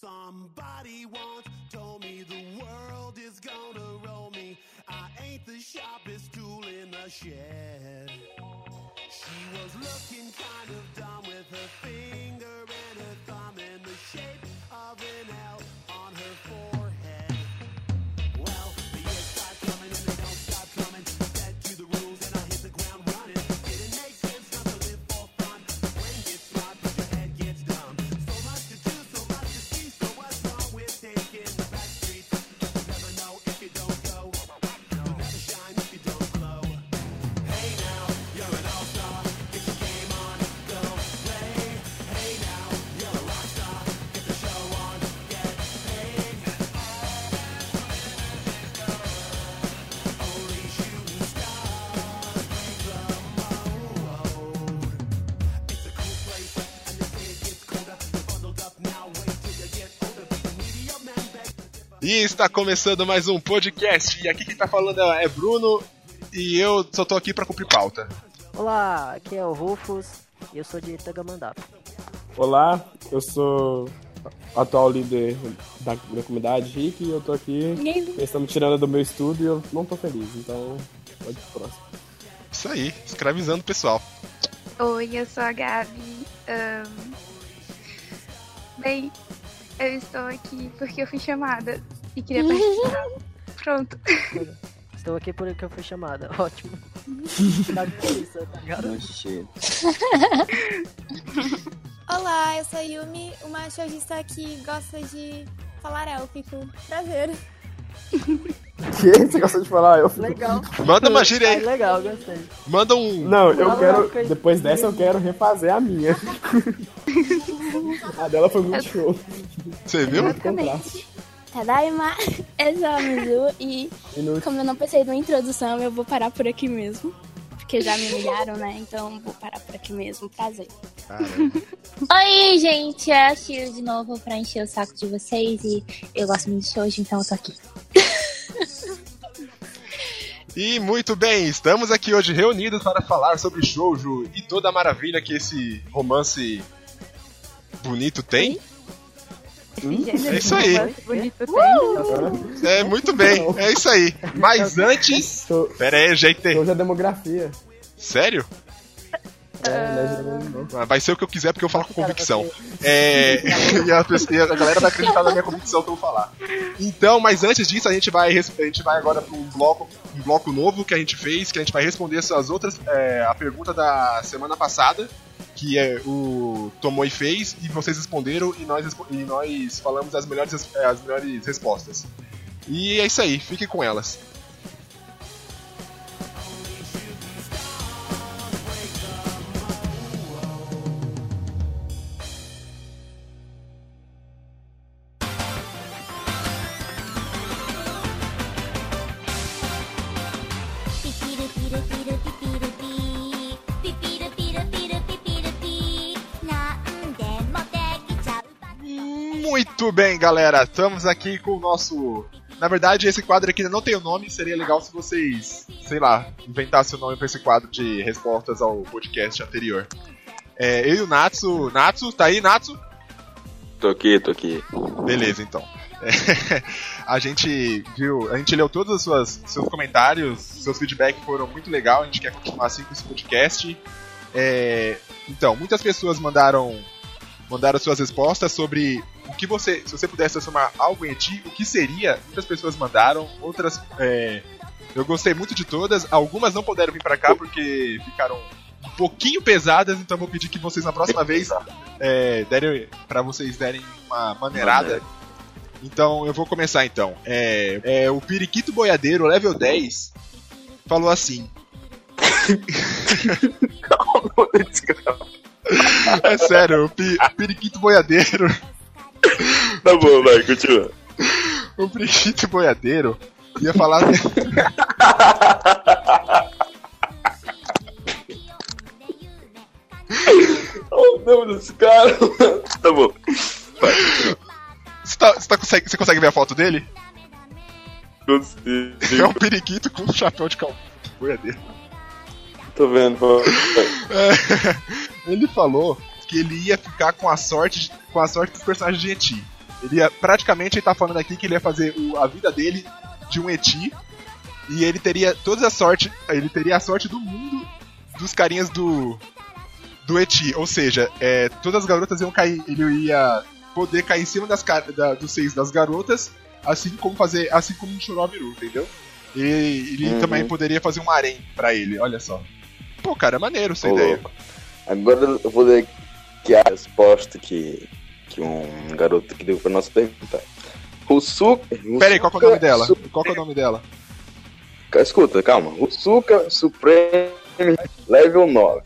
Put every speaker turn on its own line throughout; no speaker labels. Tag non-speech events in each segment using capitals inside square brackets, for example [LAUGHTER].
Somebody once told me the world is gonna roll me. I ain't the sharpest tool in the shed. She was looking kind of dumb with her finger and her thumb in the shape of an L on her forehead. Well, the years start coming and they don't stop coming. I set to the rules and I hit the ground running. Didn't make sense not to live for fun. Your brain gets smart, but your head gets dumb. So much to do, so much to see. So what's wrong with taking the back streets? You'll never know if you don't go. You'll never shine if you don't glow. Hey now, you're an all-star. Get your game on, go play. Hey now, you're a rock star. Get the show on, get paid. Only shooting stars break the mold. It's a cool place, and they say it gets colder. You're bundled up now, wait till you get older. But the media man begs to differ.
E está começando mais um podcast. E aqui quem tá falando é Bruno e eu só tô aqui pra cumprir pauta.
Olá, aqui é o Rufus e eu sou de Tangamandap.
Olá, eu sou atual líder da, da comunidade Rick e eu tô aqui. Eles estão me tirando do meu estudo e eu não tô feliz, então pode ir pro próximo.
Isso aí, escravizando o pessoal.
Oi, eu sou a Gabi. Ahn, Bem, eu estou aqui porque eu fui chamada e queria participar. Pronto.
Estou aqui por que eu fui chamada. [LAUGHS] Ótimo. Tá com isso, tá ligado?
Olá, eu sou a Yumi, uma showgista que gosta de falar élfico. Prazer.
Que? Você gosta de falar? Eu fico...
Legal.
Manda uma gíria
Ai,
aí,
É legal, gostei.
manda um.
Não, eu
Fala,
quero.
fica-
Depois dessa eu quero refazer a minha. a dela foi muito show.
Você viu?
Muito contraste.
Tadaima, [LAUGHS] eu sou a Mizu e
Inútil.
como eu não pensei numa introdução, eu vou parar por aqui mesmo. Porque já me humilharam, né? Então vou parar por aqui mesmo. Prazer.
Oi, gente, é a Shiro de novo pra encher o saco de vocês e eu gosto muito de shows, então eu tô aqui.
E muito bem, estamos aqui hoje reunidos para falar sobre Shoujo e toda a maravilha que esse romance bonito tem. É isso aí, é muito bem, é isso aí. Mas antes.
Show,
Pera aí, gente.
show da é demografia.
Sério?
É, né, geralmente.
Ah, Vai ser o que eu quiser porque eu falo com convicção. É, [LAUGHS] e, a, pessoa- e a galera vai acreditar na minha convicção que eu vou falar. Então, mas antes disso, a gente vai, res- a gente vai agora para um bloco, um bloco novo que a gente fez, que a gente vai responder essas outras. é, a pergunta da semana passada, que é o Tomoe fez, e vocês responderam, e nós, respo- e nós falamos as melhores, res- é, as melhores respostas. E é isso aí, fiquem com elas. Muito bem, galera. Estamos aqui com o nosso. Na verdade, esse quadro aqui ainda não tem o nome. Seria legal se vocês, sei lá, inventassem o nome pra esse quadro de respostas ao podcast anterior. É, eu e o Natsu. Natsu, tá aí, Natsu?
Tô aqui, tô aqui.
Beleza, então. É, [LAUGHS] a gente viu, a gente leu todos os suas, seus comentários, seus feedbacks foram muito legal. A gente quer continuar assim com esse podcast. É, então, muitas pessoas mandaram mandaram suas respostas sobre o que você, se você pudesse transformar algo em ti, o que seria? Muitas pessoas mandaram, outras é, eu gostei muito de todas. Algumas não puderam vir pra cá porque ficaram um pouquinho pesadas, então eu vou pedir que vocês na próxima vez é, derem, para vocês derem uma maneirada. Então eu vou começar então. É, é, o Periquito Boiadeiro, level 10, falou assim. É sério, o, pi, o Periquito Boiadeiro
Tá bom, vai, continua.
o Brigitte Boiadeiro ia falar.
Olha o nome desse cara. tá bom.
Você, tá- você tá consegue, você consegue ver a foto dele?
Não sei.
É um periquito com um chapéu de calma. Boiadeiro.
Tô vendo.
[LAUGHS] Ele falou que ele ia ficar com a sorte, de- com a sorte dos personagens de Eti. Ele ia, praticamente ele tá falando aqui que ele ia fazer o- a vida dele de um eti e ele teria toda a sorte, ele teria a sorte do mundo dos carinhas do do eti, ou seja, é, todas as garotas iam cair, ele ia poder cair em cima das ca- da- dos seios das garotas, assim como fazer, assim como um chorobiru, entendeu? E ele
Uhum.
também poderia fazer um harém pra ele, olha só. Pô, cara, é maneiro essa
Ô,
ideia.
louco. Agora eu vou ler aqui a resposta que, que um garoto que deu pra nós perguntar. Rusuka.
Pera aí, qual que é o nome dela? Qual que é o nome dela?
Escuta, calma. Rusuka Supreme Level 9.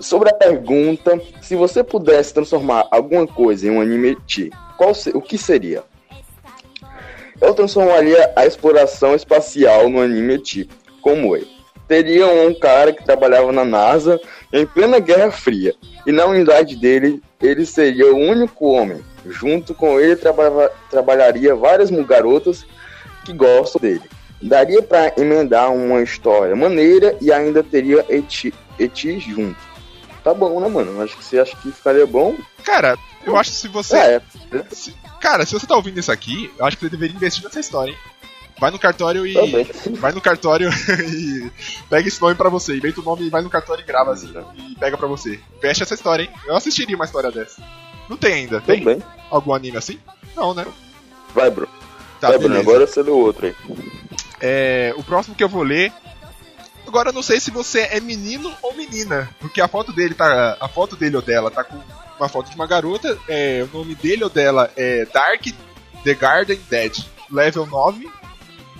Sobre a pergunta, se você pudesse transformar alguma coisa em um anime T, qual se- o que seria? Eu transformaria a exploração espacial no anime T, como é. Teria um cara que trabalhava na NASA em plena Guerra Fria, e na unidade dele, ele seria o único homem. Junto com ele, trabalhava- trabalharia várias mu- garotas que gostam dele. Daria pra emendar uma história maneira e ainda teria Eti, Eti junto. Tá bom, né, mano? Acho que você acha que ficaria bom.
Cara, eu acho que se você.
É,
se- cara, se você tá ouvindo isso aqui, eu acho que você deveria investir nessa história, hein? Vai no cartório e.
também.
Vai no cartório [LAUGHS] e. Pega esse nome pra você. Inventa o nome e vai no cartório e grava assim. E pega pra você. Fecha essa história, hein? Eu assistiria uma história dessa. Não tem ainda, tem?
Também.
Algum anime assim? Não, né?
Vai, Bruno.
Tá,
Vai, Bruno.
beleza.
Agora você lê o outro aí.
É, o próximo que eu vou ler. Agora eu não sei se você é menino ou menina, porque a foto dele tá, a foto dele ou dela tá com uma foto de uma garota. é, o nome dele ou dela é Dark The Garden Dead, level 9.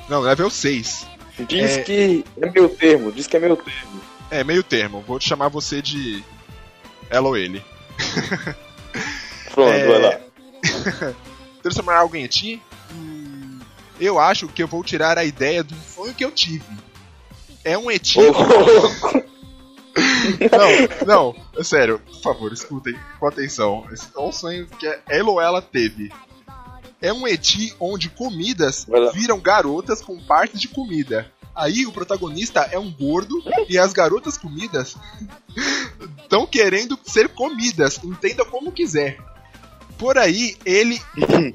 Não, level 6.
Diz
É.
que é meu termo. Diz que é meu termo.
É, meio termo. Vou te chamar você de ela ou ele.
[LAUGHS] Pronto,
É.
vai
[LAUGHS]
lá.
transformar algo em ti, hum, eu acho que eu vou tirar a ideia do sonho que eu tive. É um eti.
Ô,
[LAUGHS] Não, não, é sério, por favor, escutem com atenção. Esse é um sonho que ela ou ela teve. É um eti onde comidas
Vai lá.
viram garotas com partes de comida. Aí o protagonista é um gordo e as garotas comidas estão querendo ser comidas, entenda como quiser. Por aí, ele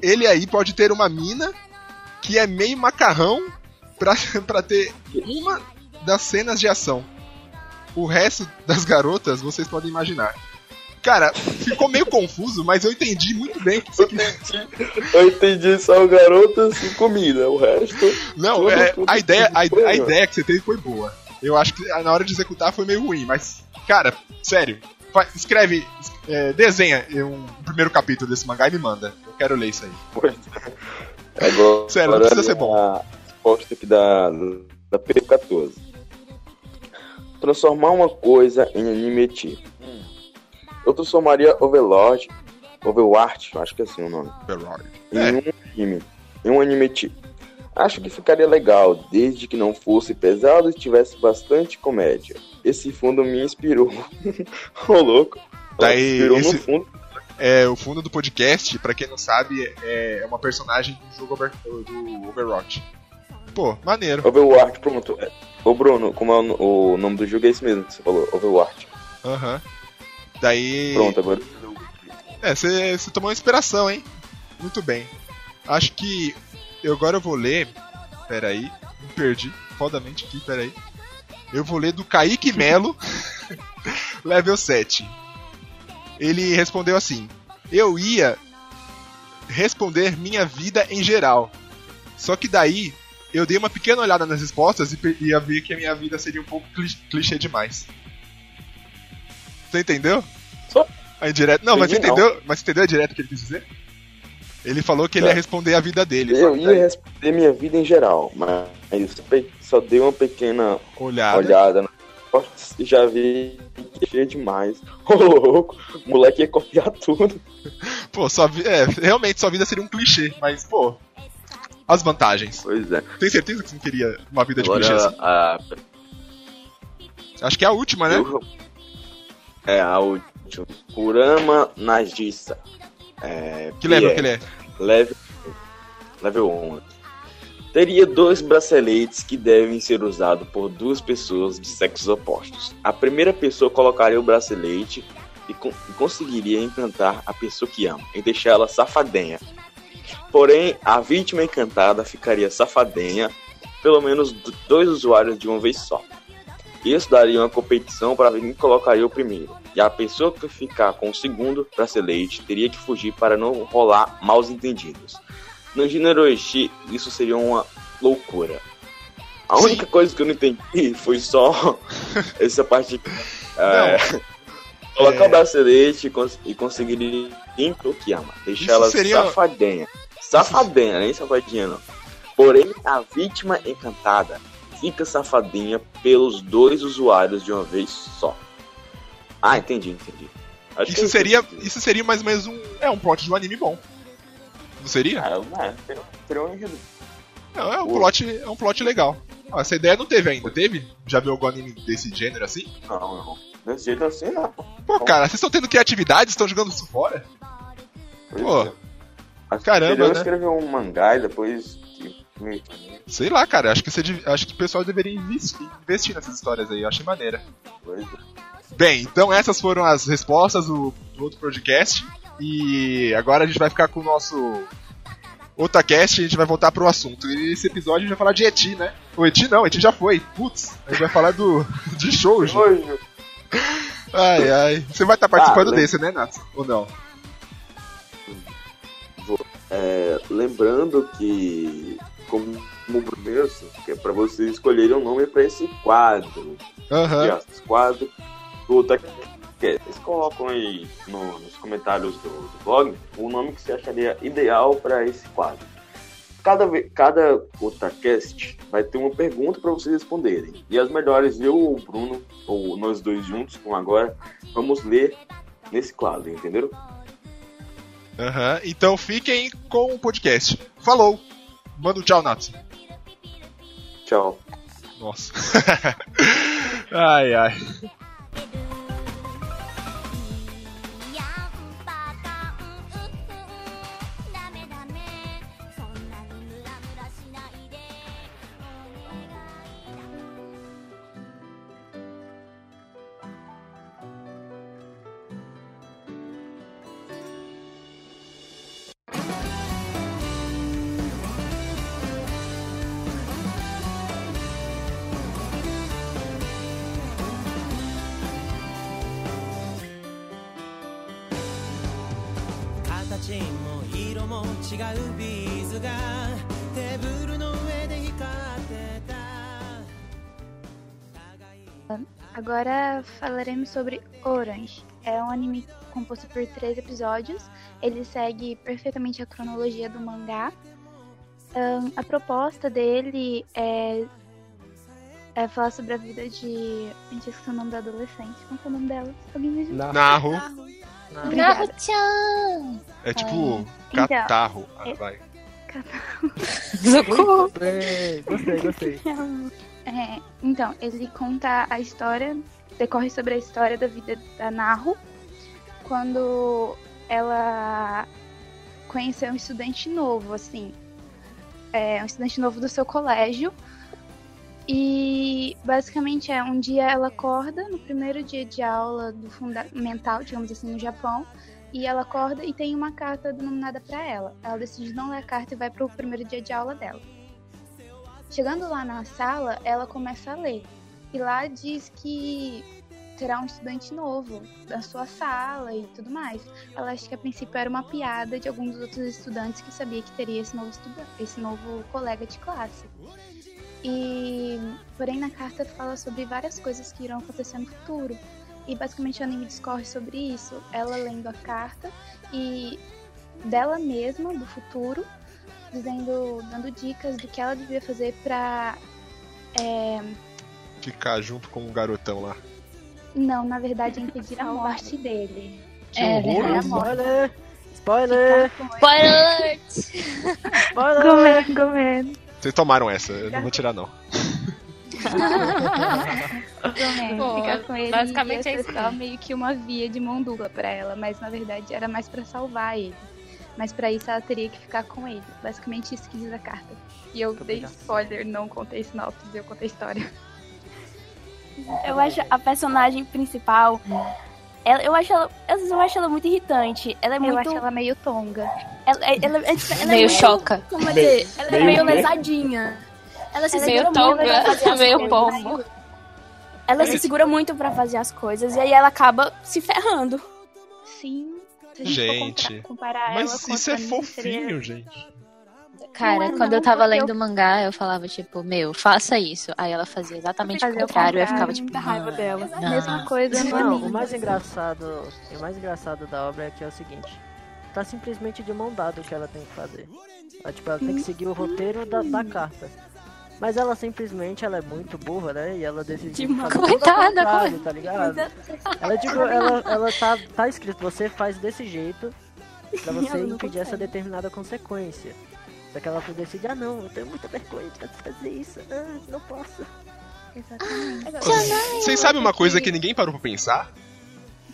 ele aí pode ter uma mina que é meio macarrão pra, [LAUGHS] pra ter uma das cenas de ação. O resto das garotas vocês podem imaginar. Cara, ficou meio confuso, mas eu entendi muito bem o que você
eu
quis
entendi. Eu entendi só garotas e comida. O resto.
Não,
Tudo,
é,
tudo,
a, ideia, a,
tudo foi,
a
mano.
ideia que você teve foi boa. Eu acho que na hora de executar foi meio ruim, mas, cara, sério, fa- escreve, es- é, desenha um, o primeiro capítulo desse mangá e me manda. Eu quero ler isso aí.
[LAUGHS] Agora,
Sério, não precisa ser bom.
A resposta aqui da, da P14. Transformar uma coisa em anime tipo. Eu transformaria Overlord, Overwatch, acho que é assim o nome,
Ferrari.
em um anime. Em um anime tipo. Acho que ficaria legal, desde que não fosse pesado e tivesse bastante comédia. Esse fundo me inspirou. [LAUGHS] Ô louco.
Tá aí,
inspirou
esse-
no fundo.
É, o fundo do podcast, pra quem não sabe, é é uma personagem do jogo over- do Overwatch. Pô, maneiro.
Overwatch, pronto. É. Ô Bruno, como é o, o nome do jogo é esse mesmo que você falou, Overwatch.
Aham. Daí.
Pronto, agora.
É, você tomou uma inspiração, hein? Muito bem. Acho que eu agora eu vou ler. Peraí, me perdi fodamente aqui, peraí. Eu vou ler do Kaique Melo, [LAUGHS] level 7. Ele respondeu assim: Eu ia responder minha vida em geral. Só que daí eu dei uma pequena olhada nas respostas e pe- ia ver que a minha vida seria um pouco cli- clichê demais. Você entendeu?
Só-
A indireta. Não, mas você
Entendi, não.
entendeu? Mas você entendeu a direta que ele quis dizer? Ele falou que ele
É.
ia responder a vida dele. só
Eu
que
ia
daí-
responder minha vida em geral, mas pe- só dei uma pequena
Olhada.
olhada na fotos e já vi que é cheio demais. [LAUGHS] Ô louco, o moleque ia copiar tudo.
Pô, sua vi... é, [LAUGHS] realmente sua vida seria um clichê, mas, pô. As vantagens.
Pois é.
Tem certeza que você não queria uma vida de clichê
Agora
assim?
a.
Acho que é a última, né?
É a última. Kurama Nagisa. É,
Que level
Pierre.
que ele é?
Level, level 11. Teria dois braceletes que devem ser usados por duas pessoas de sexos opostos. A primeira pessoa colocaria o bracelete e, con- e conseguiria encantar a pessoa que ama e deixá-la safadenha. Porém, a vítima encantada ficaria safadenha pelo menos d- dois usuários de uma vez só. Isso daria uma competição para ver quem colocaria o primeiro. E a pessoa que ficar com o segundo para ser leite teria que fugir para não rolar maus entendidos. No gênero Oishi, isso seria uma loucura. A única coisa que eu não entendi foi só essa parte. de, é, colocar o bracelete e cons- e conseguir limpar o que ama. Deixar
Isso
ela
seria-
safadinha. Safadinha, nem safadinha não. Porém, a vítima encantada fica safadinha pelos dois usuários de uma vez só. Ah, entendi, entendi. Acho que
Isso
eu
seria,
entendi.
isso seria mais ou menos um. É um plot de um anime bom. Não seria?
Ah, é, seria um- seria um enredo.
Não, é um plot, é um plot legal. Ó, essa ideia não teve ainda, teve? Já viu algum anime desse gênero assim?
Não, não. Desse jeito assim, não.
Pô, cara, vocês estão tendo criatividade, estão jogando isso fora?
Pois
Pô,
é. Acho que
caramba,
anterior Eu
né?
escrevi um mangá e depois. me-
Sei lá, cara, acho que, você dev- acho que o pessoal deveria investir, investir nessas histórias aí, eu achei maneira.
Pois é.
Bem, então essas foram as respostas do, do outro podcast. E agora a gente vai ficar com o nosso Otacast e a gente vai voltar pro assunto. E nesse episódio a gente vai falar de Eti, né? O Eti não, Eti já foi. Putz, a gente vai falar do, [LAUGHS] de shows.
Hoje.
Ai, ai. Você vai estar participando
Ah, né?
desse, né, Nath? Ou não?
É, lembrando que, como o primeiro, assim, que é para vocês escolherem um nome para esse quadro.
Aham.
de aspas, quadro do Otacast. Vocês colocam aí no- nos comentários do, do blog o nome que você acharia ideal para esse quadro. Cada, ve- cada Otacast vai ter uma pergunta para vocês responderem. E as melhores, eu ou o Bruno, ou nós dois juntos, como agora, vamos ler nesse quadro, entenderam?
Aham. Então fiquem com o podcast. Falou! Manda um tchau, Nath.
Tchau.
Nossa. [LAUGHS] ai, ai.
やんぱかんうっふんダメダメそんなにムラムラしないでお願いだ
形も色も違うビーズがテーブルの上で光ってた
Agora falaremos sobre Orange. É um anime composto por três episódios. Ele segue perfeitamente a cronologia do mangá. Ahn, a proposta dele é, é falar sobre a vida de. Gente, eu esqueci o nome da adolescente. Qual que é o nome dela? Alguém me ajuda?
Na-
Narro.
Obrigada.
Naruto-chan!
É tipo
Então,
catarro. Ah,
é-
vai.
Socorro!
Bem, gostei, gostei.
[LAUGHS] É, então, ele conta a história, decorre sobre a história da vida da Naru, quando ela conheceu um estudante novo, assim, é, um estudante novo do seu colégio. E basicamente é um dia ela acorda, no primeiro dia de aula do fundamental, digamos assim, no Japão, e ela acorda e tem uma carta denominada para ela. Ela decide não ler a carta e vai pro primeiro dia de aula dela. Chegando lá na sala, ela começa a ler. E lá diz que será um estudante novo da sua sala e tudo mais. Ela acha que a princípio era uma piada de alguns dos outros estudantes que sabia que teria esse novo, estuda- esse novo colega de classe. E porém na carta fala sobre várias coisas que irão acontecer no futuro. E basicamente o anime discorre sobre isso, ela lendo a carta e dela mesma, do futuro, dizendo, dando dicas do que ela devia fazer pra. é,
Ficar junto com um garotão lá.
não, na verdade, impedir [LAUGHS] a morte dele. né?
Que
É,
horror.
Era a morte.
Spoiler! Spoiler!
Spoiler alert!
Spoiler!
Gomen,
Vocês tomaram essa, eu não vou tirar não.
Pô,
ficar com ele.
basicamente é
ia
isso
ser só meio que uma via de mão dupla pra ela, mas na verdade era mais pra salvar ele. Mas pra isso ela teria que ficar com ele. Basicamente isso que diz a carta. E eu dei spoiler, não contei sinopse, eu contei história.
Eu acho a personagem principal
Ela- eu, acho ela, às vezes eu acho ela muito irritante. Ela é
Eu
muito.
acho ela meio tonga.
Ela, é- ela, é- tipo, ela é
Meio
muito-
choca.
Como é que- Ela é
meio
meio
quê?
lesadinha. Ela se
Meio
segura muito
tonga,
pra fazer as
meio
coisas.
pombo.
Ela se segura muito pra fazer as coisas e aí ela acaba se ferrando.
Sim. Se a gente, for
Gente,
compra- comparar ela
Mas
com
isso
a
é
Tami,
fofinho,
seria-
gente.
Cara,
Não é
quando
não,
eu tava
porque eu-
lendo o mangá, eu falava, tipo, meu, faça isso. Aí ela fazia exatamente o
Fazer o
contrário. Eu
contrário,
ficava, tipo,
muita raiva
"Não,
dela."
não."
Mesma coisa no
Não,
anime.
o mais engraçado, o mais engraçado da obra é que é o seguinte. Tá simplesmente de mão dada o que ela tem que fazer. Ela, tipo, ela tem que seguir o roteiro da, da carta. Mas ela simplesmente, ela é muito burra, né? E ela decidiu
Demais.
fazer tudo ao
Coitada,
contrário, tá ligado? Ela, tipo, ela, ela tá, tá escrito, você faz desse jeito pra você
Ela não
impedir essa
consegue.
determinada consequência. Só que ela decide, ah não, eu tenho muita vergonha de fazer isso, ah, não posso.
Exatamente.
Vocês sabem uma coisa que ninguém parou pra pensar?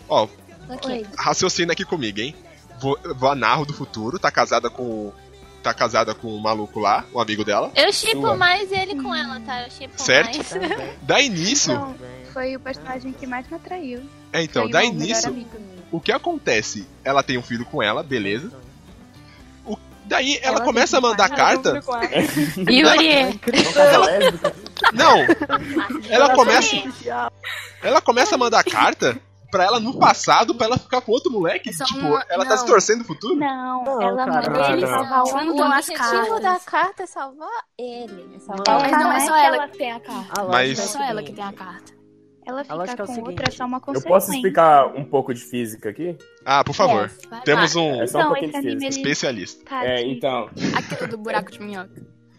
Ó,
Ok.
raciocina aqui comigo, hein? Vo- Vanarro do futuro, tá casada com. Tá casada com um maluco lá, um amigo dela.
Eu chipo
Sua.
mais ele com ela, tá? Eu chipo
Certo.
mais. [LAUGHS]
Também,
Dá início.
Não,
também.
foi o personagem que mais me atraiu.
é, então,
Foi
dá
o meu melhor
início.
amigo.
O que acontece? Ela tem um filho com ela, beleza. O- daí ela,
Ela
começa a
tem um
mandar
pai,
carta.
[LAUGHS]
Yuri!
Não casar
é
lésbica?
Não! Ela começa.
Oficial.
Ela começa a mandar carta pra ela no passado, pra ela ficar com outro moleque.
É só
tipo,
uma-
ela tá
não.
se torcendo no futuro?
Não,
Não,
ela
cara,
mandou ele
não.
salvar o
Vamos
mundo.
tomar
Mas
as cartas.
carta é salvar ele. É salvar
Não.
Mas não é
Mas
só
ela-
ela que tem a carta.
A lógica
Mas-
Não
é
é
o
só ela que
seguinte,
tem a carta.
Ela
Ela acho
ficar
que é o
com
seguinte,
outra é só uma
Eu
consequência.
posso explicar um pouco de física aqui?
Ah, por favor.
Vai
Temos um
É só um
Então,
pouquinho
esse
de física.
anime ele
especialista.
tá
É,
de-
então,
lá. Aquilo do buraco de minhoca.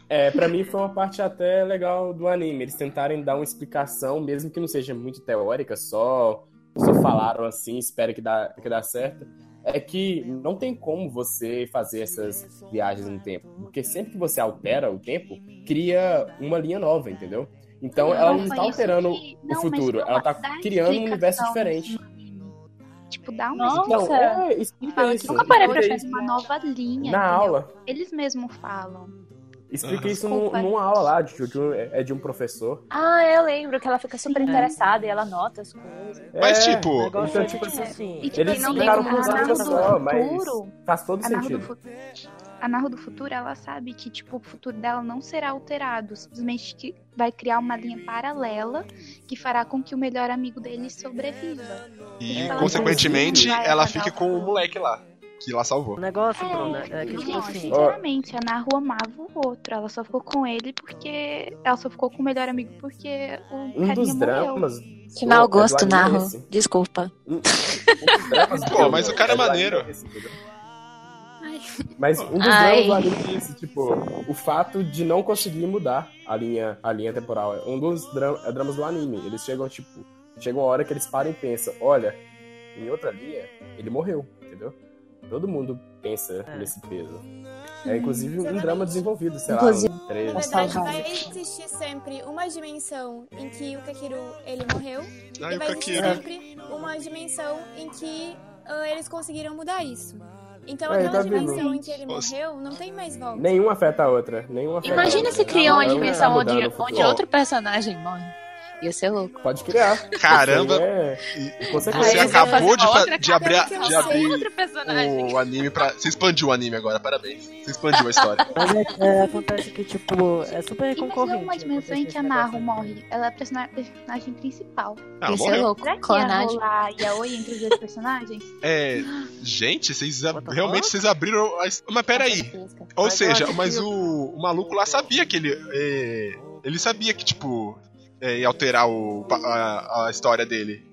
é, pra mim foi uma parte até legal do anime. Eles tentarem dar uma explicação, mesmo que não seja muito teórica, só, só falaram assim, espero que dá, que dá certo. É que não tem como você fazer essas viagens no tempo. Porque sempre que você altera o tempo, cria uma linha nova, entendeu? Então ela não
foi
tá
isso
alterando
que- não,
o
mas
futuro,
calma,
ela tá
dá
criando um universo
explicação.
diferente.
Tipo, dá uma
Nossa.
explicação.
Não, é, explica
Fala que
isso.
Nunca parei pra
explica
fazer uma nova linha.
isso Na
entendeu?
aula.
Eles mesmos falam.
Explica isso num,
Desculpa.
numa aula lá, de, de um- é de um professor.
Ah, eu lembro que ela fica super
né?
interessada e ela nota as coisas.
Mas,
É,
O
tipo,
negócio
Então,
é
tipo
tipo
assim,
assim.
E, tipo,
Eles
ele não
explicaram
tem
com
a Naru do
explicação, mas
futuro.
faz todo
A Naru do
sentido.
futuro. A Naru do futuro, ela sabe que, tipo, o futuro dela não será alterado. Simplesmente que vai criar uma linha paralela que fará com que o melhor amigo dele sobreviva.
e
É,
consequentemente
inclusive,
ela
vai
fica
casar
com
com-
o moleque lá, que ela salvou.
O negócio, Bruna, é que tipo
Gente,
assim.
sinceramente, a Naru amava o outro. Ela só ficou com ele porque. Ela só ficou com o melhor amigo porque o
Um
carinha
dos
morreu.
dramas.
Que mau
do- é do
gosto,
anime
Narro.
esse.
Desculpa.
Um dos dramas
Pô,
do-
mas o cara é
do anime
maneiro.
esse, entendeu? Mas um dos
Ai.
dramas do anime é esse, tipo, o fato de não conseguir mudar a linha, a linha temporal. É Um dos dra- é dramas do anime. Eles chegam, tipo, chegam a hora que eles param e pensam, olha, em outra linha, ele morreu, entendeu? Todo mundo pensa
É.
nesse peso. É inclusive um drama desenvolvido, sei lá,
Inclusive-
uns três,
Nossa,
Na verdade,
salvar.
vai existir sempre uma dimensão em que o Kakiru ele morreu
Aí
e
o
vai existir
Kakira.
sempre uma dimensão em que ah, eles conseguiram mudar isso. Então,
É,
aquela
tá vendo?
dimensão em que ele
Nossa.
morreu não tem mais volta.
Nenhum afeta a outra. Nenhum afeta a
Imagina
outra.
se criou
Não,
uma
não tá
dimensão onde,
mudando o futuro.
onde outro personagem morre. Ia ser louco.
Pode criar.
Caramba,
Isso aí É...
você
Consequência.
Aí você vai fazer
acabou de,
uma
fa-
outra um
de abrir, a-
que eu
de
sei.
abrir
Outro personagem.
o anime pra. Você expandiu o anime agora, parabéns. Você expandiu
[LAUGHS]
a história.
Mas é, é, acontece que, tipo, é super
Imagina
concorrente.
uma dimensão em
acontece
que a
esse
Naru
negócio.
morre. Ela é a persona- personagem principal.
Ah,
Ia ser
morreu.
é louco.
Será que ia
Clonagem.
rolar Yaoi entre os dois personagens?
É. Gente, vocês ab-
What the
realmente
fuck?
vocês abriram. A... his- Mas peraí. Ou
Mas eu
seja,
acho
mas
que-
o, o maluco lá sabia que ele. é, Ele sabia que, tipo, é, ia alterar o, pa- a, a história dele.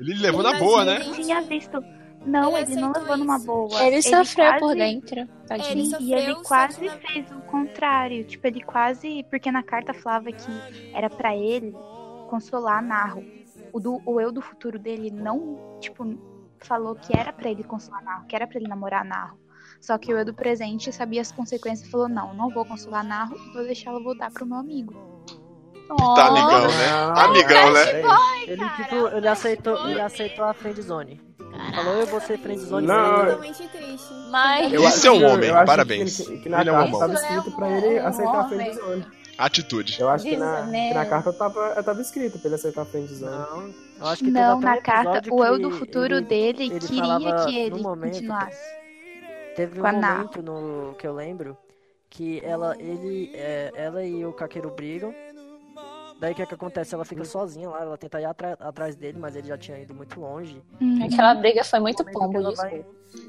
Ele levou na boa, né?
Ele tinha visto. Não,
Ele
ele, não
aceitou
levou numa
isso.
boa.
Ele sofreu
quase-
por dentro. Tadinho.
Ele
E É, ele um
sofreu,
quase
só que na-
fez o contrário. Tipo, ele quase. Porque na carta falava que era pra ele consolar a Naru. O, do, o eu do futuro dele não, tipo, falou que era pra ele consolar a Naru, que era pra ele namorar a Naru. Só que o eu do presente sabia as consequências e falou: Não, não vou consolar a Naru, vou deixar ela voltar pro meu amigo.
Tá amigão, né? Amigão, né?
Ele, tipo, ele
tá
aceitou, ele aceitou a friendzone. Falou, eu vou ser friendzone.
Não,
dele.
Totalmente triste.
Mas
Eu- Isso é um homem,
eu acho
parabéns.
Que, que na
Ele é um
carta
homem.
tava escrito pra ele aceitar a friendzone.
Atitude.
Eu acho que
Diz,
na,
né?
que na carta tava, tava escrito pra ele aceitar a friendzone.
Não, eu acho que teve
não,
até um
na carta,
episódio
o eu
que
do futuro
ele-
dele
ele
queria
falava
que ele
no momento-
continuasse.
Teve
com a
um
Nao.
momento no, que eu lembro que ela, ele, é, ela e o Kakeru brigam. Daí o que, é que acontece? Ela fica sozinha lá, ela tenta ir atra- atrás dele, mas ele já tinha ido muito longe.
Aquela briga foi muito
Momento que
pombo.
ela vai-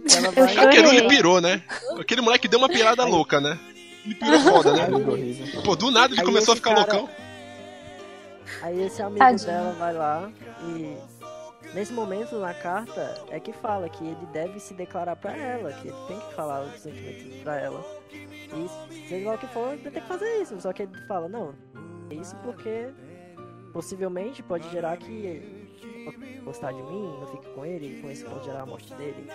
que ela
Eu
vai-
chorei.
Aquele ele pirou, né? Aquele moleque deu uma pirada louca, né? Ele pirou foda, né? Pô, do nada ele
Aí
começou a
esse
ficar
cara-
loucão.
Aí esse amigo
Tadinho.
dela vai lá e nesse momento na carta é que fala que ele deve se declarar pra ela, que ele tem que falar os sentimentos pra ela. E seja lá o que for, ele tem que fazer isso. Só que ele fala, não, é isso porque possivelmente pode gerar que gostar de mim, eu fique com ele, e com isso pode gerar a morte dele.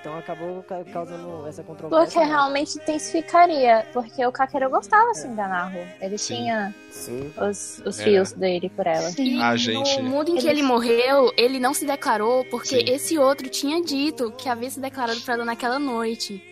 Então acabou ca- causando essa
Porque
controvérsia. né?
realmente intensificaria. Porque o Kakeru gostava assim da Naru. Ele
Sim.
tinha
Sim.
os, os
É.
fios dele por ela.
Sim.
Ah,
No
gente.
mundo em que ele
Ele-
morreu, ele não se declarou porque
Sim.
esse outro tinha dito que havia se declarado pra ela naquela noite.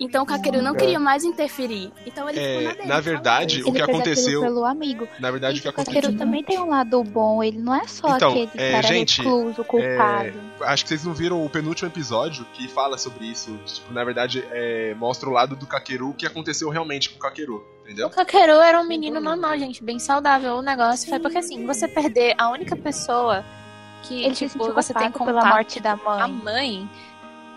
Então o Kakeru não queria mais interferir. Então ele ficou
É,
na dele,
na
falou.
verdade, o
Ele
que
fez aquilo
aconteceu.
pelo amigo.
Na verdade, o que
Gente, o
aconteceu.
Kakeru também tem um lado bom, ele não é só
Então,
aquele
é,
cara
gente, é,
recluso, culpado.
Acho que vocês não viram o penúltimo episódio que fala sobre isso. Tipo, na verdade, é, mostra o lado do Kakeru, o que aconteceu realmente com o Kakeru,
O
entendeu?
Kakeru era um menino normal, gente, bem saudável. O negócio foi porque assim, você perder a única pessoa que
Ele se
tipo,
sentiu
você tem
culpado
contato
pela morte da
a
mãe.
mãe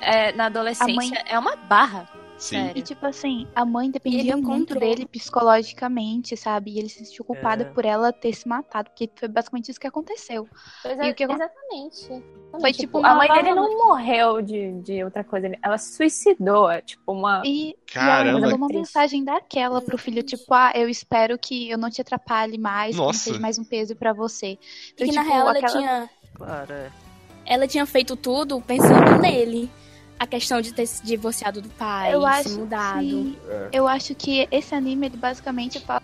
é, na adolescência
A mãe-
é uma barra.
Sim.
E
Sério. é um
tipo assim, a mãe dependia
Ele
muito
encontrou.
dele psicologicamente, sabe? E ele se sentiu culpado
É.
por ela ter se matado, porque foi basicamente isso que aconteceu.
Pois é,
E o que acon-
Exatamente.
Foi,
Exatamente.
tipo,
a
é, uma
mãe dele
barra
não morreu de, de outra coisa, ele- ela se suicidou, é, tipo uma
E, e ela
Caramba.
mandou uma
Triste.
mensagem daquela pro filho, tipo, ah, eu espero que eu não te atrapalhe mais, que não
Nossa.
seja mais um peso pra você.
Porque
Então,
na
tipo,
real ela,
aquela-
tinha,
Claro, é.
ela tinha feito tudo pensando nele. A questão de ter se divorciado do pai,
Eu
se
acho
mudado.
Sim,
É.
eu acho que esse anime, ele basicamente fala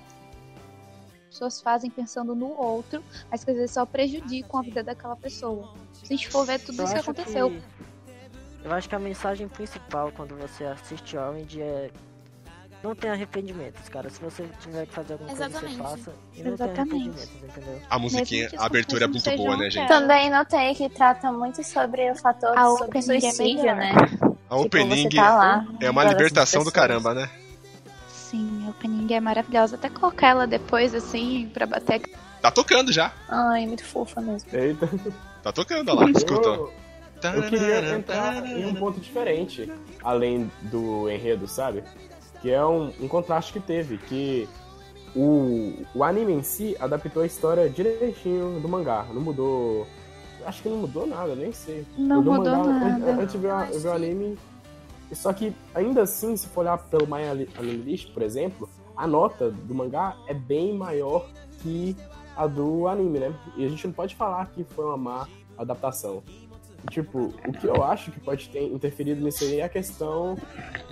as pessoas fazem pensando no outro, mas que às vezes só prejudicam a vida daquela pessoa. Se a gente for ver tudo
Eu
isso que
acho
aconteceu.
que- Eu acho que a mensagem principal quando você assiste Orange é. Não tenha arrependimentos, cara. Se você tiver que fazer alguma
Exatamente.
coisa, você faça. E não tenha
Exatamente.
arrependimentos, entendeu?
A musiquinha,
Mesmo que
a abertura é
as
muito
pessoas
boa,
não
né, gente?
Então,
querem.
Também notei que trata muito sobre o fator
A
sobre
opening é
suicídio,
melhor. [LAUGHS]
né?
A
Tipo,
opening
você tá lá,
é uma
olha
libertação do
essas
caramba, né?
Sim, a opening é maravilhosa. Até colocar ela depois, assim, pra bater.
Tá tocando já.
Ai, muito fofa mesmo.
Eita.
Tá tocando, olha lá. Escuta. ó.
Eu, eu queria entrar em um ponto diferente, além do enredo, sabe? Que é um, um contraste que teve, que o, o anime em si adaptou a história direitinho do mangá, não mudou... Acho que não mudou nada, nem sei.
Não
Mudou o
mudou
mangá,
nada.
A, a gente viu, a- viu o anime... Só que, ainda assim, se for olhar pelo My Anime List, por exemplo, a nota do mangá é bem maior que a do anime, né? E a gente não pode falar que foi uma má adaptação. Tipo, o que eu acho que pode ter interferido nisso aí é a questão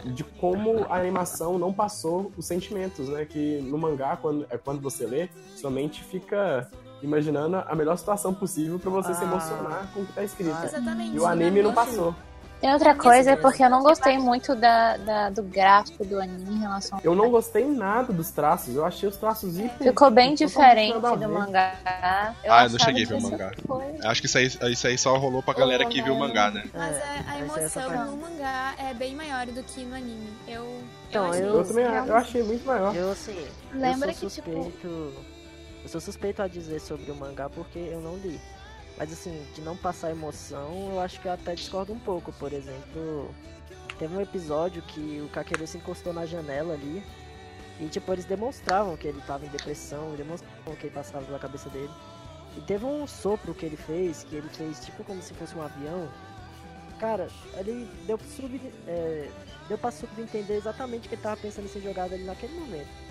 de como a animação não passou os sentimentos, né? Que no mangá, quando, é quando você lê, sua mente fica imaginando a melhor situação possível pra você se
Ah.
emocionar com o que tá escrito.
Exatamente.
E o anime não passou.
Tem outra coisa, é
mesmo.
porque eu não gostei muito da, da- do gráfico do anime em relação
Eu não gostei nada dos traços, eu achei os traços hiper.
Ficou bem
totalmente
diferente
nada a
do
ver.
mangá.
Ah, eu não
achava
cheguei a
que
ver o
isso
mangá.
foi-
Acho que isso aí, isso aí só rolou pra galera que viu o mangá, né?
Mas é,
mas
a
é essa
emoção
parte.
no mangá é bem maior do que no anime. Eu,
Então,
eu, achei
eu-
Eu
isso
também
realmente-
eu achei muito maior.
Eu assim.
Lembra
eu sou
que,
suspeito.
tipo.
Eu sou suspeito a dizer sobre o mangá porque eu não li. Mas assim, de não passar emoção, eu acho que eu até discordo um pouco. Por exemplo, teve um episódio que o Kakeru se encostou na janela ali. E tipo, eles demonstravam que ele tava em depressão, demonstravam o que passava pela cabeça dele. E teve um sopro que ele fez, que ele fez tipo como se fosse um avião. Cara, ele deu, pra sub, é, deu pra subentender exatamente o que ele tava pensando em ser jogado ali naquele momento.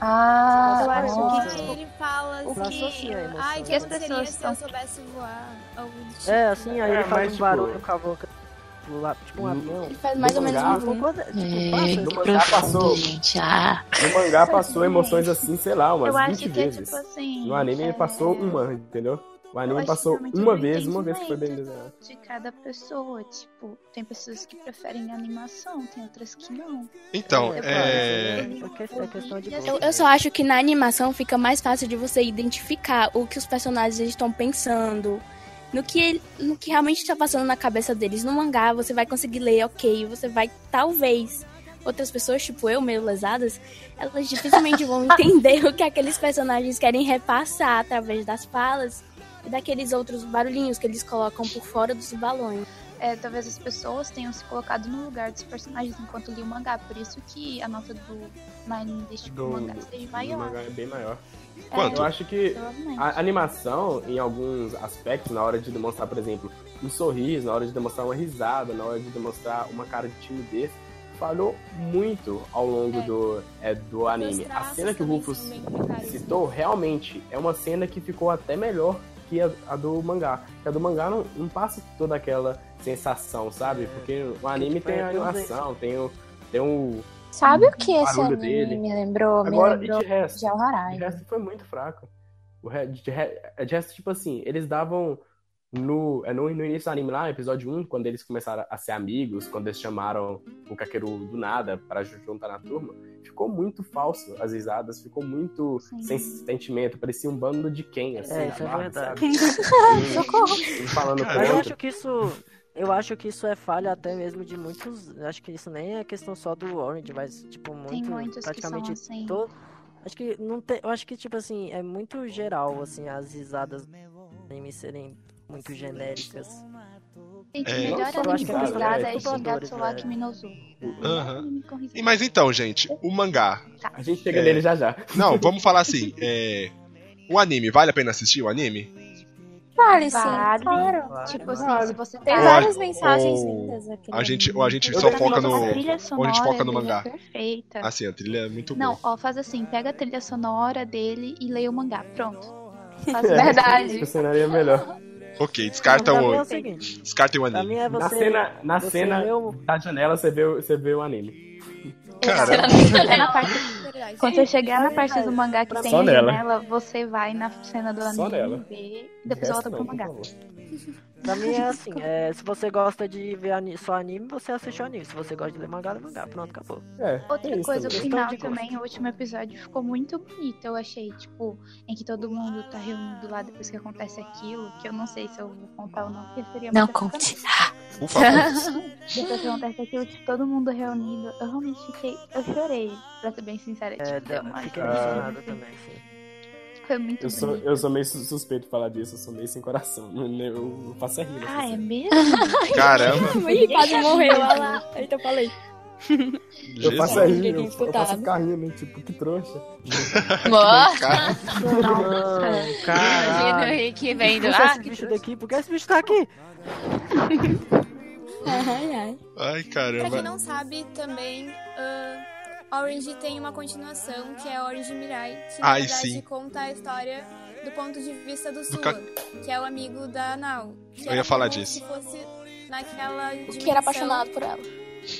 Ah,
Eu acho
nossa.
que ele fala
O que
assim.
associa a emoção,
Ai, que
né?
aconteceria
As pessoas
se eu
são-
soubesse voar? Algo do tipo.
É, assim, aí
É,
ele faz
mas,
um
tipo, Hum.
barulho com a boca, tipo, lá, tipo um
no-
avião.
Ele faz mais ou menos
mangá,
um
Tipo, quando- tipo, passa
no
essa-
mangá passou,
É, gente. Ah.
no mangá passou emoções assim, sei lá, umas
Eu acho
20
que é
vezes.
tipo assim.
No anime ele
é,
passou uma, entendeu? O anime
acho que
passou
realmente
uma
não
vez,
entendi
uma vez que foi
muito.
bem desenhado.
de cada pessoa. Tipo, tem pessoas que preferem animação, tem outras que não.
Então,
Eu
é.
gosto,
É que- é questão de
eu-
Eu, eu só acho que na animação fica mais fácil de você identificar o que os personagens estão pensando, no que, ele- no que realmente está passando na cabeça deles. No mangá, você vai conseguir ler, ok, você vai, talvez. Outras pessoas, tipo eu, meio lesadas, elas
[LAUGHS]
dificilmente vão entender o que aqueles personagens querem repassar através das falas e daqueles outros barulhinhos que eles colocam por fora dos balões.
É, talvez as pessoas tenham se colocado no lugar dos personagens enquanto li o mangá. Por isso que a nota do Mine deste
Do-
mangá seja
O
maior.
mangá é bem maior.
Quanto?
Eu acho que
provavelmente.
a animação, em alguns aspectos, na hora de demonstrar, por exemplo, um sorriso, na hora de demonstrar uma risada, na hora de demonstrar uma cara de timidez, falhou muito ao longo
É.
do, é, do anime. A cena que o Rufus citou realmente é uma cena que ficou até melhor que a, a do mangá. Que a do mangá não, não passa toda aquela sensação, sabe? É. Porque o anime tem a animação, tem o. Tem o...
Sabe o que esse
Barulho
anime
dele.
me lembrou?
Agora,
me
e
lembrou
de resto?
de Alharai.
De resto foi muito fraco. O re- de, re- de resto, tipo assim, eles davam no, é, no, no início do anime lá, no episódio 1, quando eles começaram a ser amigos, quando eles chamaram o Kakeru do nada pra ju- juntar na turma, ficou muito falso as risadas, ficou muito
Sim.
sem sentimento, parecia um bando de quem, assim,
É, isso é
amargo,
verdade.
sabe?
[LAUGHS]
[LAUGHS]
Socorro.
Um- um falando com
Mas eu
o
acho
outro.
que isso. Eu acho que isso é falha até mesmo de muitos. Acho que isso nem é questão só do Orange, mas tipo, muito.
Tem muitos que são
praticamente
assim.
todo. Acho que não tem. Eu acho que, tipo assim, é muito geral, assim, as risadas nem me serem muito genéricas.
Gente,
É,
melhor
nossa,
anime com
risada,
risada
é,
é Shingatsu
dubladores,
wa
né?
Kimi no Zu.
Aham.
Anime com risada.
E, mas então, gente, o mangá.
A gente chega
É.
nele já já. [LAUGHS]
Não, vamos falar assim. É... O anime, vale a pena assistir o anime?
Vale, sim,
Vale.
claro.
Tipo assim,
Vale.
se você
Tem
Ou
tá...
a-
várias mensagens
ou
lindas aqui.
né?
A gente, ou a gente
Eu
só
também
foca
gosto.
A
no.
trilha sonora
foca no
dele
mangá.
é perfeita.
Assim, a trilha é muito
Não,
boa.
ó, faz assim, pega a trilha sonora dele e leia o mangá, [LAUGHS] pronto. Faz
É, [LAUGHS]
verdade.
O cenário é melhor.
Ok, descartam
Pra mim é
o,
o seguinte.
descartem o
Pra mim
anime.
é
na
você.
cena, na
você
cena
lê o-
da janela, você vê, o- você vê o anime.
Cara,
Chegar na parte-
Verdade.
Quando você chegar na parte do mangá que tem
Só
a
nela.
janela, você vai na cena do
Só nela.
anime, vê, e depois
De resto,
volta pro
não, por
mangá.
favor.
Pra mim
[LAUGHS]
é assim, é, se você gosta de ver ani- só anime, você assiste o anime. Se você gosta de ler mangá, lê mangá. Pronto, acabou.
É,
Outra
é isso
coisa, o
também.
final
de gosto.
também, o último episódio ficou muito bonito, eu achei, tipo, em que todo mundo tá reunido lá depois que acontece aquilo, que eu não sei se eu vou contar ou não, porque seria
Não
muita sacanagem.
conte.
por favor.
[LAUGHS] Depois que acontece aquilo, de todo mundo reunido, eu realmente fiquei, eu chorei, pra ser bem sincera,
É,
tipo, foi,
deu-
uma-
fiquei emocionado também, sim.
foi muito
ah, Eu sou,
bonito.
eu sou meio sus- suspeito de falar disso, eu sou meio sem coração. [LAUGHS] Eu, eu, eu faço é rir. nessas
Ah, é
coisas.
mesmo?
Caramba,
[LAUGHS] Ih, quase morreu, olha lá. Então falei.
eu faço é
Jesus.
rir, eu,
Jesus.
eu faço ficar rindo, tipo, que trouxa.
Cara,
Ah. Não,
Imagina o Rick vendo.
Puxa
Ah,
esse bicho daqui, por que esse bicho tá aqui?
Ai, ai.
Ai,
Pra quem
caramba.
não sabe, também, ah, Orange tem uma continuação, que é Orange Mirai, que na
Ai,
verdade
sim.
conta a história do ponto de vista do Sua,
ca-
que é o amigo da Nao. que
Eu ia
era
falar
como
disso.
Se fosse naquela
Que era
dimensão
apaixonado por ela.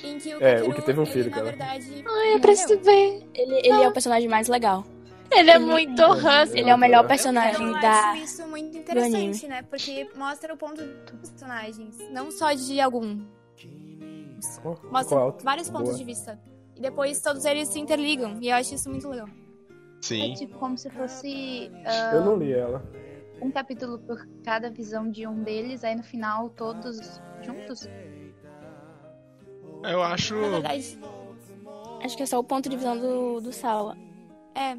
Em que o
É,
Kakeru,
o que teve um
ele,
filho,
na
cara.
verdade,
Ai, eu preciso ver.
Ele, ele é o personagem mais legal.
Ele é muito husky.
Ele é o melhor
eu
personagem da.
acho isso muito
anime.
interessante, né? Porque mostra o ponto dos personagens, não só de algum.
Oh,
Mostra
ficou alto.
vários pontos
Boa.
de vista. E depois todos eles se interligam, e eu acho isso muito legal.
É
Sim.
tipo como se fosse
Eu não li ela.
ah, um capítulo por cada visão de um deles, aí no final todos juntos.
Eu acho.
Na verdade,
Acho que é só o ponto de visão do, do Sala.
é.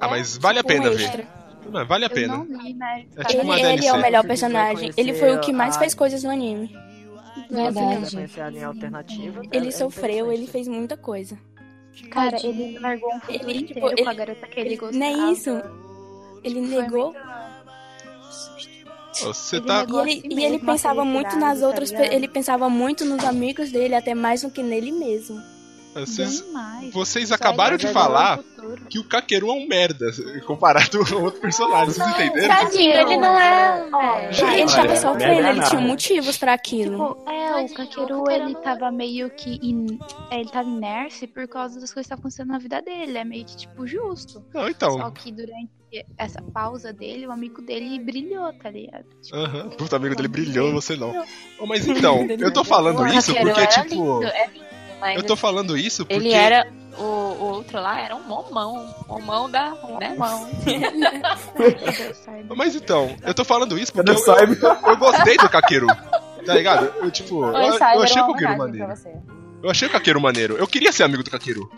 Ah, mas vale a
tipo um
pena ver.
extra.
Não, vale a
eu
pena.
não li, né?
É
Tá
tipo
Ele,
uma
ele é
DLC.
o melhor
Se quiser
personagem. Ele
conhecer
foi o que mais
a-
fez coisas no anime.
é
Verdade.
Conhecer a linha alternativa, é-
Ele
é
sofreu, ele
interessante.
fez muita coisa.
Cara, ele largou um futuro
Ele, tipo,
inteiro com a
ele-
garota que ele gostava.
Não é isso? Ele
Foi
negou.
muito-
Você
Ele
tá.
E
negou
ele,
a si
e
mesmo
ele
a
pensava muito
né,
felicidade,
nas
tá
outras. pe-
ligado?
ele pensava muito nos amigos dele, até mais do que nele mesmo.
Vocês,
Bem mais.
vocês
Só
acabaram
ele
de
vai
falar
ver o futuro.
que o Kakeru é um merda comparado a outro personagem, vocês entenderam?
Tadinho, ele não é.
Ele
Gente,
tava
olha,
sofrendo,
merda
ele tinha
não.
motivos pra aquilo.
Tipo, é, o Kakeru, ele tava meio que. In... é, Ele tava inércio por causa das coisas que estavam acontecendo na vida dele. É meio que, tipo, justo.
Não,
Só
então.
que durante essa pausa dele, o amigo dele brilhou, tá ligado?
Aham. Puta, amigo dele brilhou, você não. Ô, mas
[LAUGHS]
então, eu tô falando isso
Raquel,
porque,
era
tipo.
lindo, é lindo, mas
Eu tô falando isso porque.
Ele era. O, o outro lá era um momão. Momão da.
[LAUGHS]
Né? Momão.
Mas então, eu tô falando isso porque eu,
Adam Cyber.
eu- eu gostei do Kakeru. Tá ligado? Eu, tipo, eu, eu
Cyber,
achei o
uma
Kakeru
homenagem
maneiro.
pra você.
Eu achei o Kakeru maneiro. Eu queria ser amigo do Kakeru.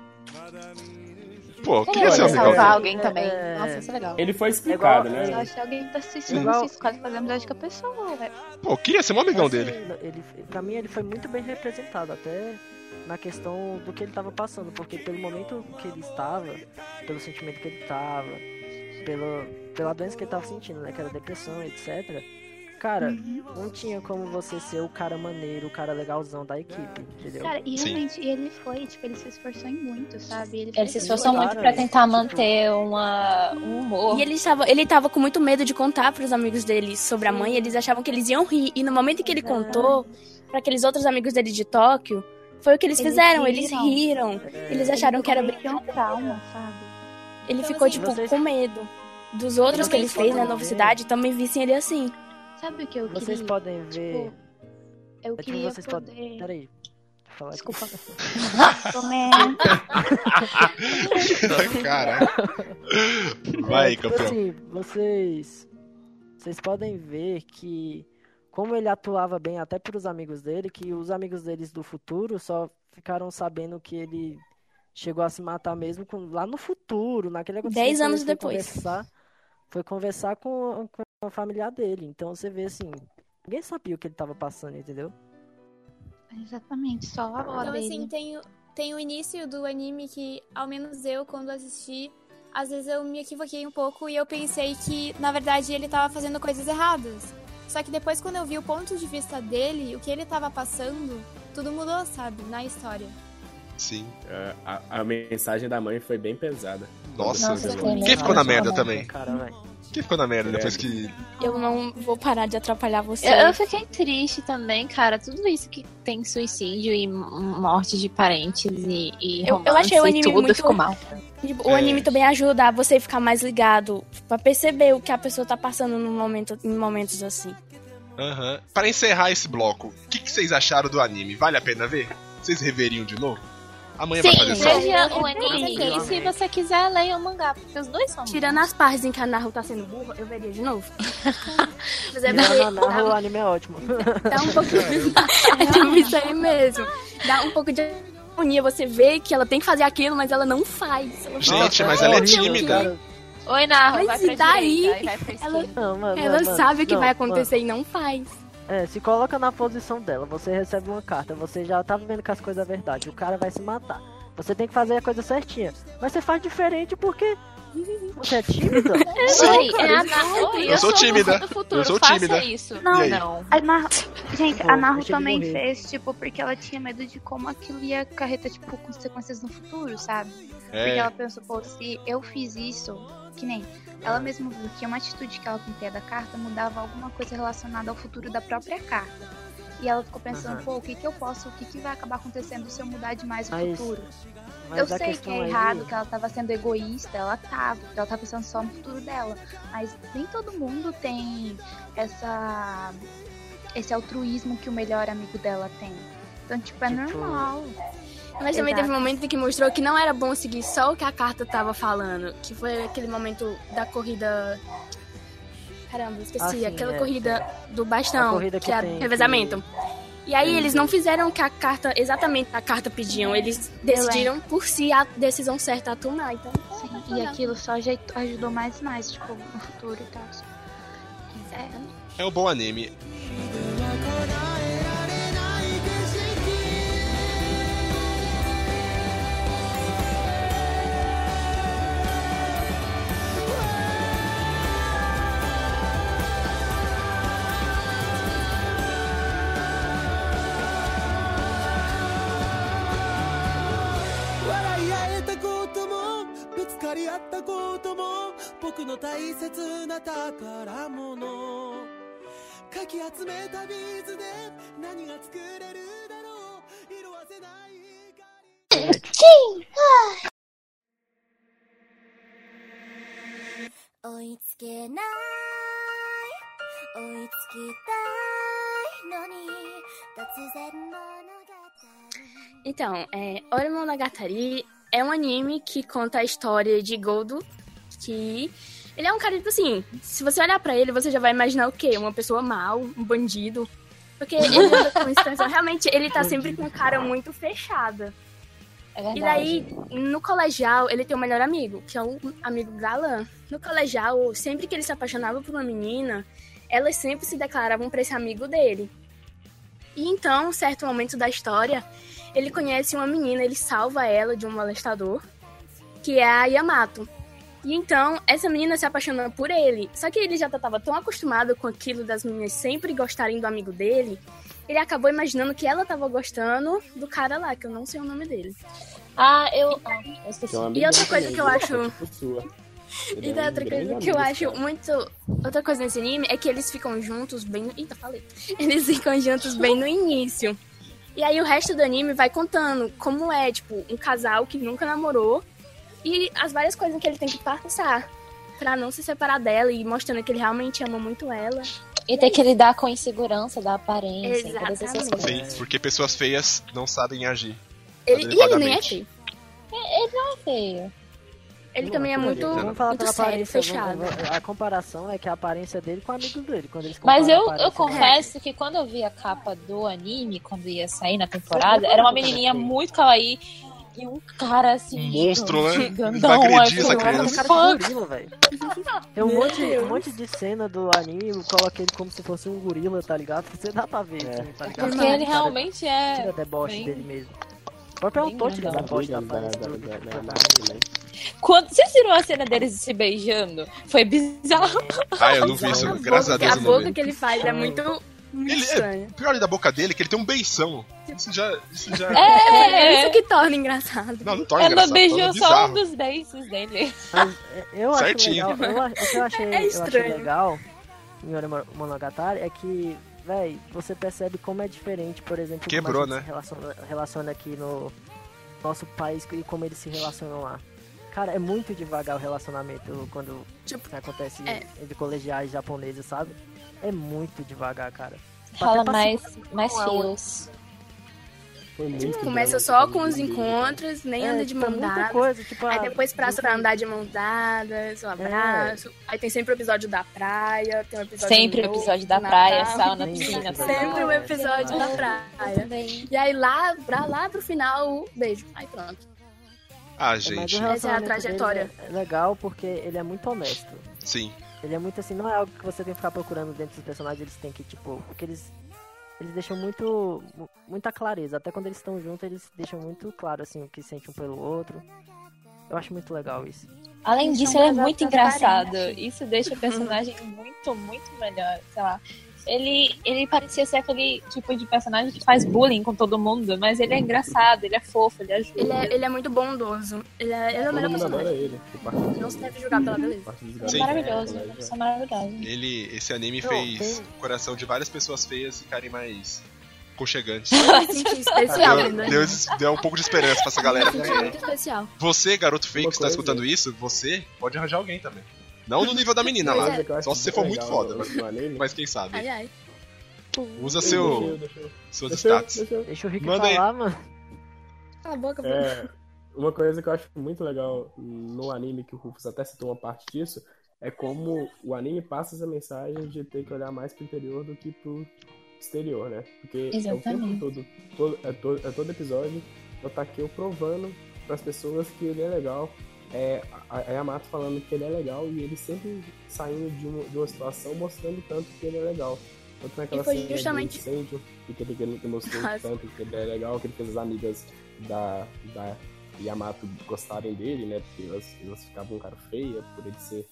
Pô, eu
Ele
queria
ia
ser amigo
salvar
dele.
alguém também. Nossa, isso é legal.
Ele foi explicado,
É igual-
Só
né?
se alguém tá assistindo,
Igual-
você escolhe fazer amizade com a pessoa, velho.
Pô, eu queria ser um amigão
Assim,
dele.
Ele, pra mim, ele foi muito bem representado, até na questão do que ele tava passando, porque pelo momento que ele estava, pelo sentimento que ele tava, pelo, pela doença que ele tava sentindo, né, que era depressão, etc. Cara, não tinha como você ser o cara maneiro, o cara legalzão da equipe, entendeu?
Cara, e
um
Sim.
realmente, e ele foi, tipo, ele se esforçou em muito, sabe? Ele,
Ele
fez
se esforçou
muito.
muito pra tentar manter uma, um humor.
E ele estava, ele tava com muito medo de contar pros amigos dele sobre a mãe, e eles achavam que eles iam rir. E no momento em que ele contou pra aqueles outros amigos dele de Tóquio, foi o que eles
Eles
fizeram, eles
riram.
riram. Eles acharam que era
Ele tinha um
brincadeira.
trauma, sabe?
Ele
Então,
ficou,
assim,
tipo,
vocês-
com medo dos outros que ele
Vocês
fez na
podem ver-
novidade também vissem ele assim.
Sabe o que eu queria?
Vocês podem ver.
Tipo, eu
tipo,
queria
vocês
poder...
podem- Peraí. Vou falar aqui. [LAUGHS]
Desculpa. Tomé.
Caraca. Vai,
tipo
campeão.
assim, vocês. Vocês podem ver que como ele atuava bem até pros amigos dele, que os amigos deles do futuro só ficaram sabendo que ele chegou a se matar mesmo com- lá no futuro, naquele acontecimento.
Dez
que ele
anos
foi
depois.
Conversar, foi conversar com, com a família dele. Então você vê assim, ninguém sabia o que ele tava passando, entendeu?
Exatamente, só a avó
Então,
dele.
assim, tem, o- tem o início do anime que, ao menos eu, quando assisti, às vezes eu me equivoquei um pouco e eu pensei que, na verdade, ele tava fazendo coisas erradas. Só que depois, quando eu vi o ponto de vista dele, o que ele tava passando, tudo mudou, sabe? Na história.
Sim.
É, A, a mensagem da mãe foi bem pesada.
Nossa.
Nossa,
é
velho.
foi mesmo.
Quem ficou na
Nossa,
merda
né?
também?
Cara, velho.
Quem ficou na merda depois que.
Eu não vou parar de atrapalhar você.
Eu, eu fiquei triste também, cara. Tudo isso que tem suicídio e m- morte de parentes e, e
Eu- eu
romance
achei o
e
anime
tudo,
muito-
ficou mal.
Tipo, O
É.
anime também ajuda a você ficar mais ligado, pra perceber o que a pessoa tá passando no momento, em momentos assim.
Aham. Pra encerrar esse bloco, o que, que vocês acharam do anime? Vale a pena ver? Vocês reveriam de novo? Amanhã vai fazer
Sim,
é.
sol?
veja
sol.
o anime.
Sim.
E se você quiser, leia o mangá, porque os dois são
Tirando as partes em que a Naru tá sendo burra, eu veria
[LAUGHS]
de novo. Mas é porque
Não, não, não, o anime é ótimo.
[LAUGHS] dá um pouco de... É tipo isso aí mesmo. Dá um pouco de agonia, você vê que ela tem que fazer aquilo, mas ela não faz. Ela
Gente, mas ela é
horrível,
tímida.
cara.
Oi, Narro,
Mas
vai
e
pra
daí?
direita, aí vai pra
Ela-
esquerda.
Não, mano,
Ela
mano,
sabe o que
não,
vai
mano.
acontecer e não faz.
É, se coloca na posição dela, você recebe uma carta, você já tá vendo que as coisas é verdade, o cara vai se matar. Você tem que fazer a coisa certinha. Mas você faz diferente porque você é tímida.
Oi, é a Narro. Oi,
Eu sou tímida.
do futuro,
Eu sou
faça
tímida.
isso.
E
Não,
aí?
não.
A Nar- Gente,
Pô,
a Naru
deixa ele
também
morrer.
fez, tipo, porque ela tinha medo de como aquilo ia acarretar, tipo, consequências no futuro, sabe? Porque
É.
ela pensou, pô, se eu fiz isso, que nem. Ela mesma viu que uma atitude que ela cumpria da carta mudava alguma coisa relacionada ao futuro da própria carta. E ela ficou pensando,
Aham.
pô, o que que eu posso, o que que vai acabar acontecendo se eu mudar demais o
Mas-
futuro?
Mas
eu
a
sei que
questão
é
aí-
errado, que ela tava sendo egoísta, ela tava, porque ela tava pensando só no futuro dela. Mas nem todo mundo tem essa esse altruísmo que o melhor amigo dela tem. Então, tipo, é
Tipo,
normal.
Mas também
Exato.
teve um momento que mostrou que não era bom seguir só o que a carta tava falando. Que foi aquele momento da corrida. Caramba, esqueci.
Ah,
Assim,
sim,
aquela
é.
corrida do bastão.
A corrida que
é
tem,
revezamento. E
Uhum.
aí eles não fizeram o que a carta, exatamente a carta pediam. Eles
é.
decidiram por si a decisão certa a tomar. Então,
Sim, e aquilo só ajeitou- ajudou mais e mais, tipo, no futuro e tal. É,
É um bom anime.
かり合ったことも僕の大切な宝物かき集めたビーズで何が作れるだろう色褪せない
追いつけない追いつきたいのに突然
Então, é, Ori Monogatari é um anime que conta a história de Goldo, que ele é um cara, tipo assim, se você olhar pra ele, você já vai imaginar o quê? Uma pessoa mal, um bandido. Porque ele anda com extensão, realmente, ele tá sempre com cara muito fechada. E daí, no colegial, ele tem um melhor amigo, que é um amigo galã. No colegial, sempre que ele se apaixonava por uma menina, elas sempre se declaravam pra esse amigo dele. E então, certo momento da história, ele conhece uma menina, ele salva ela de um molestador, que é a Yamato. E então, essa menina se apaixona por ele. Só que ele já estava tão acostumado com aquilo das meninas sempre gostarem do amigo dele, ele acabou imaginando que ela estava gostando do cara lá, que eu não sei o nome dele.
Ah, eu.
Tem um amigo
E outra coisa
também,
que eu acho.
tipo sua. Ele
E
é um
da outra
grande
coisa que eu
amigo,
acho muito. Outra coisa nesse anime é que eles ficam juntos bem. Eita, falei. [LAUGHS] Eles ficam juntos bem no início. E aí o resto do anime vai contando como é, tipo, um casal que nunca namorou e as várias coisas que ele tem que passar pra não se separar dela e mostrando que ele realmente ama muito ela.
E ter que lidar com a insegurança da aparência, e todas essas
Exatamente.
coisas.
Sim, porque pessoas feias não sabem agir.
Ele, e ele nem é
adequadamente.
feio.
Ele não é feio.
Ele também é muito,
Vamos falar
muito
pela
sério,
aparência.
fechado.
vamos- vamos- a comparação é que a aparência dele com a amigos dele. Quando eles
Mas
comparam a
eu, eu
aparência
confesso que quando eu vi a capa do anime, quando ia sair na temporada, era uma menininha muito kawaii e um cara assim.
Monstro, né?
Gigantão,
Vai agredir
eu
essa
falei,
criança.
"What the
Cara
fuck?"
de gorila, velho. Tem um
Meu
monte, um
Deus.
monte de cena do anime, eu coloquei ele como se fosse um gorila, tá ligado? Você dá pra ver,
É.
assim, tá ligado?
Porque ele
Cara,
realmente é
Tira deboche
bem-
dele mesmo. O próprio
bem
autor tira
grandão.
deboche da aparência do tá personagem.
Quando... Vocês viram a cena deles se beijando? Foi bizarro.
Ah, eu não vi isso, graças a Deus
a
eu não
boca
vi.
que ele faz é Tipo, muito. muito
Ele
estranha.
é, o pior da boca dele é que ele tem um beição. Isso já. Isso já...
É,
É.
isso que torna engraçado.
Não, não torna
Ela
um engraçado.
beijou
torna
só um
bizarro.
dos beijos dele.
é, Eu acho
Certinho.
legal. Eu, a- o que eu achei,
[LAUGHS] É
eu achei
estranho.
legal em Ori Mon- Monogatari é que, véi, você percebe como é diferente, por exemplo,
Quebrou,
como a gente
né?
se relaciona, relaciona aqui no nosso país e como eles se relacionam lá. Cara, é muito devagar o relacionamento quando
Tipo,
acontece
é.
entre colegiais japoneses, sabe? É muito devagar, cara.
Fala
Até pra
mais,
segurar
mais
com ela.
fios.
Foi muito
Começa
grande,
só
foi
com os
muito
encontros, nem
É,
anda de
tipo, é
mão
muita
dada.
coisa, tipo,
Aí
ah,
depois praça pra andar de mão dada,
É.
seu abraço. Aí tem sempre o episódio da praia, tem um episódio
Sempre
do
o episódio da
Natal.
praia, sauna,
Nem
piscina.
isso,
tudo.
[LAUGHS] Sempre o
É.
episódio da praia.
Também.
E aí lá, pra lá pro final, o beijo. Aí pronto.
É,
Ah,
um
mas o
gente.
Essa é a
relacionamento
trajetória.
né?
deles É legal porque ele é muito honesto.
Sim.
Ele é muito assim, não é algo que você tem que ficar procurando dentro dos personagens, eles têm que, tipo, porque eles. Eles deixam muito. mu- muita clareza. Até quando eles estão juntos, eles deixam muito claro, assim, o que sente um pelo outro. Eu acho muito legal isso.
Além
um
Eles
disso,
são
ele é
casal
muito
transparente.
engraçado. Isso deixa o personagem [LAUGHS] muito, muito melhor. Sei lá. Ele, ele parecia ser aquele tipo de personagem que faz bullying com todo mundo, mas ele é engraçado, ele é fofo, ele ajuda.
Ele é, ele é muito bondoso. Ele é, ele é o
Todo
melhor
mundo adora
personagem.
ele. o Partido-
Não se deve julgar pela beleza.
Partido dos
É
Sim.
Garotos,
maravilhoso,
né,
uma
colégio.
pessoa maravilhosa.
Ele, esse anime
Não,
fez
tem-
o coração de várias pessoas feias ficarem mais
[LAUGHS]
aconchegantes.
Eu me senti
é
especial,
Ah,
Tá,
Deu,
né?
deu, deu um pouco de esperança pra essa galera.
Eu me senti
né?
muito especial.
Você, garoto feio
Uma
que está
coisa.
escutando isso, você pode arranjar alguém também. Não no nível da menina lá.
Pois
né?
é.
Coisa que eu acho
Só se você for muito
legal
foda,
no- no anime.
Mas quem sabe?
Ai, ai.
Usa
Deixa eu-
seu,
deixa eu-
seus
deixa eu-
status.
deixa eu-
Deixa o Rick
Manda aí.
falar, mano.
Cala a boca, pô.
É, uma coisa que eu acho muito legal no anime, que o Rufus até citou uma parte disso, é como o anime passa essa mensagem de ter que olhar mais pro interior do que pro exterior, né? Porque
Exatamente.
é o tempo todo, todo, é, todo, é todo episódio, o Takeo provando pras pessoas que ele é legal. É, a, a Yamato falando que ele é legal e ele sempre saindo de uma, de uma situação mostrando tanto que ele é legal. Tanto naquela
E foi
cena do
justamente-
incêndio, e que ele, que ele demonstrou
Nossa.
tanto que ele é legal, que ele fez as amigas da, da Yamato gostarem dele, né? Porque elas, elas ficavam um cara feia por ele ser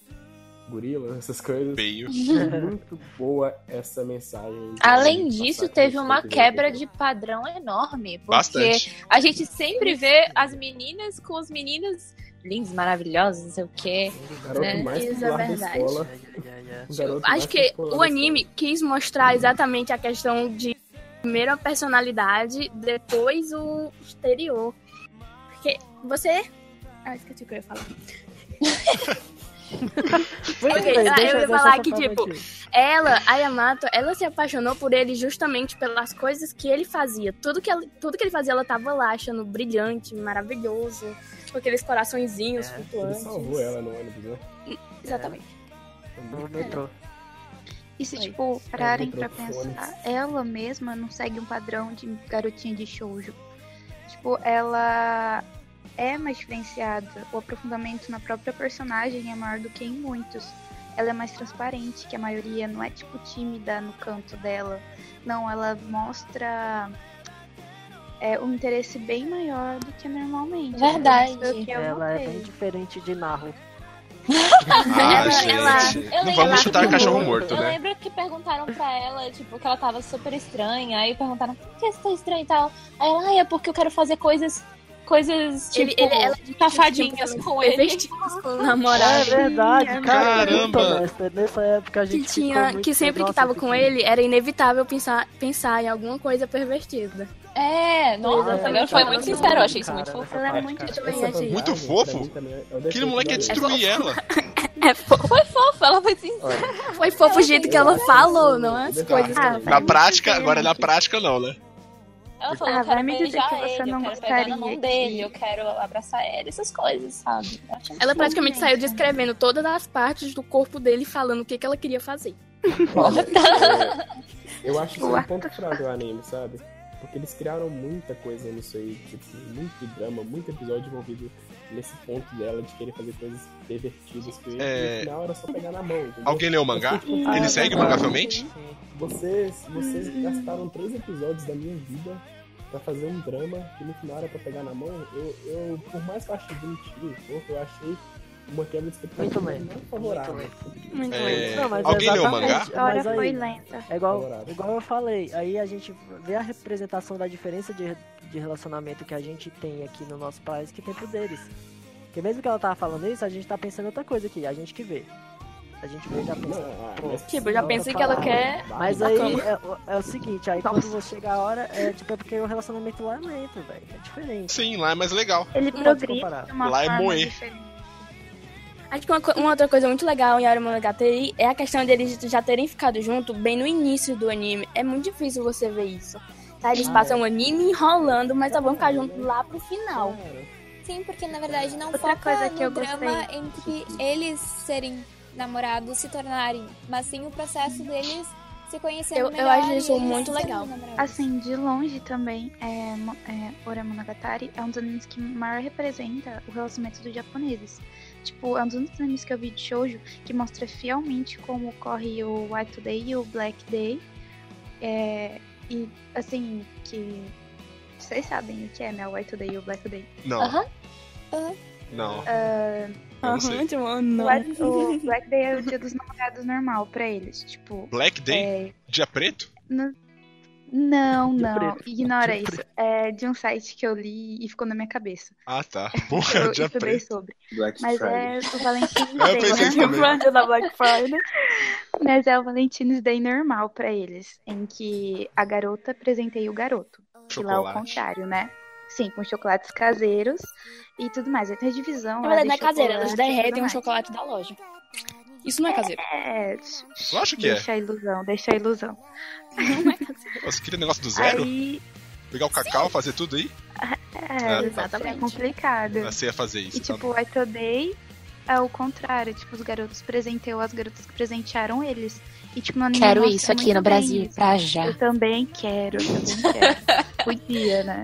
gorila, [LAUGHS] essas coisas.
Feio.
Muito boa essa mensagem.
Além
Passar
disso,
aqui
teve
no
uma
episódio.
quebra de padrão enorme, porque
Bastante.
a gente sempre vê as meninas com os meninos lindos, maravilhosos, não sei o quê.
garoto
né?
mais
Isso
popular
é
da
verdade.
escola.
é,
O garoto mais
Acho que
popular
o
da
anime quis mostrar exatamente a questão de primeiro a personalidade, depois o exterior. Porque você. Ah, esqueci o que eu ia falar. Ok,
bem,
ah,
deixa-
eu ia
deixa
falar
essa
que,
parte
tipo,
aqui.
ela, a Yamato, ela se apaixonou por ele justamente pelas coisas que ele fazia. Tudo que, ela- tudo que ele fazia, ela tava lá achando brilhante, maravilhoso, com aqueles coraçõezinhos
É, Ele
flutuantes.
salvou ela no ônibus, né?
Exatamente.
No metrô.
E se, tipo, pararem
É,
pra
microfones.
pensar, ela mesma não segue um padrão de garotinha de shoujo. Tipo, ela é mais diferenciada. O aprofundamento na própria personagem é maior do que em muitos. Ela é mais transparente que a maioria, não é, tipo, tímida no canto dela. Não, ela mostra é, um interesse bem maior do que normalmente.
Verdade.
Isso que eu
Ela é
notei.
bem diferente de Naru.
Ah,
Ela-
é
gente.
ela- ela-
não vamos
ela-
chutar cachorro morto,
Eu
né?
lembro que perguntaram pra ela, tipo, que ela tava super estranha. Aí perguntaram, por que você tá estranha e tal? Aí ela, ah, é porque eu quero fazer coisas, coisas, tipo,
Ele- ele- ela diz que
safadinhas
tinha
com ele.
perfeitinhos com o
É
namorado.
verdade, cara.
Caramba.
muito honesta. Nessa época a
Que,
gente ficou
tinha,
muito-
que sempre que
Nossa,
tava com
fiquei-
ele, era inevitável pensar, pensar em alguma coisa pervertida.
É, nossa,
Exatamente.
ela foi muito sincero, eu achei isso muito
Cara,
fofo.
essa
Ela é
parte,
muito
cara.
diferente.
Essa
gente.
Muito
vantagem,
fofo.
pra mim, também, é- eu
Aquele
defendo
moleque ia
demais.
destruir ela.
É fofo.
Foi fofo, ela foi sincera.
Foi fofo o jeito que ela falou, não é? As
Tá.
coisas.
Ah,
Ela
vai
Na
me
prática,
dizer,
agora na prática não, né?
Ela falou,
Ah,
eu
vai
quero
me dizer
beijar
que
ele,
você não
eu quero pegar na mão
gostaria
dele,
que-
eu quero abraçar ele, essas coisas, sabe? Eu um achei
Ela praticamente
Sim,
saiu
gente.
descrevendo todas as partes do corpo dele, falando o que, que ela queria fazer.
É, eu acho que isso é um ponto fraco do anime, sabe? Porque eles criaram muita coisa nisso aí, tipo, muito drama, muito episódio envolvido nesse ponto dela de querer fazer coisas pervertidas que
É.
no final era só pegar na mão. entendeu?
Alguém leu o mangá?
Ah,
Ele segue o mangá fielmente?
Vocês, vocês
Uhum.
gastaram três episódios da minha vida pra fazer um drama que no final era pra pegar na mão. Eu, eu por mais que eu ache bonitinho, fofo, eu achei uma quebra de expectativa
Muito lento.
não
Muito
favorável.
lento.
Muito
É,
Não, mas
Alguém leu o
exatamente.
mangá?
A história
Mas aí-
foi lenta.
É igual,
Colorado.
igual eu falei, aí a gente vê a representação da diferença de, de relacionamento que a gente tem aqui no nosso país que tem pro deles. Porque mesmo que ela tava falando isso, a gente tá pensando em outra coisa aqui, a gente que vê. A gente vê e já
Não,
pensa.
ah,
Pô, tá
mas-
Tipo, eu já pensei que ela quer.
Mas
na
aí
cama.
é, é o seguinte, aí quando você chega a hora, é tipo, é porque o relacionamento lá é lento, velho. É diferente.
Sim, lá é mais legal.
Ele
Não pode
progride
comparar.
de uma
Lá é
forma
moer.
diferente.
Acho que uma, co- uma outra coisa muito legal em Aromonogatari é a questão deles já terem ficado junto bem no início do anime. É muito difícil você ver isso. Tá? Eles
Ah,
é.
passam o anime enrolando, mas só vão ficar junto lá pro final.
É,
Cara,
Sim, porque na verdade não
Outra
foca
coisa que
no
eu
drama entre eles serem namorados, se tornarem, mas sim o processo deles se conhecendo
Eu- eu
melhor.
acho
e
isso
eles
muito
se tornando
legal.
namorados.
Assim, de longe também, é, mo- é, Oramonogatari é um dos animes que maior representa o relacionamento dos japoneses. Tipo, é um dos únicos animes que eu vi de shoujo que mostra fielmente como ocorre o White Day e o Black Day. É, e, assim, que... Vocês sabem o que é, né? O White Day e o Black Day.
Não.
Aham.
Não.
Ah,
Eu não sei.
tipo,
o
não.
White- o Black Day é o dia dos namorados normal pra eles. Tipo,
Black Day?
é,
Dia preto?
Não,
De
não,
preto.
ignora
De
isso. É de um site que eu li e ficou na minha cabeça.
Ah, tá. Porra,
Eu
dia
estudei
preto.
sobre.
Black
Mas
Friday.
é o
[LAUGHS]
Valentine's
Eu
Day,
pensei
né?
também.
[LAUGHS]
da Black Friday.
Mas é o Valentine's Day normal pra eles, em que a garota presenteia o garoto. E lá é o
Chocolate.
contrário, né? Sim, com chocolates caseiros e tudo mais. Aí tem a divisão.
Na
lá
verdade, não é
dos
caseira, elas
chocolates e tudo
derretem um
mais.
chocolate da loja. Isso não é caseiro.
É,
Eu acho que é.
deixa a ilusão, deixa a ilusão.
Nossa, aquele negócio do zero.
é Aí,
Pegar o cacau, fazer tudo aí?
é,
Ah, tá.
exatamente. É complicado.
Você ia fazer
E
isso. tá
tipo, o White Day é o contrário, tipo, os garotos presenteou as garotas que presentearam eles. E tipo, no anime
Quero
mostra
isso aqui
muito
no
bem
Brasil,
isso.
pra já.
Eu também quero,
[LAUGHS]
eu também quero. Podia, né?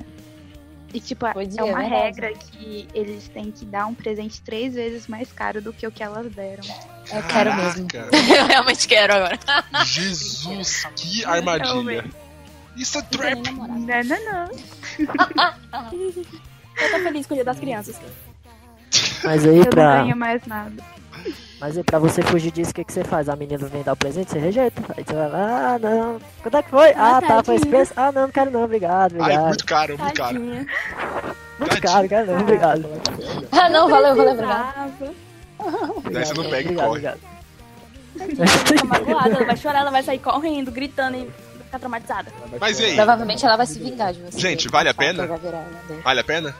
E tipo,
Podia,
é uma
verdade.
regra que eles têm que dar um presente três vezes mais caro do que o que elas deram.
Eu quero
[LAUGHS]
mesmo.
Caraca,
Eu realmente quero agora.
Jesus, que armadilha. Isso é trap.
Não, não, não.
[LAUGHS] Eu tô feliz com o dia das crianças.
Mas aí
Eu não
pra.
ganho mais nada.
Mas aí pra você fugir disso, o que, que você faz? A menina vem dar o presente, você rejeita. Aí você vai lá, ah não. Quanto é que foi? Ah, tá, foi esse preço? Ah não, não quero não, obrigado,
Ai,
obrigado.
é muito caro, muito caro.
Tadinha.
Muito caro, quero não, obrigado.
ela quer, né?
Ah, não, valeu, valeu, obrigado.
Daí você não pega e corre.
Tá magoada, ela vai chorar, ela vai sair correndo, gritando e ficar traumatizada.
Mas e aí?
Provavelmente ela vai se vingar de você.
Gente, vale a pena?
Vai virar ela
né?
dentro.
Vale a pena?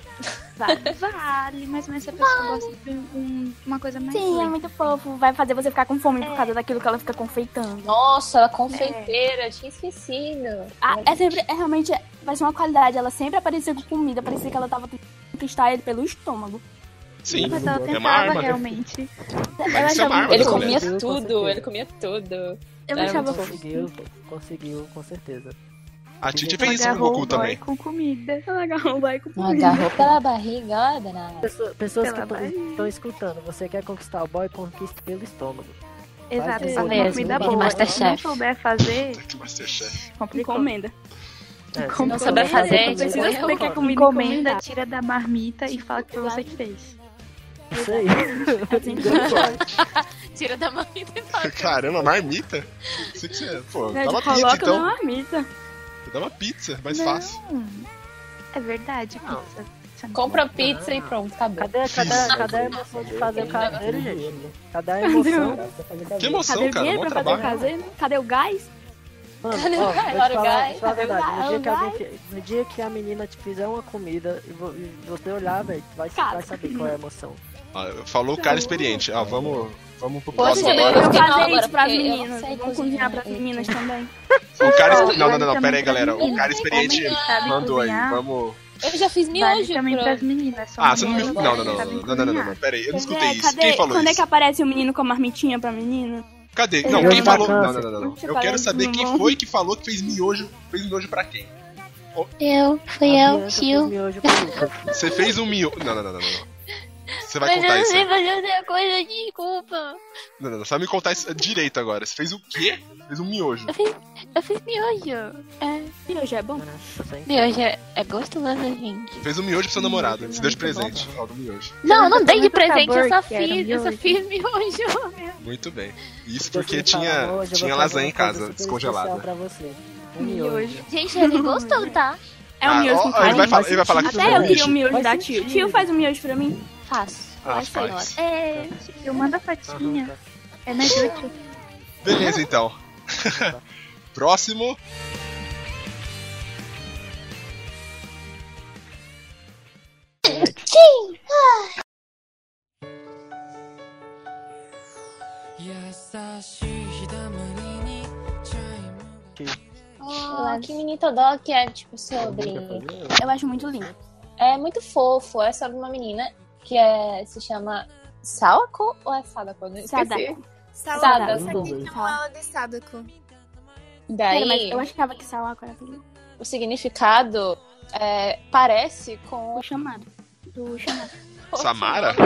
Vale, vale, mas, mas se a pessoa gosta de um- uma coisa mais
Sim, é
leve.
muito fofo. Vai fazer você ficar com fome por causa daquilo que ela fica confeitando.
Nossa, ela é confeiteira, tinha esquecido.
Ah, é sempre, é realmente, é- vai ser uma qualidade. Ela sempre aparecia com comida, parecia que ela tava tentando conquistar ele pelo estômago.
Sim,
Mas ela
é uma arma.
tentava realmente.
Ela
isso é uma
achava-
arma
Ele
do
comia
Soviético.
certeza, com
tudo,
certeza.
ele comia tudo.
Eu
É,
achava fofo.
Conseguiu, conseguiu, com certeza.
A Titi fez isso com o
Agarrou
Goku
o boy
também.
com comida.
Ela agarrou o bike com comida.
Agarrou pela barriga, olha, danada.
Pessoa- pessoas
Pela
que estão escutando, você quer conquistar o boy, conquista pelo estômago.
Exato,
Faz
só
mesmo,
com comida
de
boa. Se não
Masterchef.
souber fazer,
Que Masterchef.
complicou.
Encomenda.
É,
Como
se
souber fazer,
comida,
precisa
eu
saber o que é
concordo.
comida.
Encomenda, tira da marmita e fala que foi você que fez.
Isso aí.
Tira da mão e fala.
[LAUGHS] Caramba, marmita? Isso que você. Pô, dá uma pizza
Coloca
então.
na marmita.
Dá uma pizza, mais
Não.
fácil.
É verdade,
Não.
pizza. Isso é
Compra pizza e pronto, acabou.
Cadê, cadê, cadê a emoção de fazer o caseiro, gente? Cadê
[LAUGHS]
a emoção?
Que emoção,
Cadê o
cara.
dinheiro
Bom
pra fazer o
trabalho.
caseiro? Cadê o gás?
Mano,
Cadê
ó,
o gás?
vou te
Olha o
falar-
gás,
te falar a
cadê o
verdade. No dia, que
gás? Olha o
alguém fi- no dia que a menina te fizer uma comida e vo- e você olhar, velho, tu vai,
Cara.
vai saber qual é a emoção.
Ah, Falou o cara experiente. Ah, vamos. Vamos pro
Poxa,
próximo
eu
agora.
fiquei mal
fazer
agora,
isso pras
porque eu não
meninas.
sei
Vamos
cozinhar.
cozinhar pras meninas também.
O cara.
Não,
exper- Não, não, não, não.
vale
Pera aí,
também
galera.
pra
O
mim.
cara experiente
Homem que sabe
mandou aí.
cozinhar.
Vamos.
Eu já fiz
Vale
miojo,
também
pro-
pras meninas. são
Ah, você não me.
mulheres
Não,
que
não, não.
sabem
Não, não, não, não, não.
cozinhar.
Pera aí. Eu não
Pois
escutei
é,
isso.
cadê-
Quem falou
Quando é que
isso?
aparece o menino com a marmitinha pra menina?
Cadê? Não,
Eu
quem
não
falou. Não,
alcanço.
não, não, não.
Deixa eu
Eu quero
falar
saber
de
quem
novo.
foi que falou que fez miojo. Fez miojo pra quem?
Eu, fui
A
eu,
Bianca fez
tio.
miojo pro Lucas.
Você fez um miojo. Não, não, não, não, não. não. Você vai
Mas eu
contar
não
isso. né?
sei
aí.
fazer outra coisa, desculpa.
Não, não, não. Você vai me contar isso direito agora. Você fez o quê? Fez um miojo.
Eu fiz miojo. É,
Miojo é bom?
Nossa, hein?
miojo é, é gostoso, gente.
Fez um miojo pro seu namorado. Você deu de presente. Ó, do miojo.
Não, não dei de
muito
presente, eu só
sabor que era
fiz, eu só
miojo.
fiz miojo.
Muito bem. Isso
Você fala,
porque tinha,
"Hoje eu vou
tinha
fazer
lasanha
uma coisa
em casa,
super especial
descongelada.
Pra você.
É
Um miojo.
Gente, ele gostou, tá?
É um
Ah,
miojo
ó,
com
ó, ele, vai
carinho.
falar, ele vai falar que foi
Até eu queria
miojo.
um miojo
Faz
da tio.
sentido.
Tio, faz um miojo pra mim?
Faço.
Ah,
Faz, senhora.
faz.
É,
Eu mando a fatinha. É
né,
mais útil.
Beleza, então. Próximo.
Ah, que mini todó que é tipo sobre.
Eu acho muito lindo.
É muito fofo, é sobre uma menina que é, se chama Salako ou é Sadako? Não esqueci.
Sadako.
Sadako.
Só que chamam ela de Sadako.
Pera, mas
Daí,
eu achava que Sawako era apelido.
o significado é, parece com.
O chamado. Do chamado.
Samara?
[LAUGHS]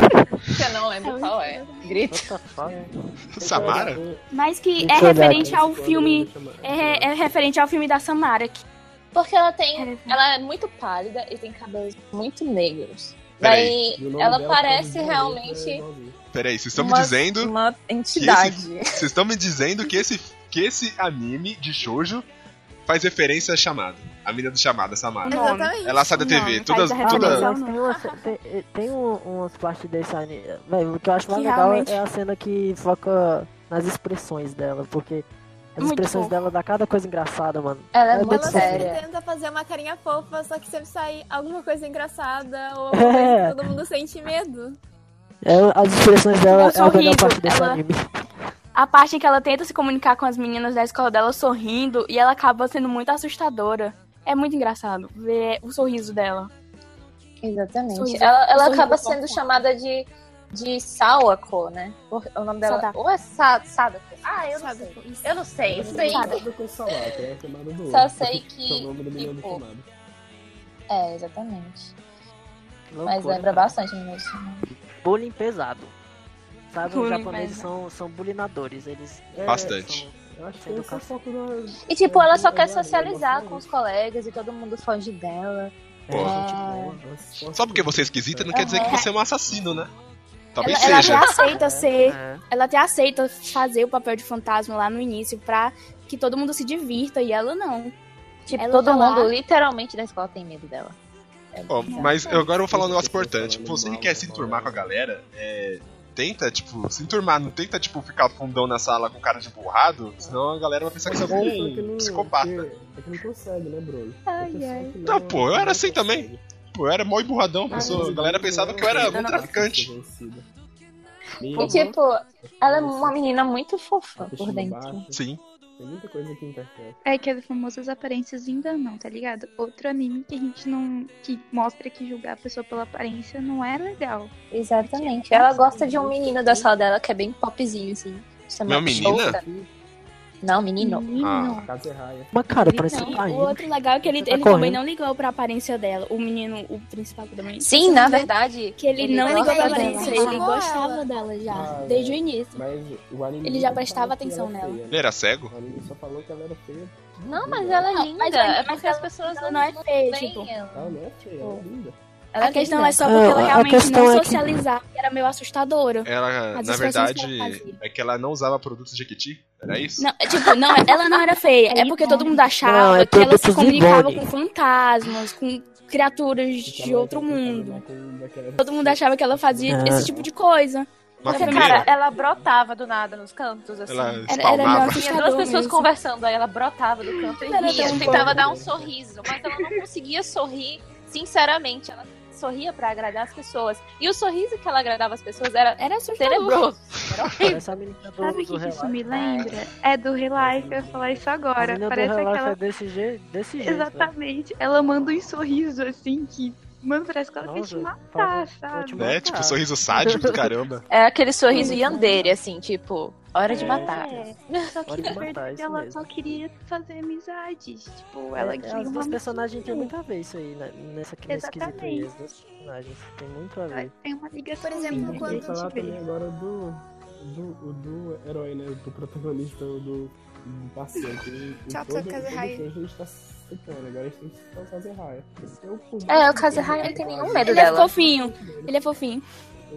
Eu não lembro qual é. Grito.
What the fuck?
Samara?
Mas que é
Deixa eu olhar
referente
aqui.
ao filme. É, é referente ao filme da Samara. Que
Porque ela tem. Ela é muito pálida e tem cabelos muito negros.
Peraí.
Daí ela parece realmente
Peraí, vocês estão me
Uma-
dizendo.
uma entidade.
Vocês estão me dizendo que esse, que esse anime de Shoujo faz referência a chamado. A menina do chamado, a Samara.
Exatamente.
né? Ela sai da TV.
Não,
todas,
faz a referência
toda...
ao
Mas tem, uma, ce- tem, tem um- umas partes desse anime. Véio, o que eu acho mais
Que
legal
realmente-
é a cena que foca nas expressões dela, porque as
Muito
expressões
fofo.
dela dá cada coisa engraçada, mano.
Ela é
Ela
muito
Ela
séria.
sempre tenta fazer uma carinha fofa, só que sempre sai alguma coisa engraçada
[LAUGHS]
ou alguma coisa que todo mundo sente medo.
É, as expressões dela é
Um
a melhor
sorriso,
parte desse
ela-
anime.
A parte em que ela tenta se comunicar com as meninas da escola dela sorrindo e ela acaba sendo muito assustadora. É muito engraçado ver o sorriso dela.
Exatamente.
Sorriso-
ela ela
sorriso
acaba
confortável.
sendo chamada de, de Sawako, né? Por- o nome dela.
Sadako.
Ou é Sa Sadako? Ah, eu não sei.
Sadako.
Eu não
É
sei. Isso aí.
Sadako.
É,
Só sei que. tipo, é, exatamente. Mas
Loucura,
lembra
cara.
bastante mesmo.
Bullying pesado. Sabe, os
Bullying
japoneses
pesado.
são, são bulinadores. Eles. é,
Bastante.
são- eu acho que é educação.
E tipo, ela só quer socializar com os colegas e todo mundo foge dela.
É,
Pô.
gente boa.
Só porque você é esquisita não quer dizer que
Aham.
você é um assassino, né?
Ela,
Talvez
ela até
seja.
aceita ser.
É.
Ela até aceita fazer o papel de fantasma lá no início pra que todo mundo se divirta e ela não.
Tipo,
Ela
todo
tá lá.
mundo literalmente da escola tem medo dela.
É
Ó, mas eu agora vou falar um negócio importante. Tipo, você que quer se enturmar com a galera, é, tenta, tipo, se enturmar, não tenta, tipo, ficar fundão na sala com cara de borrado, senão a galera vai pensar que você é
Pessoa que
algum
não-
psicopata.
que- É que não consegue, né, Bruno?
Ai, ai.
Não,
é
pô, eu
um
era assim também. Pô, eu era mó
Ah,
emburradão, pessoa. A galera pensava que eu
Tá
era um traficante.
Minha
E, tipo, ela é uma menina muito fofa por dentro.
Sim.
Tem muita coisa que interfere.
É aquele famoso as aparências enganam, tá ligado? Outro anime que a gente não. que mostra que julgar a pessoa pela aparência não é legal. É assim.
Exatamente. Ela gosta de um menino da sala dela que é bem popzinho, assim. Chama
Não, menina?
Shota. Não, menino.
Ah.
Mas, cara, parece que tá
Não, o
indo.
outro legal é que ele,
Tá
ele
correndo.
também não ligou pra aparência dela. O menino, o principal também.
Sim, na verdade.
Que ele, não ligou
gosta
pra
dela.
aparência, ele gostava dela já,
Ah,
desde
é.
o início.
Mas o anime
Ele já
só
prestava
falou que
atenção
ela é
nela.
feia, né?
Ele era cego?
O anime só falou que ela era feia.
Não, mas ela é
Não,
linda.
mas ela-
é porque as pessoas
ela não é feia,
veem
tipo.
ela.
Ela não é feia, ela é linda.
Ela
a questão
linda.
é só
Não,
porque ela
a- a
realmente
questão
não
é que-
socializava, que... era meio assustadora.
Ela,
As
na
expressões
verdade,
que ela fazia.
é que ela não usava produtos de Jequiti? Era isso?
Não, é tipo, não, ela não era feia. É porque todo mundo
Não,
achava
é
que ela se
produtos
comunicava
Ivone.
com fantasmas, com criaturas de outro mundo. Todo mundo achava que ela fazia
Ah.
esse tipo de coisa.
Uma
Porque,
fogueira?
ela brotava do nada nos cantos, assim.
Ela
Era, era meio
espalmava.
Tinha
assustador
duas pessoas
mesmo.
conversando, aí ela brotava do canto e
Ela
ria,
tão
tentava
boa.
dar um sorriso, mas ela não conseguia sorrir sinceramente. Ela sorria pra agradar as pessoas. E o sorriso que ela agradava as pessoas era
Era assustador.
tenebroso.
Parece a menina tá do,
Sabe o
do
que, que isso
Relife.
me lembra? É do Relife, eu ia falar isso
A
agora.
menina do
Parece
Relife é
aquela.
desse jeito, desse jeito. né? velho.
Exatamente. Ela manda um sorriso assim que. Mano, parece que ela quer te
Nossa,
matar,
por favor, vou te
sabe?
Né? Tipo, sorriso sádico do
[LAUGHS]
caramba.
É aquele sorriso yandere, assim, tipo, hora de
É.
matar.
É, só que
Pode
na
matar,
verdade
isso
ela
mesmo.
só queria fazer amizades. Tipo, ela
É,
queria
as
uma
duas personagens têm
amizade.
muito a ver isso aí, né? Nessa, nesse quesito aí, as duas personagens têm muito a ver.
Tem é uma assim, ligação.
Por exemplo,
Sim,
Eu ia
quando
falar
gente vê.
também agora do, do, o do herói, né? Do protagonista, o do, do paciente. Em- em
Tchau,
todo-
seu Kazuhaya.
todo filme A gente tá citando, agora a gente tem que citar o Kazuhaya. Eu, por-
É, o Kazuhaya não tem nenhum medo
Ele é
dela.
fofinho. Ele é fofinho.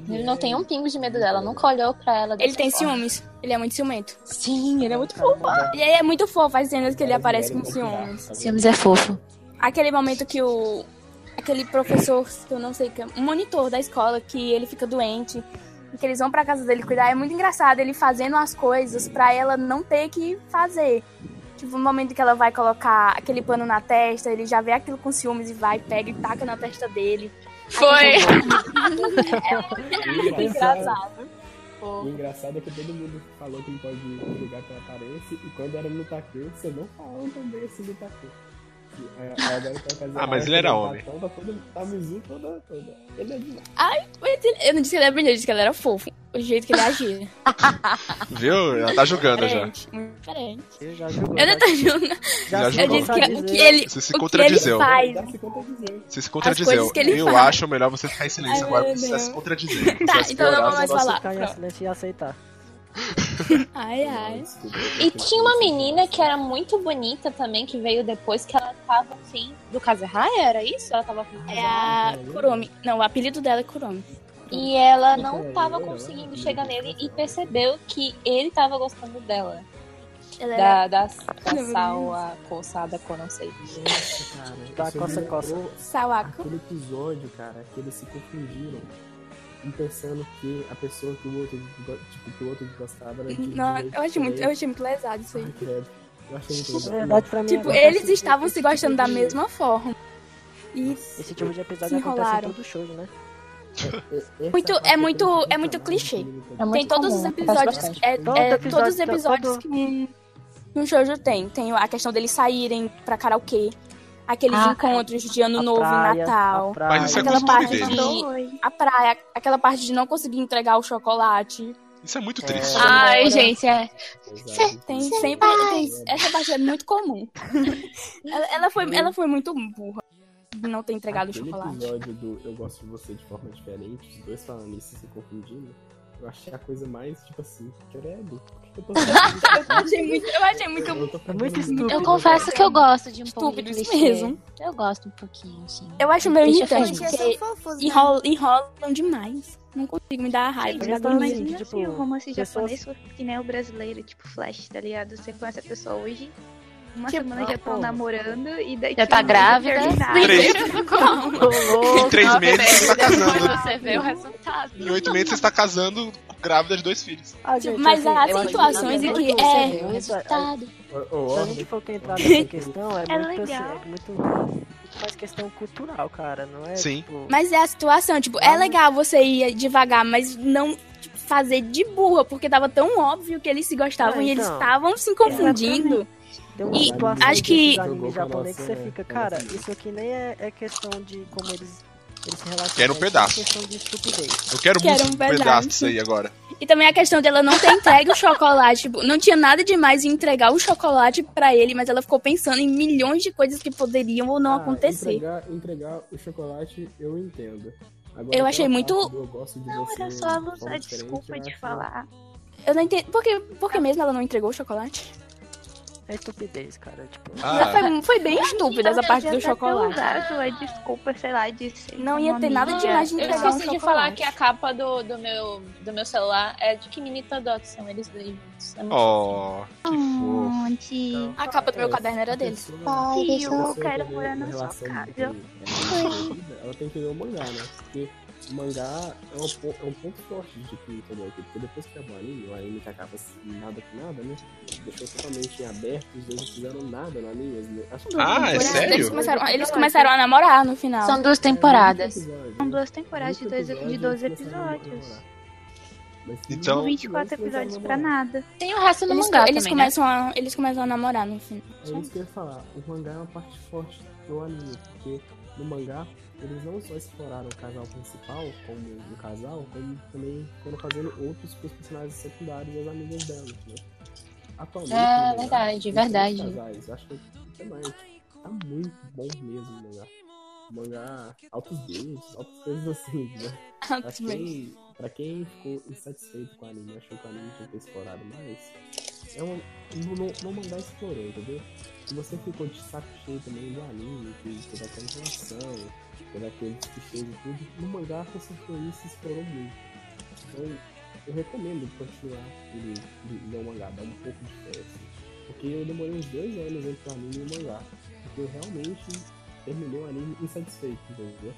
Ele não tem um pingo de medo dela, nunca olhou pra ela.
Ele
dessa
tem
forma.
ciúmes. Ele é muito ciumento.
Sim, ele é muito fofo.
E aí é muito fofo as cenas que ele aparece com ciúmes.
Ciúmes é fofo.
Aquele momento que o. Aquele professor, que eu não sei, que é um monitor da escola, que ele fica doente. e Que eles vão pra casa dele cuidar. É muito engraçado ele fazendo as coisas pra ela não ter que fazer. Tipo, no momento que ela vai colocar aquele pano na testa, ele já vê aquilo com ciúmes e vai, pega e taca na testa dele.
Foi. [LAUGHS]
E
Muito É engraçado.
O engraçado é que todo mundo falou que não pode ligar pela aparência, e quando era no Takeu, você não falou também assim do Takeu. E, é, agora tá fazendo
Ah, mas
a
ele era
representação Tá toda, tá Mizu toda, toda. Ele é demais.
Mas ele- Eu não disse que ele era brilhante, eu disse que ele era fofo. O jeito que ele [LAUGHS] agia.
Viu? Ela tá julgando já.
Diferente, muito diferente.
Ele já jogou.
Eu não tô julgando.
já
Eu
jogou.
disse que o que ele,
Você se
o que ele
contradizeu.
faz
Dá 50 dizer.
Você se
As
contradizeu.
coisas que ele
Eu
fala.
acho melhor você ficar em silêncio
Ai,
agora,
meu
porque você tá
Deus.
se contradizendo. Você
[LAUGHS] Tá,
vai se
então eu não vou
piorar,
mais
você vai se-
falar.
Ficar em
Pronto.
silêncio e aceitar.
Ai, ai.
E tinha uma menina que era muito bonita também, que veio depois, que ela tava afim do Kazuhaya, era isso? Ela tava afim do
É
Kazuhaya.
a Kurumi. Não, o apelido dela é Kurumi.
E ela não
é,
tava conseguindo chegar nele e percebeu que ele tava gostando dela.
Ela era
Da,
[LAUGHS]
da, da Sao, a coçada, que eu não sei.
Nossa, cara.
Tá,
isso
coça,
me
coça.
lembrou
Sawako.
Aquele episódio, cara, que eles se confundiram. E pensando que a pessoa que o outro, go- tipo, que o outro gostava era de um
Não,
jeito
eu achei muito, eu
diferente.
achei muito lesado isso aí.
Ai, credo. Eu achei muito
Na
legal.
É verdade, pra mim,
Tipo,
agora, tá assim,
eles
esse-
estavam se gostando da
esse-
mesma forma. E
Esse tipo de episódio
Se
acontece
enrolaram.
em todo show, né?
É- essa
Muito- é
parte eu
muito-
tenho que
é muito
reclamar,
clichê.
que ele-
É muito
tem todos
comum,
os
acontece
episódios.
bastante.
É,
Todo
é,
episódio-
todos os episódios
todo-
que um, que um shoujo tem. Tem a questão deles saírem pra karaokê. Aqueles
Ah,
encontros de ano
A
novo e
praia,
Natal.
a praia.
Mas isso é
Aquela
costume
parte
deles.
de.
Oi.
A praia, aquela parte de não conseguir entregar o chocolate.
Isso é muito triste.
Ai, gente, é.
Exato.
Tem sempre. tem- essa parte é muito comum. ela, ela foi, ela foi muito burra de não ter entregado o
Aquele
chocolate.
episódio do Eu Gosto de Você de Forma Diferente, os dois falando isso e se confundindo, eu achei a coisa mais, tipo assim, credo. por que Eu, tô
[LAUGHS] Eu achei muito, eu achei muito
Eu
É
tô
muito
perdendo
estúpido.
Eu confesso que eu gosto de um pouco de
estúpido isso
clichê.
mesmo.
Eu gosto um [LAUGHS] pouquinho, assim.
Eu acho meio
Deixa
irritante,
feliz.
porque enrola, enrolam demais. Não consigo me dar raiva.
Mas
Não
tá
demais.
assim,
Imagina
tipo,
se o romance
pessoas-
japonês fosse que nem o brasileiro, tipo Flash, tá ligado? Você conhece a pessoa hoje, uma
Tipo,
semana já
ah,
estão
pô.
namorando e um daqui...
Já tá grávida.
[LAUGHS] Terminaram.
Três. Em três meses você está casando.
Você vê o resultado.
Em oito meses você está casando grávida de dois filhos.
Ah, gente,
Mas
assim,
há
eu acho
situações em
nada
que
muito sério,
é o
eu-
resultado.
Se a gente for tentar nessa questão, é,
É
muito assim,
legal.
é muito, muito mais questão cultural, cara, não é?
Sim.
Tipo,
Mas é a situação, tipo, é legal você ir devagar, mas não tipo, fazer de burra, porque tava tão óbvio que eles se gostavam
É,
e eles
então.
estavam se confundindo.
Tem
E
situação
acho que-
desses animes
Jogou com a
japoneses que você
nossa-
fica, cara, isso aqui nem é, é questão de como eles, eles se relacionam.
Quero um
é
pedaço.
questão de estupidez.
Eu quero,
Quero
muito
um
um pedaço
pedaço.
disso aí agora.
E também a questão dela não ter entregue o chocolate, tipo, não tinha nada demais em entregar o chocolate pra ele, mas ela ficou pensando em milhões de coisas que poderiam ou não
Ah,
acontecer.
Entregar, entregar o chocolate, eu entendo. Agora,
Eu achei
aquela
muito-
parte do Eu gosto de
Não,
você
era só a
de
luz,
forma
a
diferente,
desculpa
eu
de
acho-
falar.
Eu não entendo. Por que, por que mesmo ela não entregou o chocolate?
É estupidez, cara, tipo...
Ela
Ah,
Foi, foi bem estúpida essa parte do chocolate.
Usado, a desculpa, sei lá, de ser
Não ia ter nada de mais de
Eu
entregar um
esqueci de falar
chocolate.
que a capa do, do, meu, do meu celular é de que Minita Dots são eles dois juntos. É muito
oh, que fofo.
Monte.
A capa do meu caderno era deles.
Pai,
Se
eu
você
quero
quer
morar
ver
na
uma
sua
relação
casa.
entre ela e a vida, Ela tem que ler o mangá, né? Porque o mangá é um, po- é um ponto forte de Kimito no Yaiba, porque depois que acabou o anime, o anime que acaba assim, nada com nada, né? Deixou totalmente em aberto, os dois não fizeram nada no anime. né? Acho que-
Ah, é
Por isso,
sério?
Eles começaram, eles começaram a namorar no final.
São duas
É,
temporadas.
muito episódio,
São
né?
duas temporadas de,
Muito
é
dois,
episódio,
de 12
eles começaram a
episódios.
namorar. Mas
Então-
não,
24
não começaram a
episódios pra
namorar.
nada.
Tem o resto no
Eles,
mangá
eles
também, né?
começam a, eles começam a namorar no final.
É isso que eu ia falar. O mangá é uma parte forte do anime, porque no mangá eles não só exploraram o casal principal como um casal, como também foram fazendo outros com os personagens secundários e as amigas delas, né? Atualmente,
É,
no mangá,
verdade,
tem três
verdade.
Casais. Acho que até mais. Tá muito bom mesmo o mangá. O mangá, altos beijos, altas coisas assim, né? Pra quem, pra quem ficou insatisfeito com o anime, achou que o anime tinha que ter explorado mais, é um, não, não, não mandar explorou, entendeu? Se você ficou de saco cheio também do anime, que toda aquela relação, toda aquele cheio e tudo, no mangá você foi isso e explorou muito. Então, eu recomendo continuar ele de- ler o mangá, dar um pouco de fé, assim. Porque eu demorei uns dois anos entre o anime e o mangá. Porque eu realmente terminei o anime insatisfeito, entendeu?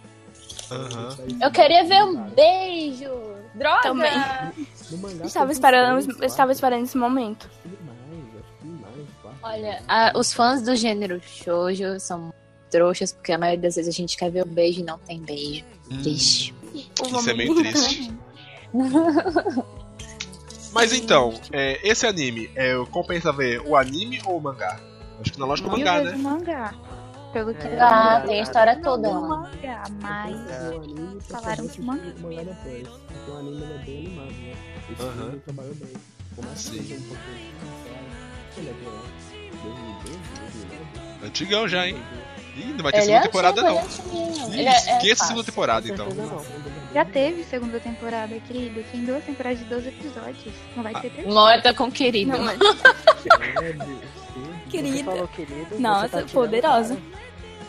Aham.
Eu queria ver um
Cara,
beijo. Droga!
Também.
no mangá
Eu
tem
estava
uns
esperando,
três,
eu estava
quatro,
esperando esse momento.
Acho que mais, acho que mais, quatro.
Olha, a- os fãs do gênero shoujo são trouxas, porque a maioria das vezes a gente quer ver o beijo e não tem beijo. Triste.
Hum, Isso é meio
[LAUGHS]
triste. Mas então, é, esse anime, é, compensa ver o anime ou o mangá? Acho que na lógica o
E eu
mangá,
vejo
né?
o mangá. Pelo que
É,
Ah, tem a história toda.
Não, o
lá.
mangá, mas
É.
O anime pra
Falaram
fazer
de mangá.
o mangá depois. Porque o anime ele é bem animado, né? O
Aham.
estúdio trabalhou bem. Por mais que
Sim.
seja um pouquinho diferenciado, ele é bem, né? 2012, 2009,
Antigão já, hein? Ih, não vai ter
Ele
segunda
é
temporada,
antigo,
não.
ele é antiguinho.
Ih,
Ele é- é
esqueça a
fácil.
segunda temporada,
Com
então.
certeza não.
já teve segunda temporada, querido. Tem duas temporadas de 12 episódios. Não vai ter terceira.
Morta com querido.
Não, mas,
tudo.
Você
querida.
falou querido,
Nossa,
você tá tirando,
é poderosa.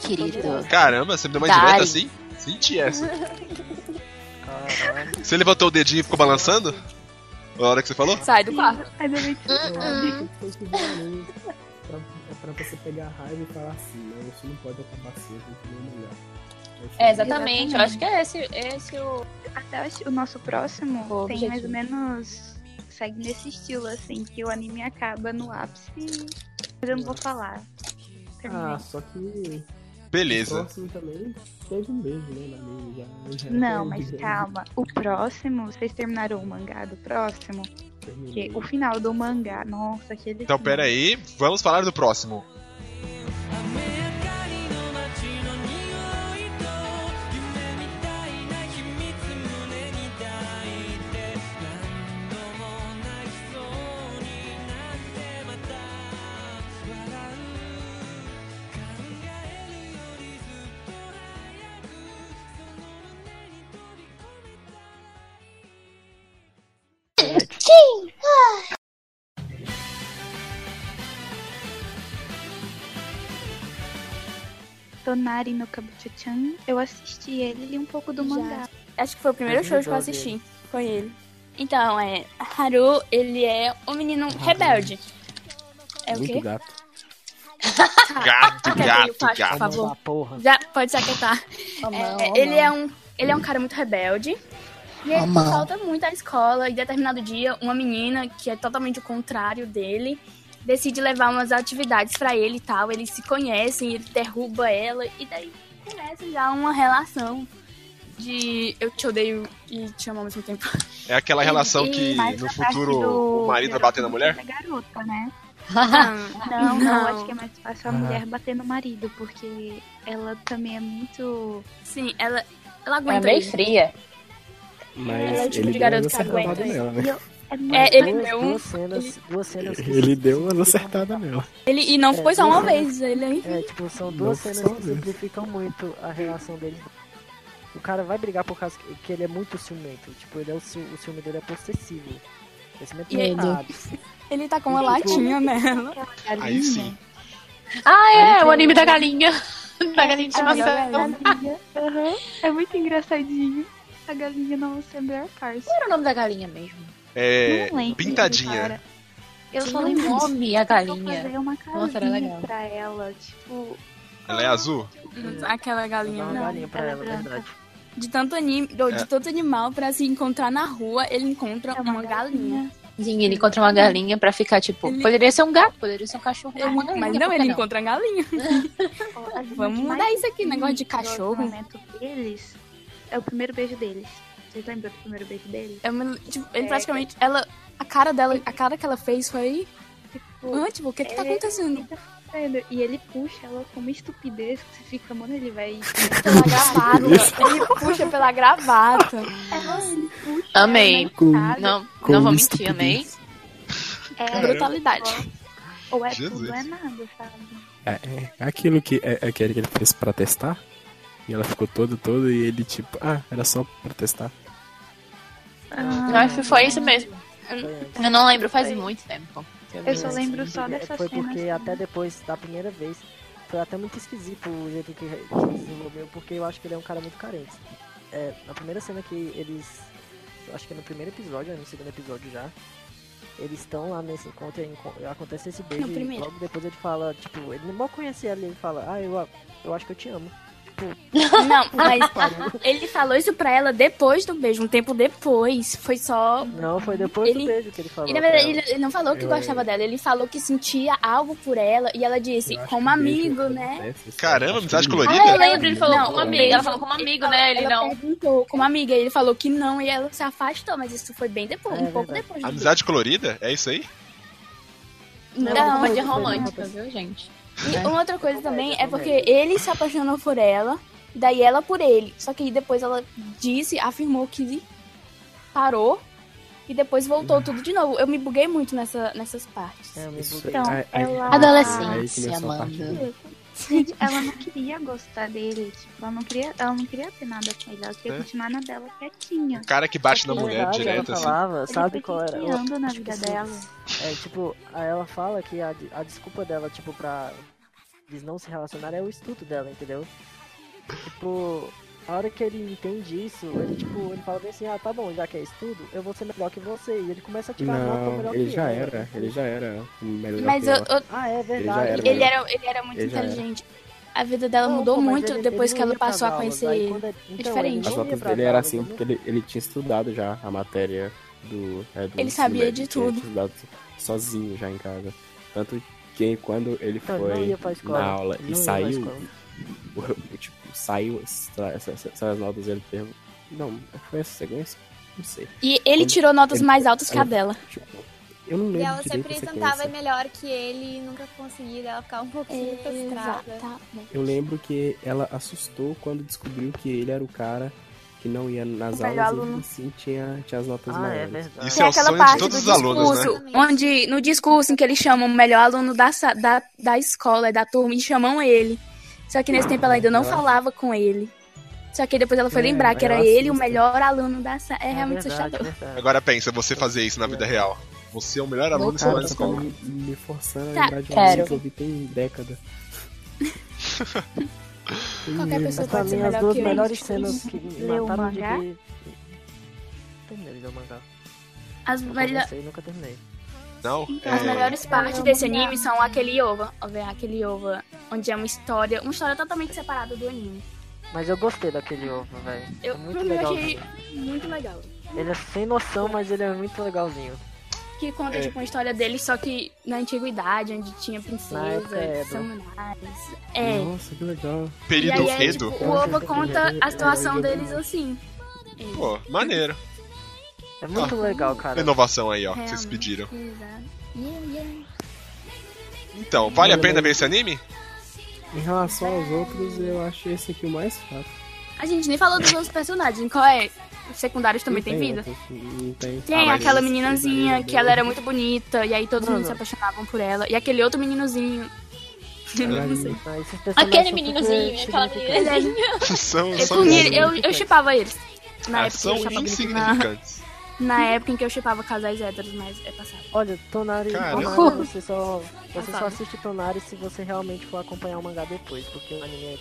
Querido.
Caramba, você me deu uma
Dai.
direta assim? Senti essa.
cara. Caralho.
Você levantou o dedinho e ficou balançando? Na hora que você falou?
[LAUGHS] Sai do quarto.
Ai, bebê, que
Eu acho que
Uhum.
foi que veio anime pra, é pra você pegar a raiva e falar assim, não, isso não pode acabar cedo, é tem que ler o mangá. Eu acho
É,
que-
exatamente. Eu acho que é esse, esse o.
Até o- o nosso próximo
O
tem
objetivo.
mais ou menos. Segue nesse estilo, assim, que o anime acaba no ápice. Mas eu não vou falar.
é
Terminei.
assim
Ah, só que o
Beleza.
próximo também teve um beijo, né, no anime, já- já-
Não, mas
já-
calma. O próximo, vocês terminaram o mangá do próximo? Porque
terminou.
o final do mangá, nossa, aquele.
Então, pera aí, vamos falar do próximo.
雨上がりの街の匂いと夢み [LAUGHS] たいな秘密胸に抱いて何度も泣きそうになってまた笑う考えるよりずっと早くその胸に飛び込みたい
Tonari no Kabuto-chan. Eu assisti ele e li um pouco do
Já.
mangá.
Acho que foi o primeiro show que eu assisti. Foi ele. Então, é. Haru, ele é um menino rebelde. É o
Muito
quê?
gato.
[LAUGHS]
Ah, tá,
Gato,
Quer ver o
gato,
Pacho,
gato.
por favor. Já pode se aquietar.
mão,
É,
ó
ele,
mão.
é um, ele é um cara muito rebelde. E ele
Ó mão.
falta muito à escola. E determinado dia, uma menina que é totalmente o contrário dele decide levar umas atividades pra ele e tal. Eles se conhecem, ele derruba ela. E daí começa já uma relação de eu te odeio e te amo ao mesmo tempo.
É aquela
E-
relação
e
que
mais
no
a parte
futuro
do-
o marido vai bater na mulher?
da garota, né?
Não,
Não, não,
Ah, não.
acho que é mais fácil a
Ah.
mulher bater no marido, porque ela também é muito.
Sim, ela,
tá,
ela
aguenta.
é meio
ele.
fria.
Mas
Ela é o tipo
ele
de
deu
garoto
uma
que aguenta
acertada
isso.
nela, né?
E eu- é muito
É, ele
tá, duas,
deu um-
duas cenas, duas cenas que
Ele deu uma acertada nela.
Ele, e não
É,
foi só uma
duas cenas-
vez, ele
É, tipo, são duas
Não,
cenas
só
que
Deus.
simplificam muito a relação deles. O cara vai brigar por causa que, que ele é muito ciumento. Tipo, ele é o, ciu- o ciúme dele é possessivo. Esse é um
E ele- Ele tá com
Uhum.
uma latinha nela.
Aí sim.
Ah,
Aí
é,
tem-
o anime da galinha. [LAUGHS] Da galinha de
É, A
maçã.
galinha- Aham, É muito engraçadinho. A galinha não é a melhor parte.
Qual era o nome da galinha mesmo?
É.
Não lembro,
Pintadinha.
cara. Eu
Tinha
só
um
lembro disso.
nome, a
Eu
galinha.
vou fazer uma
Nossa, era
casinha
legal.
pra ela, tipo...
Ela é azul?
Uhum. Aquela galinha.
Uma
Não.
galinha pra
ela é
ela,
branca.
verdade.
De tanto, anim... ou
É.
de tanto animal pra se encontrar na rua, ele encontra
É
uma, galinha.
Sim, ele encontra uma galinha pra ficar, tipo, poderia ser um gato, poderia ser um cachorro,
Ah,
Ele-
uma
é
galinha,
Mas
por
não,
que
ele encontra a galinha.
[LAUGHS] Ó, as
Vamos
imagens
mudar
mais
isso aqui,
bonitas
negócio de
do
cachorro.
relacionamento deles é o primeiro beijo deles. Vocês lembram do primeiro beijo deles?
É uma- tipo, ele
É.
praticamente. Ela. A cara dela, a cara que ela fez foi.
Tipo,
Ah, tipo, o que que tá
é,
acontecendo?
sério, E ele puxa ela com uma estupidez que você fica, mano, ele vai...
Pela gravata. ele puxa pela gravata.
É, ele puxa ela
Amei.
na escada.
Não,
Com
não vou mentir,
estupidez.
amei.
É,
Brutalidade.
Ou é
Jesus.
tudo, ou é nada, sabe?
É, é aquilo que é, é aquele que ele fez pra testar. E ela ficou todo, todo, e ele tipo, ah, era só pra testar.
Ah.
Não, acho que foi isso mesmo. Eu não lembro, faz muito tempo.
Eu só lembro só
Porque-
dessa
É, Foi
cena.
porque
assim.
até depois da primeira vez, foi até muito esquisito o jeito que que desenvolveu, porque eu acho que ele é um cara muito carente. É, na primeira cena que eles. eu Acho que é no primeiro episódio, é no segundo episódio já. Eles estão lá nesse encontro e enco- acontece esse beijo
No
e
primeiro.
logo depois ele fala, tipo, ele mal conhece ela e ele fala, ah, eu, a- eu acho que eu te amo. Tipo,
[LAUGHS]
Não, mas [LAUGHS] ele falou isso pra ela depois do beijo, um tempo depois. Foi só.
Não, foi depois
Ele-
do beijo que ele falou.
E na
pra
verdade, ele,
ela.
ele não falou que
Eu-
gostava dela, ele falou que sentia algo por ela e ela disse, como amigo, né?
Caramba, amizade
Ah,
colorida?
eu lembro, ele falou
Não,
como amigo. Ela
beijo.
falou como amigo,
Ele
né?
falou-
Ele
ela
não.
perguntou como amiga e ele falou que não e ela se afastou, mas isso foi bem depois,
É
um pouco
verdade.
depois. do-
Amizade colorida? É isso aí?
Não,
Não,
não.
de romântica, viu, gente?
E uma outra coisa também é
Comédia,
porque
comédia.
ele se apaixonou por ela, daí ela por ele. Só que depois ela disse, afirmou que parou e depois voltou tudo de novo. Eu me buguei muito nessa, nessas partes.
Hum. É, eu me
Isso,
buguei.
Então,
aí- aí-
ela-
aí-
Adolescência,
aí começou a parte
Amanda.
do-
Gente, ela não queria gostar dele. Tipo, ela não queria, ela não queria ter nada com ele. Ela
É.
queria continuar na dela quietinha.
O cara que bate na
Na
mulher
É verdade,
direto,
ela
assim.
falava,
Ele
sabe
foi
qual era? Eu-
cozinhando na
tipo
vida
assim,
dela.
É, tipo, aí ela fala que a, de- a desculpa dela, tipo, pra eles não se relacionarem é o estudo dela, entendeu? Tipo, a hora que ele entende isso, ele, tipo, ele fala bem assim, ah, tá bom, já que é estudo, eu vou ser melhor que você. E ele começa a tirar nota melhor
Não,
que
ele já
né?
era, ele já era o melhor
Mas
que
eu-
ela.
eu,
Ah, é
já
verdade.
era
Ele era, ele era muito
Ele já era.
inteligente. A vida dela mudou
Não, pô, mas
muito
ele-
depois
ele
que
não
ela
ia pras
passou a
aulas,
conhecer
aí
ele.
quando ele- então,
diferente.
ele
As
não ia
notas
pras
dele eram
aulas,
assim,
ele
porque ele, ele tinha estudado já a matéria do. é, do
Ele
ensino
sabia
médio,
de
Ele
tudo.
tinha estudado sozinho já em casa. Tanto que quando ele
Então, ele não
foi
ia pra escola.
na aula
não
e
ia pra
saiu,
escola.
o- tipo, saiu essa- essa- essa- essas notas, ele teve. Não, foi essa sequência? Não sei.
E ele tirou notas
ele-
mais altas que a
ele-
dela.
Tipo, eu não
E
lembro.
ela
direito a
sempre tentava
sequência.
melhor que ele e nunca conseguia, daí ela ficava um pouquinho frustrada.
Exatamente.
Eu lembro que ela assustou quando descobriu que ele era o cara que não ia nas
O
aulas
melhor
e
aluno.
sim tinha, tinha as notas
Ah, é
maiores.
verdade.
Isso
Tem
é o
aquela
sonho de
parte do
todos os
discurso,
alunos, né?
onde no discurso em que eles chamam o melhor aluno da, sa- da, da escola, da turma, e chamam ele. Só que nesse tempo ela ainda não
Ah.
Ela-
falava com ele. Só que depois ela foi
É,
lembrar que era
ela
ele o
assusta.
melhor aluno da sala. É,
É
realmente
verdade,
assustador.
verdade.
Agora pensa, você fazer isso na vida real. Você é o melhor aluno que você
Cara,
vai na
tá
escola.
me, me forçando
Tá,
a lembrar de uma
quero.
música que eu vi tem década.
Qualquer pessoa
Mas
tá,
pra
pode ser
mim, as
tá melhor
duas
que eu.
melhores cenas que me
Leu o
mataram de
mangá?
rir. Terminei de ler o mangá.
As
Eu
melhor- Então,
comecei e nunca terminei.
Não?
As
É,
melhores partes desse anime são aquele OVA, é aquele OVA, onde é uma história, uma história totalmente separada do anime.
Mas eu gostei daquele ovo, velho.
Eu,
É muito
eu achei
legalzinho.
muito legal.
Ele é sem noção, mas ele é muito legalzinho.
Que conta
É.
tipo, a história dele, só que na antiguidade, onde tinha
Na época é
princesas,
do-
samurais. É.
Nossa, que legal.
Período
e aí, aí,
Edo?
tipo, o Ovo conta a situação deles assim.
Pô, maneiro. Ah.
É muito legal, cara.
Inovação aí, ó, que vocês pediram.
Exato. Yeah, yeah.
Então, vale a pena ver esse anime?
Em relação aos outros, eu achei esse aqui o mais fraco.
A gente nem falou dos outros personagens, qual é? Os secundários também
Não
têm vida?
outro, assim, Não tem.
Ah,
Tem aquela
Mas-
é
meninazinha que ela era muito bonita, e aí todos
Não,
mundo se
não.
apaixonavam por ela. E aquele outro meninozinho. Não sei.
Ah, esses
Aquele
personagens são
meninozinho,
super
aquela
significantes.
meninazinha.
São,
Eu,
são
por mim, eu, eu chipava eles. Na
Ah,
época
são
eu chipava eles, na,
insignificantes.
[LAUGHS] na época em que eu chipava casais héteros, mas é passado.
Olha, Tonari,
Caramba.
Tonari, você só, você
Passado.
só assiste Tonari se você realmente for acompanhar o mangá depois, porque o anime é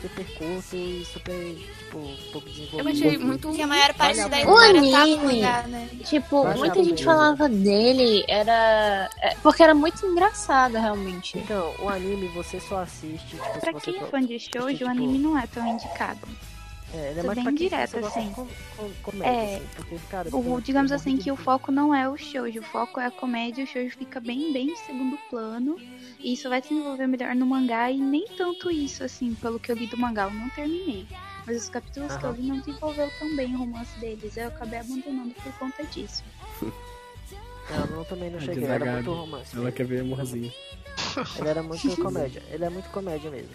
super curto e super, tipo, pouco desenvolvido.
Eu achei muito.
Porque a maior parte
Olha,
da
o
história tá
anime.
apoiada, né?
Tipo,
Mas
muita
é
gente
um-
falava dele, era. é, Porque era muito engraçado, realmente.
Então, o anime você só assiste, tipo, se
Pra
você
quem é
for-
fã de shoujo, o
tipo-
anime não é tão indicado.
É, ele é
Tô
mais
bem
pra quem
direta,
você gosta de
assim.
com, com, comédia,
É.
assim, porque, cara, tem-
O,
tem
digamos
um
assim que o
ritmo-
foco não é o shoujo, o foco é a comédia, o shoujo fica bem, bem em segundo plano. E isso vai se desenvolver melhor no mangá e nem tanto isso, assim, pelo que eu li do mangá, eu não terminei. Mas os capítulos que eu
Aham.
li não desenvolveu tão bem o romance deles, eu acabei abandonando por conta disso.
Não, não, também não cheguei, era
É Devagar.
é
né?
muito romance.
Ela quer ver amorzinho.
Ele era muito comédia. Ele é muito comédia mesmo.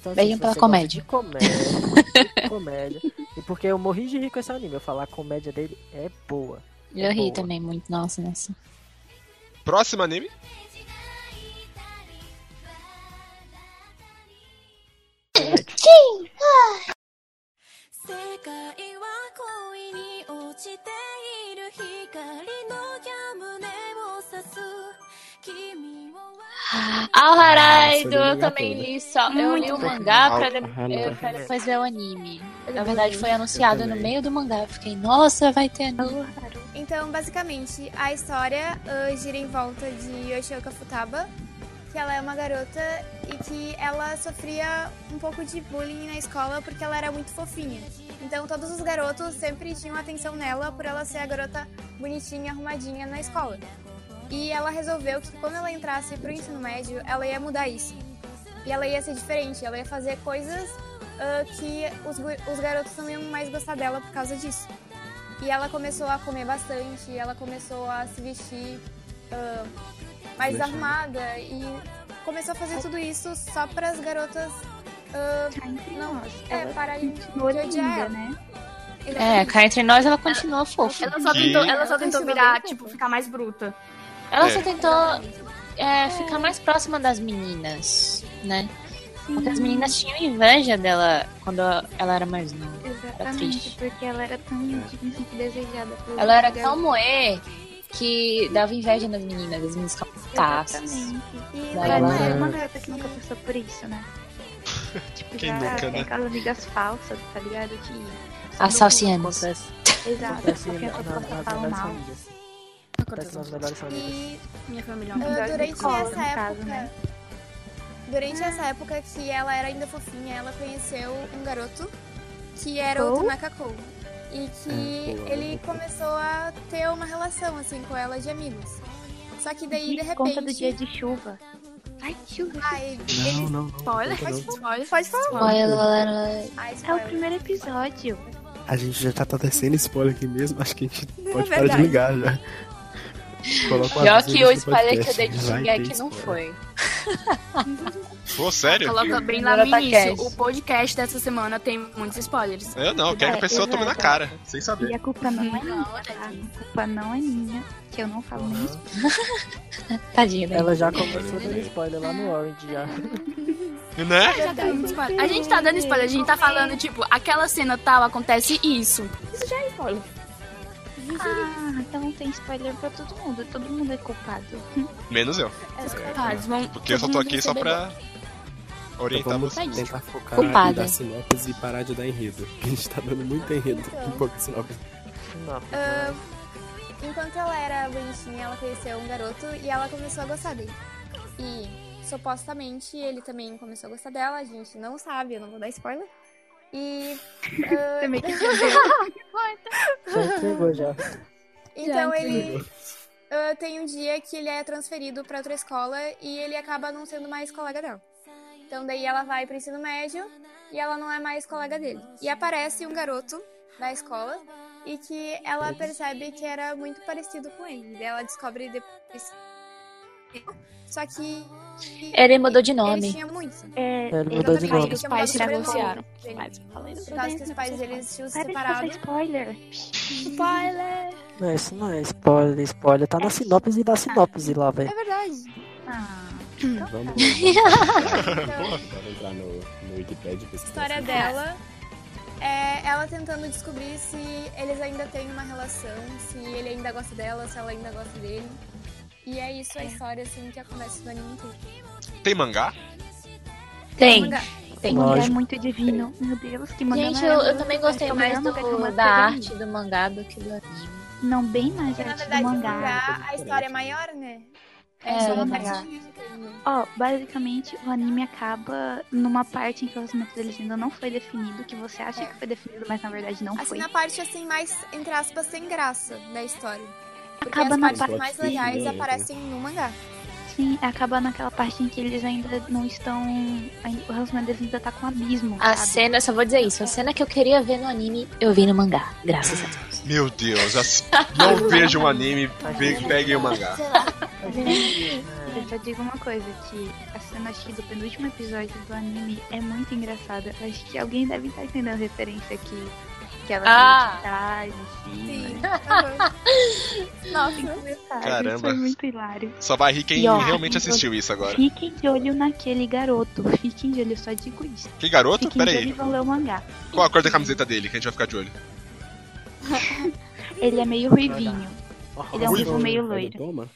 Então,
Vejam
se
pela
você gosta
comédia.
de Comédia. comédia. E porque eu morri de rir com esse anime. Eu falar a comédia dele é boa.
Eu ri
Boa.
também muito, nossa, nessa.
Próximo anime?
Ao
Ah,
Haraido,
sobre o
eu
mangá
também
todo.
li só. Eu li o
Muito.
mangá
Ah,
pra, de-
ah,
eu-
não.
pra depois ver o anime. Na verdade, foi anunciado no
também.
meio do mangá. Eu fiquei, nossa, vai ter anime.
Então, basicamente, a história ah, gira em volta de Yoshioka Futaba, que ela é uma garota e que ela sofria um pouco de bullying na escola porque ela era muito fofinha. Então, todos os garotos sempre tinham atenção nela por ela ser a garota bonitinha, arrumadinha na escola. E ela resolveu que quando ela entrasse pro ensino médio, ela ia mudar isso. E ela ia ser diferente, ela ia fazer coisas ah, que os gu- os garotos não iam mais gostar dela por causa disso. E ela começou a comer bastante, ela começou a se vestir ah, mais
Vestir.
armada e começou a fazer tudo isso só para as garotas. ah,
Tá entre
Não,
nós.
é,
Ela
para de
continuou
odiar
linda,
ela.
né?
É, cá entre nós, ela continuou fofa.
Ela só
E-
tentou, ela só
Eu
tentou
continuo
virar,
bem
tipo,
então.
ficar mais bruta.
Ela
É.
só tentou é, ficar mais próxima das meninas, né? Porque as meninas tinham inveja dela quando ela era mais nova.
Exatamente,
triste.
porque ela era tão assim, digna e desejada por
Ela era tão moe que dava inveja nas meninas, as meninas ficavam putaças.
Exatamente. E
Vai
ela
lá.
é uma garota que nunca passou por isso, né? Tipo,
Quem
já
nunca,
tem
né?
aquelas amigas falsas, tá ligado? Que...
As salsianas.
Acontece,
Exato,
acontece
porque
na-
as
na-
pessoas
nas
falam
melhores
mal.
famílias. Acontece nas melhores famílias.
E
Minha família.
Ah,
Apesar de
durante
escola,
essa
no
época,
caso, né?
durante essa época que ela era ainda fofinha, ela conheceu um garoto que era o
Kou?
Tanaka Kou. E que
Ah, Kou,
ele
Kou.
começou a ter uma relação assim com ela de amigos. Só que daí de
Me Conta do dia
repente,
de chuva. Ai, chuva.
ai, ele
não, não.
Spoiler,
não, não.
spoiler, pode falar.
Olha, galera.
ai,
É o
spoiler.
primeiro episódio.
A gente já tá, tá descendo spoiler aqui mesmo, acho que a gente pode parar
É verdade.
de ligar já. Coloca um
Pior
aviso
que
no
o spoiler que eu
podcast,
dei de
vai
xingar
ter
que não
spoiler.
foi.
Pô, sério?
Coloca bem lá
Agora
no
tá
início.
cast.
O podcast dessa semana tem muitos spoilers.
Eu É, não, eu quero
É,
que a pessoa tome na cara, sem
E
saber.
a culpa não é minha.
Não,
tá?
tadinha.
A culpa não é minha. Que eu não falo nem isso.
Tadinha, né?
Ela já começou dando spoiler lá no Orange já.
Né?
Já tá dando spoiler. A gente tá dando spoiler, a gente tá falando, tipo, aquela cena tal, acontece isso. Isso já é spoiler.
Ah, então tem spoiler pra todo mundo. Todo mundo é culpado.
Menos eu.
Rapazes, vão-
Porque eu só
todo
tô
mundo
aqui só
receber
pra
Então
orientar
vamos
você.
tentar focar
Culpada.
em dar sinopses e parar um de dar enredo. Porque a gente tá dando muito enredo com pouca sinopse.
Não.
Ah, Enquanto ela era bonitinha, ela conheceu um garoto e ela começou a gostar dele. E supostamente ele também começou a gostar dela, a gente não sabe, eu não vou dar spoiler. E.
[LAUGHS]
ah,
Também que
Já entregou já.
[LAUGHS] Então
Já
ele
entendi.
ah, tem um dia que ele é transferido pra outra escola e ele acaba não sendo mais colega dela. Então daí ela vai pro ensino médio e ela não é mais colega dele. E aparece um garoto da escola e que ela percebe que era muito parecido com ele. Daí ela descobre depois. Só que
Ele mudou de nome.
ele tinha muito.
É,
ele mudou de nome.
Os pais se
Ele tinha mudado de
divorciaram.
sobrenome.
Mas falei
Por causa que os pais deles tinham se
Para de
separado.
fazer spoiler.
Spoiler!
Não, isso não é spoiler, spoiler. Tá na sinopse da sinopse lá, velho.
É verdade. Então, [LAUGHS]
Vamos. Bora entrar no, no Wikipedia e
A
pesquisar.
história
sobre
dela é ela tentando descobrir se eles ainda têm uma relação, se ele ainda gosta dela, se ela ainda gosta dele. E é isso a história assim que acontece no anime inteiro.
Tem mangá?
Tem.
Mangá.
Tem.
mangá é
Lógico.
muito divino. Meu Deus, que mangá
Gente, eu,
maravilhoso.
eu também gostei
É o
mais do,
melhor mangá que eu mais
da
peguei.
arte do mangá do que do anime.
Não, bem mais
Porque, na
arte
verdade,
do
no
mangá.
mangá a história é maior, né?
É,
só
no
uma
mangá.
parte de anime.
Ó, basicamente o anime acaba numa parte em que o relacionamento deles ainda não foi definido, que você acha
É.
que foi definido, mas na verdade não
Assim,
foi.
na parte assim mais, entre aspas, sem graça da história. Porque
Acaba
as
na
partes
parte- né?
mais legais
Sim, é.
aparecem no mangá.
Sim, acaba naquela parte em que eles ainda não estão. ai- O relacionamento deles ainda tá com um abismo.
A
sabe?
cena, só vou dizer isso, a cena que eu queria ver no anime, eu vi no mangá. Graças a Deus.
Meu Deus, as-
[LAUGHS]
não vejam anime, ve- peguem o mangá.
Tá Eu só digo uma coisa, que a cena acho que do penúltimo episódio do anime é muito engraçada. Eu Acho que alguém deve estar entendendo a referência aqui. Que ela
Ah!
tá em cima. né?
Sim. aham. Nossa.
Sabe?
Caramba.
Foi é muito hilário.
Só vai rir quem
E, ó,
realmente assistiu isso agora.
Fiquem de olho naquele garoto. Fiquem de olho, eu só digo isso.
Que garoto?
Fiquem
Pera
de olho e
aí.
vão ler o mangá. [LAUGHS]
Qual a cor da camiseta dele que a gente vai ficar de olho?
Ele é meio ruivinho. Ele é um
isso.
ruivo meio
Ele
loiro.
Toma.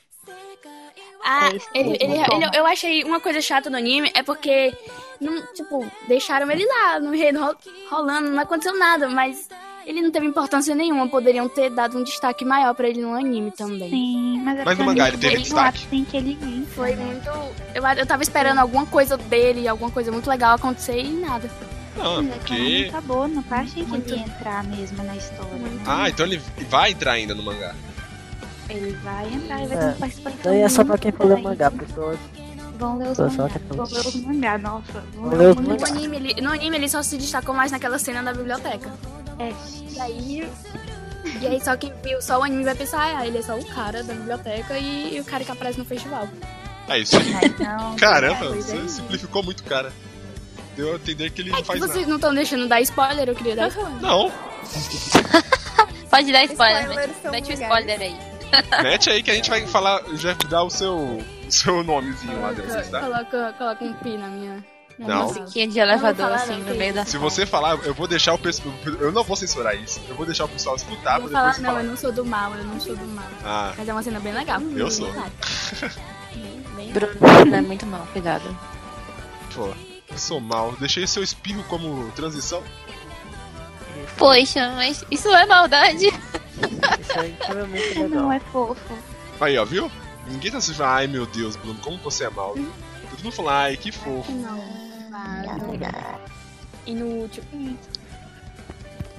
Ah,
É isso
ele, ele-
mesmo.
ele- eu achei uma coisa chata no anime é porque, não, tipo, deixaram ele lá no reino ro- rolando, não aconteceu nada, mas ele não teve importância nenhuma. Poderiam ter dado um destaque maior pra ele no anime também.
Sim, mas é
Mas no
porque
mangá
ele
ele teve
tem um
destaque.
ápice em que ele entra,
Foi
né?
muito. Eu, eu tava esperando alguma coisa dele, alguma coisa muito legal acontecer e nada.
Não,
Mas
então
é que
porque.
tá
acabou, não parte em que
Muito.
ele ia entrar mesmo na história. né?
Ah, então ele vai entrar ainda no mangá.
Ele vai entrar e vai
É.
ter uma participação.
Daí é
né,
só pra
muito
quem for ler o
grande.
mangá, porque eu
Vão ler os
Só- só
mangá.
quem for-
Vão ler os mangá, nossa. Vão
Vão
é ler
ler
os
os
No
mangá.
anime, ele, no anime ele só se destacou mais naquela cena da biblioteca.
É,
E aí. E aí só quem viu só o anime vai pensar, ah, ele é só o cara da biblioteca e, e o cara que aparece no festival.
É isso aí.
mas
[LAUGHS]
então,
não.
Caramba,
não é coisa
você
aí.
simplificou muito, cara. Deu a entender que ele
É
não
que
faz nada.
vocês não estão deixando dar spoiler, eu queria dar spoiler.
Não,
Pode dar spoiler,
Spoilers
mete-
são
mete o
legais.
spoiler aí. [LAUGHS]
mete aí que a gente vai falar, já dar o seu, o seu nomezinho lá dentro, tá?
Coloca, coloca um pi na minha.
Não.
na minha sala.
Musiquinha de elevador,
Não vou falar
assim,
não,
no
que
meio da
Se você falar, eu vou deixar o pessoal. Eu não vou censurar isso. Eu vou deixar o pessoal escutar pra
Não vou
depois
falar,
você
não, eu
falar.
não sou do mal, eu não sou do mal.
Ah,
Mas é uma cena bem legal.
Eu sou.
Bem- bem-
Bruno, Bruno é muito mal, cuidado.
pô, eu sou mal. Deixei seu espirro como transição.
Poxa, mas isso é maldade.
Isso aí foi muito
Não
legal.
é fofo.
Aí, ó, viu? Ninguém tá se ai meu Deus, Bruno, como você é mal. Todo mundo falou, ai, que fofo.
Inútil.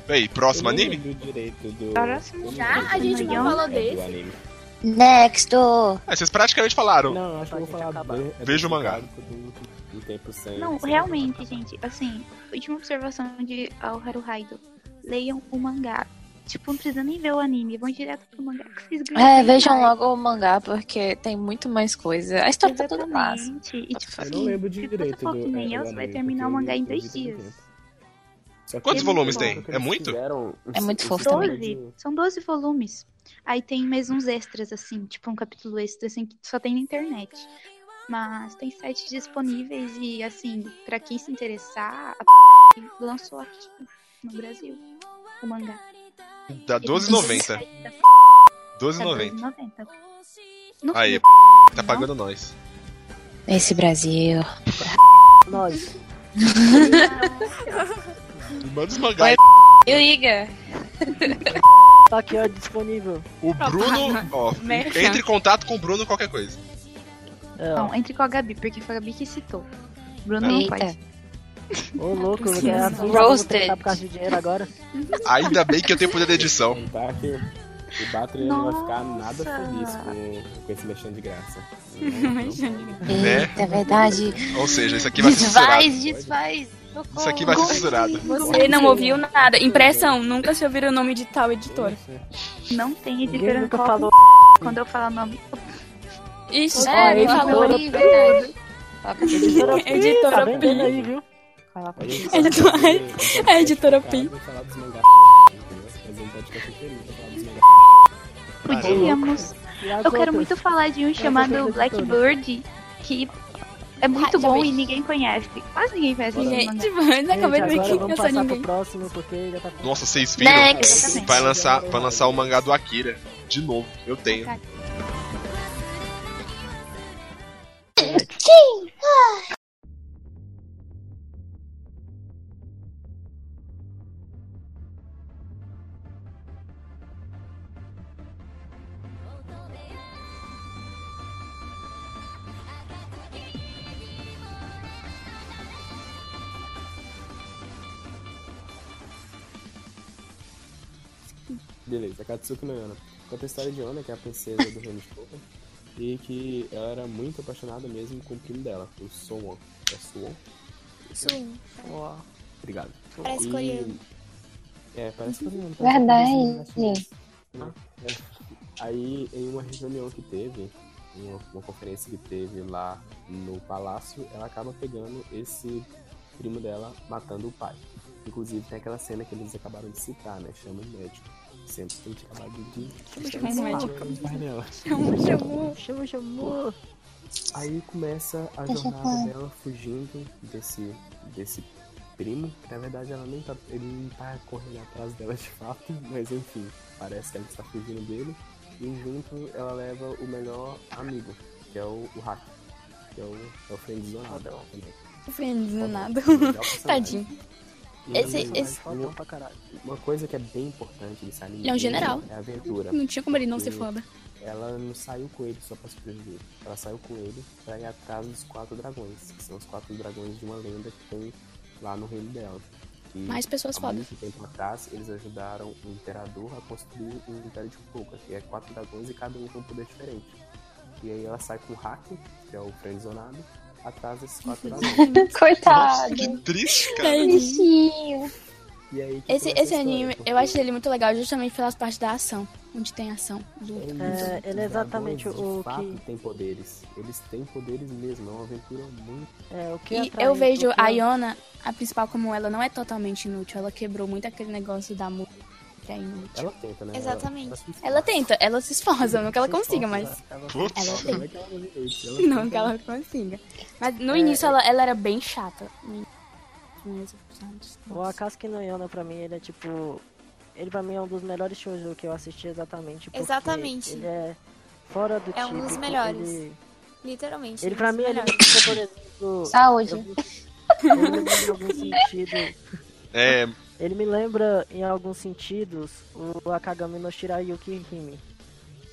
Aí, próximo
Eu não
anime?
lembro direito do-
Próximo.
eu não
Já?
lembro
A gente
direito
não
do
falou
do
desse.
anime.
Next!
É, vocês praticamente falaram.
Não, acho que eu vou falar
acabar.
do- é
Veja o
do-
mangá.
do- do tempo sem-
Não,
sem-
realmente, gente, assim, última observação de Haru Haido. Leiam o mangá. Tipo, não precisa nem ver o anime, vão direto pro mangá que vocês ganham.
É, vejam logo o mangá, porque tem muito mais coisa. A história tá toda massa.
Exatamente. E tipo
Eu
assim,
não lembro de
se
direito
você for que
do.
nem
é,
eu,
do
você vai
anime,
terminar o
porque
mangá em
eu
dois
vi muito
dias.
tempo. Só que
Quantos
é
volumes
muito
tem?
bom, porque
É
eles
muito?
fizeram um-
É muito fofo também.
12, são 12 volumes. Aí tem mais uns extras, assim, tipo um capítulo extra, assim, que só tem na internet. Mas tem sites disponíveis e, assim, pra quem se interessar, a p... lançou aqui no Brasil o mangá.
Dá
Ele tem
12,90.
site da p- Tá
12,90.
12,90. No
Aí,
fim,
p... tá pagando nós.
Esse [LAUGHS] Brasil.
[LAUGHS]
Nós.
Manda os mangá aí,
E liga.
Tá aqui, ó, disponível.
O Bruno, ó,
Merda.
entre em contato com o Bruno qualquer coisa.
É,
Não, Então, entre com a Gabi, porque foi a Gabi que citou. Bruno não
Eita.
pode.
Ô, louco, eu quero abrir
Roasted.
Tá por causa de dinheiro agora.
Ainda bem que eu tenho poder de edição.
Tá que o Batman não vai ficar nada feliz com, com esse mexendo de graça.
Né?
É verdade.
Ou seja, isso aqui vai ser censurado.
Desfaz, desfaz.
Isso aqui vai ser censurado.
Você não ouviu nada. Impressão, nunca se ouviram o nome de tal editora.
Não tem
Ninguém
editora
nunca
no
falou.
falou quando eu falar nome.
Ixi,
É,
ele
editora
falou.
P. verdade.
[LAUGHS] Editora P.
Tá
Editora
vendendo aí,
P.
viu?
Editora- É editora P.
falar dos mangás, entendeu? Fazer um podcast inteiro pra falar dos mangás.
Podíamos. Eu quero muito falar de um
as
chamado
outras
Blackbird, que é muito
Ah, já
bom
vi.
e ninguém conhece. Quase ninguém conhece esse mangá.
tipo,
Gente, agora vamos passar pro próximo, porque já tá
Nossa, vocês viram?
Next. Exatamente.
Vai lançar, vai lançar o mangá do Akira. De novo, eu tenho.
Beleza, Katsuki no Yona. Conta a história de Yona, que é a princesa do reino de Koga, e que ela era muito apaixonada mesmo com o primo dela, o Suwon. É Suwon?
Sim.
Obrigado.
Parece
E-
coreano.
É, parece coreano. parece coreano, né?
Verdade.
É. Aí, em uma reunião que teve, em uma, uma conferência que teve lá no palácio, ela acaba pegando esse primo dela matando o pai. Inclusive, tem aquela cena que eles acabaram de citar, né? Chama o médico. Sempre tem que acabar de. de- né?
Chama o médico.
de- de- dela.
chamou, chamou, chamou.
Aí começa a
Deixa eu
jornada
falar.
dela fugindo desse, desse primo. que, Na verdade, ela nem tá, ele não tá correndo atrás dela de fato, [LAUGHS] mas enfim, parece que ela está fugindo dele. E junto ela leva o melhor amigo, que é o, o Hack, que é o, é o friendzonado também.
Ofendido nada.
Tadinho.
[LAUGHS] Tadinho.
E
Esse,
ele- é
esse.
uma, uma coisa que é bem importante desse anime
Ele é um general.
é a aventura.
Não tinha como ele não ser
Porque
foda.
Ela não saiu com ele só pra sobreviver. Ela saiu com ele pra ir atrás dos quatro dragões, que são os quatro dragões de uma lenda que tem lá no reino dela. E
Mais pessoas
há
fodas.
Muito tempo atrás, eles ajudaram o imperador a construir o Império de Pouca, que é quatro dragões e cada um tem um poder diferente. E aí ela sai com o Hack, que é o friendzonado, atrás desses
[LAUGHS]
quatro dragões.
Coitado.
Triste,
Bichinho.
E aí, que
Esse,
começa a
esse
história,
anime,
porque-
eu acho ele muito legal justamente pelas partes da ação, onde tem ação. luta.
Os
É, ele é exatamente
dragões, de
o
fato,
que.
tem poderes. Eles têm poderes mesmo, é uma aventura muito.
É, o que
E
atrai-
eu vejo
o que-
a Iona, a principal, como ela não é totalmente inútil. Ela quebrou muito aquele negócio da mulher inútil.
Ela tenta, né?
Exatamente.
Ela, ela,
Ela tenta, ela se esforça, não que ela consiga, mas.
ela, é
Ela
que ela morre hoje? Ela
Não que
tenta-
ela consiga. Mas
É,
no início ela, ela era bem chata. No início, sabe?
O Akatsuki no Yona, pra mim, ele é tipo. Ele pra mim é um dos melhores shoujo que eu assisti exatamente. porque
Exatamente.
Ele é fora do
É um dos
típico,
melhores.
Ele,
Literalmente.
ele pra
um dos
mim, é ele
melhores.
não por exemplo.
Tá
Saúde.
é
Ele me lembra
[LAUGHS]
em alguns sentidos.
É,
Ele me lembra em alguns sentidos o Akagami no Shirayuki Hime.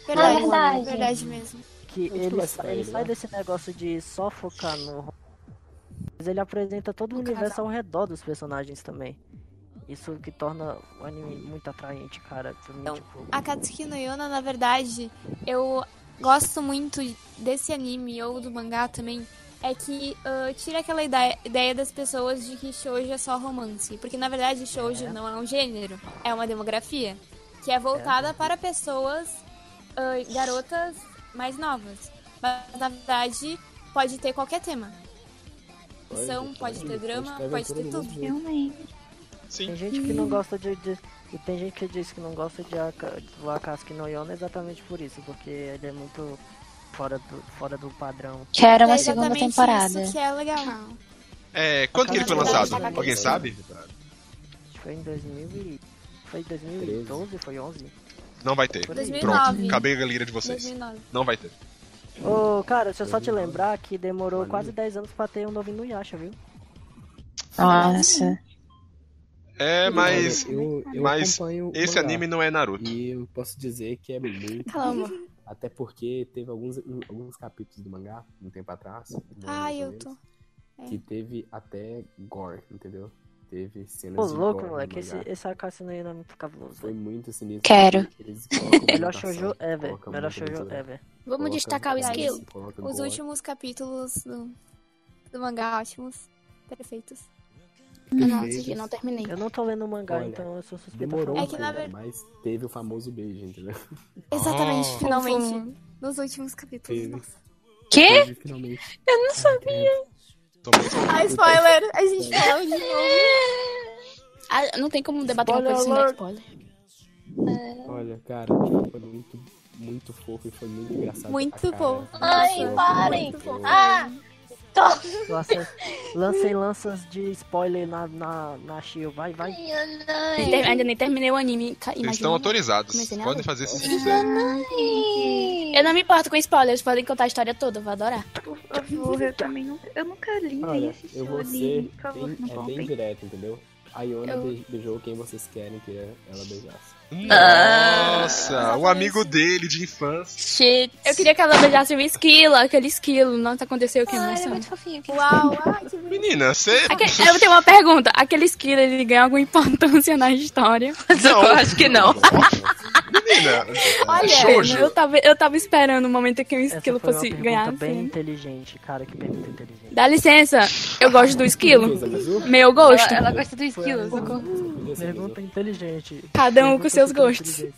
Verdade,
Ah, verdade.
verdade mesmo.
Que
Muito
ele,
mais
sa-
pra
ele
ele,
sai
né?
desse negócio de só focar no ro- mas ele apresenta todo o universo ao redor dos personagens também. Isso que torna o anime muito atraente, cara. Pra
Então,
mim, tipo,
A Katsuki no Yona, na verdade, eu gosto muito desse anime ou do mangá também. É que ah, tira aquela ideia, ideia das pessoas de que shoujo é só romance. Porque, na verdade, shoujo
É.
não é um gênero, é uma demografia. Que é voltada para pessoas, ah, garotas mais novas. Mas, na verdade, pode ter qualquer tema.
Pode,
Ação, pode ter drama,
ter
pode ter
aventura do
tudo.
mesmo
tem gente que não gosta de, de- E tem gente que diz que não gosta de Aka- do Akatsuki no Yona exatamente por isso, porque ele é muito fora do, fora do padrão.
Que era uma
É
segunda
exatamente
temporada.
Isso que é legal.
é, quando que ele foi lançado? Alguém sabe?
Foi em 2000 e... Foi em 2012, foi 11?
Não vai ter.
2009.
Pronto, acabei a galeria de vocês.
2009.
Não vai ter.
Ô, cara, deixa eu só te lembrar que demorou quase 10 anos pra ter um novo Inuyasha, viu?
Nossa.
É, mas,
Eu- eu
mas
acompanho o
esse
mangá.
anime não é Naruto.
E eu posso dizer
[LAUGHS]
que é muito.
Calma.
Até porque teve alguns, alguns capítulos do mangá, um tempo atrás. um ano
Ai,
Ah,
mais ou
eu
menos,
tô. É.
Que teve até gore, entendeu? Teve cenas
Pô,
de
louco,
gore no
moleque. Esse,
mangá.
esse Akasino aí não é muito cabuloso.
Foi muito sinistro.
Quero.
Eles colocam
[LAUGHS] Melhor
mutação,
shoujo ever.
colocam
Melhor
muita
shoujo
coisa.
ever.
Vamos
Coloca
destacar o
Vice,
skill.
coloca
Os
Gore.
últimos capítulos do, do mangá, ótimos. Perfeitos.
Não,
Perfeitos.
assisti, não terminei.
Eu não tô lendo o mangá,
Olha,
então eu sou suspeito
Demorou,
É
um
que na
pouco,
ver-
mas teve o famoso beijo, entendeu?
[LAUGHS] Exatamente,
Oh.
finalmente. Nos últimos capítulos.
Teve.
Nossa.
Quê?
Teve, finalmente. É.
Eu não sabia.
Tomei só-
Ai, spoiler! A gente falou de novo.
Ah, não tem como debater uma
Spoiler
coisa sem dar spoiler.
Olha, cara, foi muito, muito fofo e foi muito engraçado.
Muito
A cara
fofo.
foi
Ai,
muito
parem.
muito fofo.
Ah, tô.
Lança- Lancem lanças de spoiler na, na, na Shio. Vai, vai.
Nem ter- ainda nem terminei o anime. ca-
Vocês
imagina.
estão autorizados.
Comecei nada.
Podem fazer isso se quiserem.
Eu não me importo com spoilers, podem contar a história toda, eu vou adorar.
Por favor, eu também não. Eu nunca li nem
Olha,
assisti
eu
o
vou
anime.
ser
Por favor,
bem,
não
é bem
contem.
direto, entendeu? A Iona
Eu-
be- beijou quem vocês querem que é ela beijasse.
Nossa, o
Ah.
amigo dele de infância.
Shit. Eu queria que ela beijasse o esquilo, aquele esquilo. Nossa, aconteceu o que
Ai, ele é
emoção.
muito fofinho. que
Uau, ai, que bonito.
Menina, você.
Aquele, eu tenho uma pergunta. Aquele esquilo, ele ganha alguma importância na
[LAUGHS]
história?
Não.
Eu acho que não.
Menina,
Olha,
Shoujo.
Eu tava, eu tava esperando o momento que o
Essa
esquilo
foi uma
fosse
pergunta
ganhar.
bem
assim.
inteligente, cara. Que pergunta inteligente.
Dá licença, eu gosto do esquilo.
Beleza, mas eu-
Meu gosto.
Ela, ela gosta do esquilo.
Podia ser, mas eu-
Pergunta inteligente.
Cada um com
Pergunta
seus
super
gostos.
inteligente.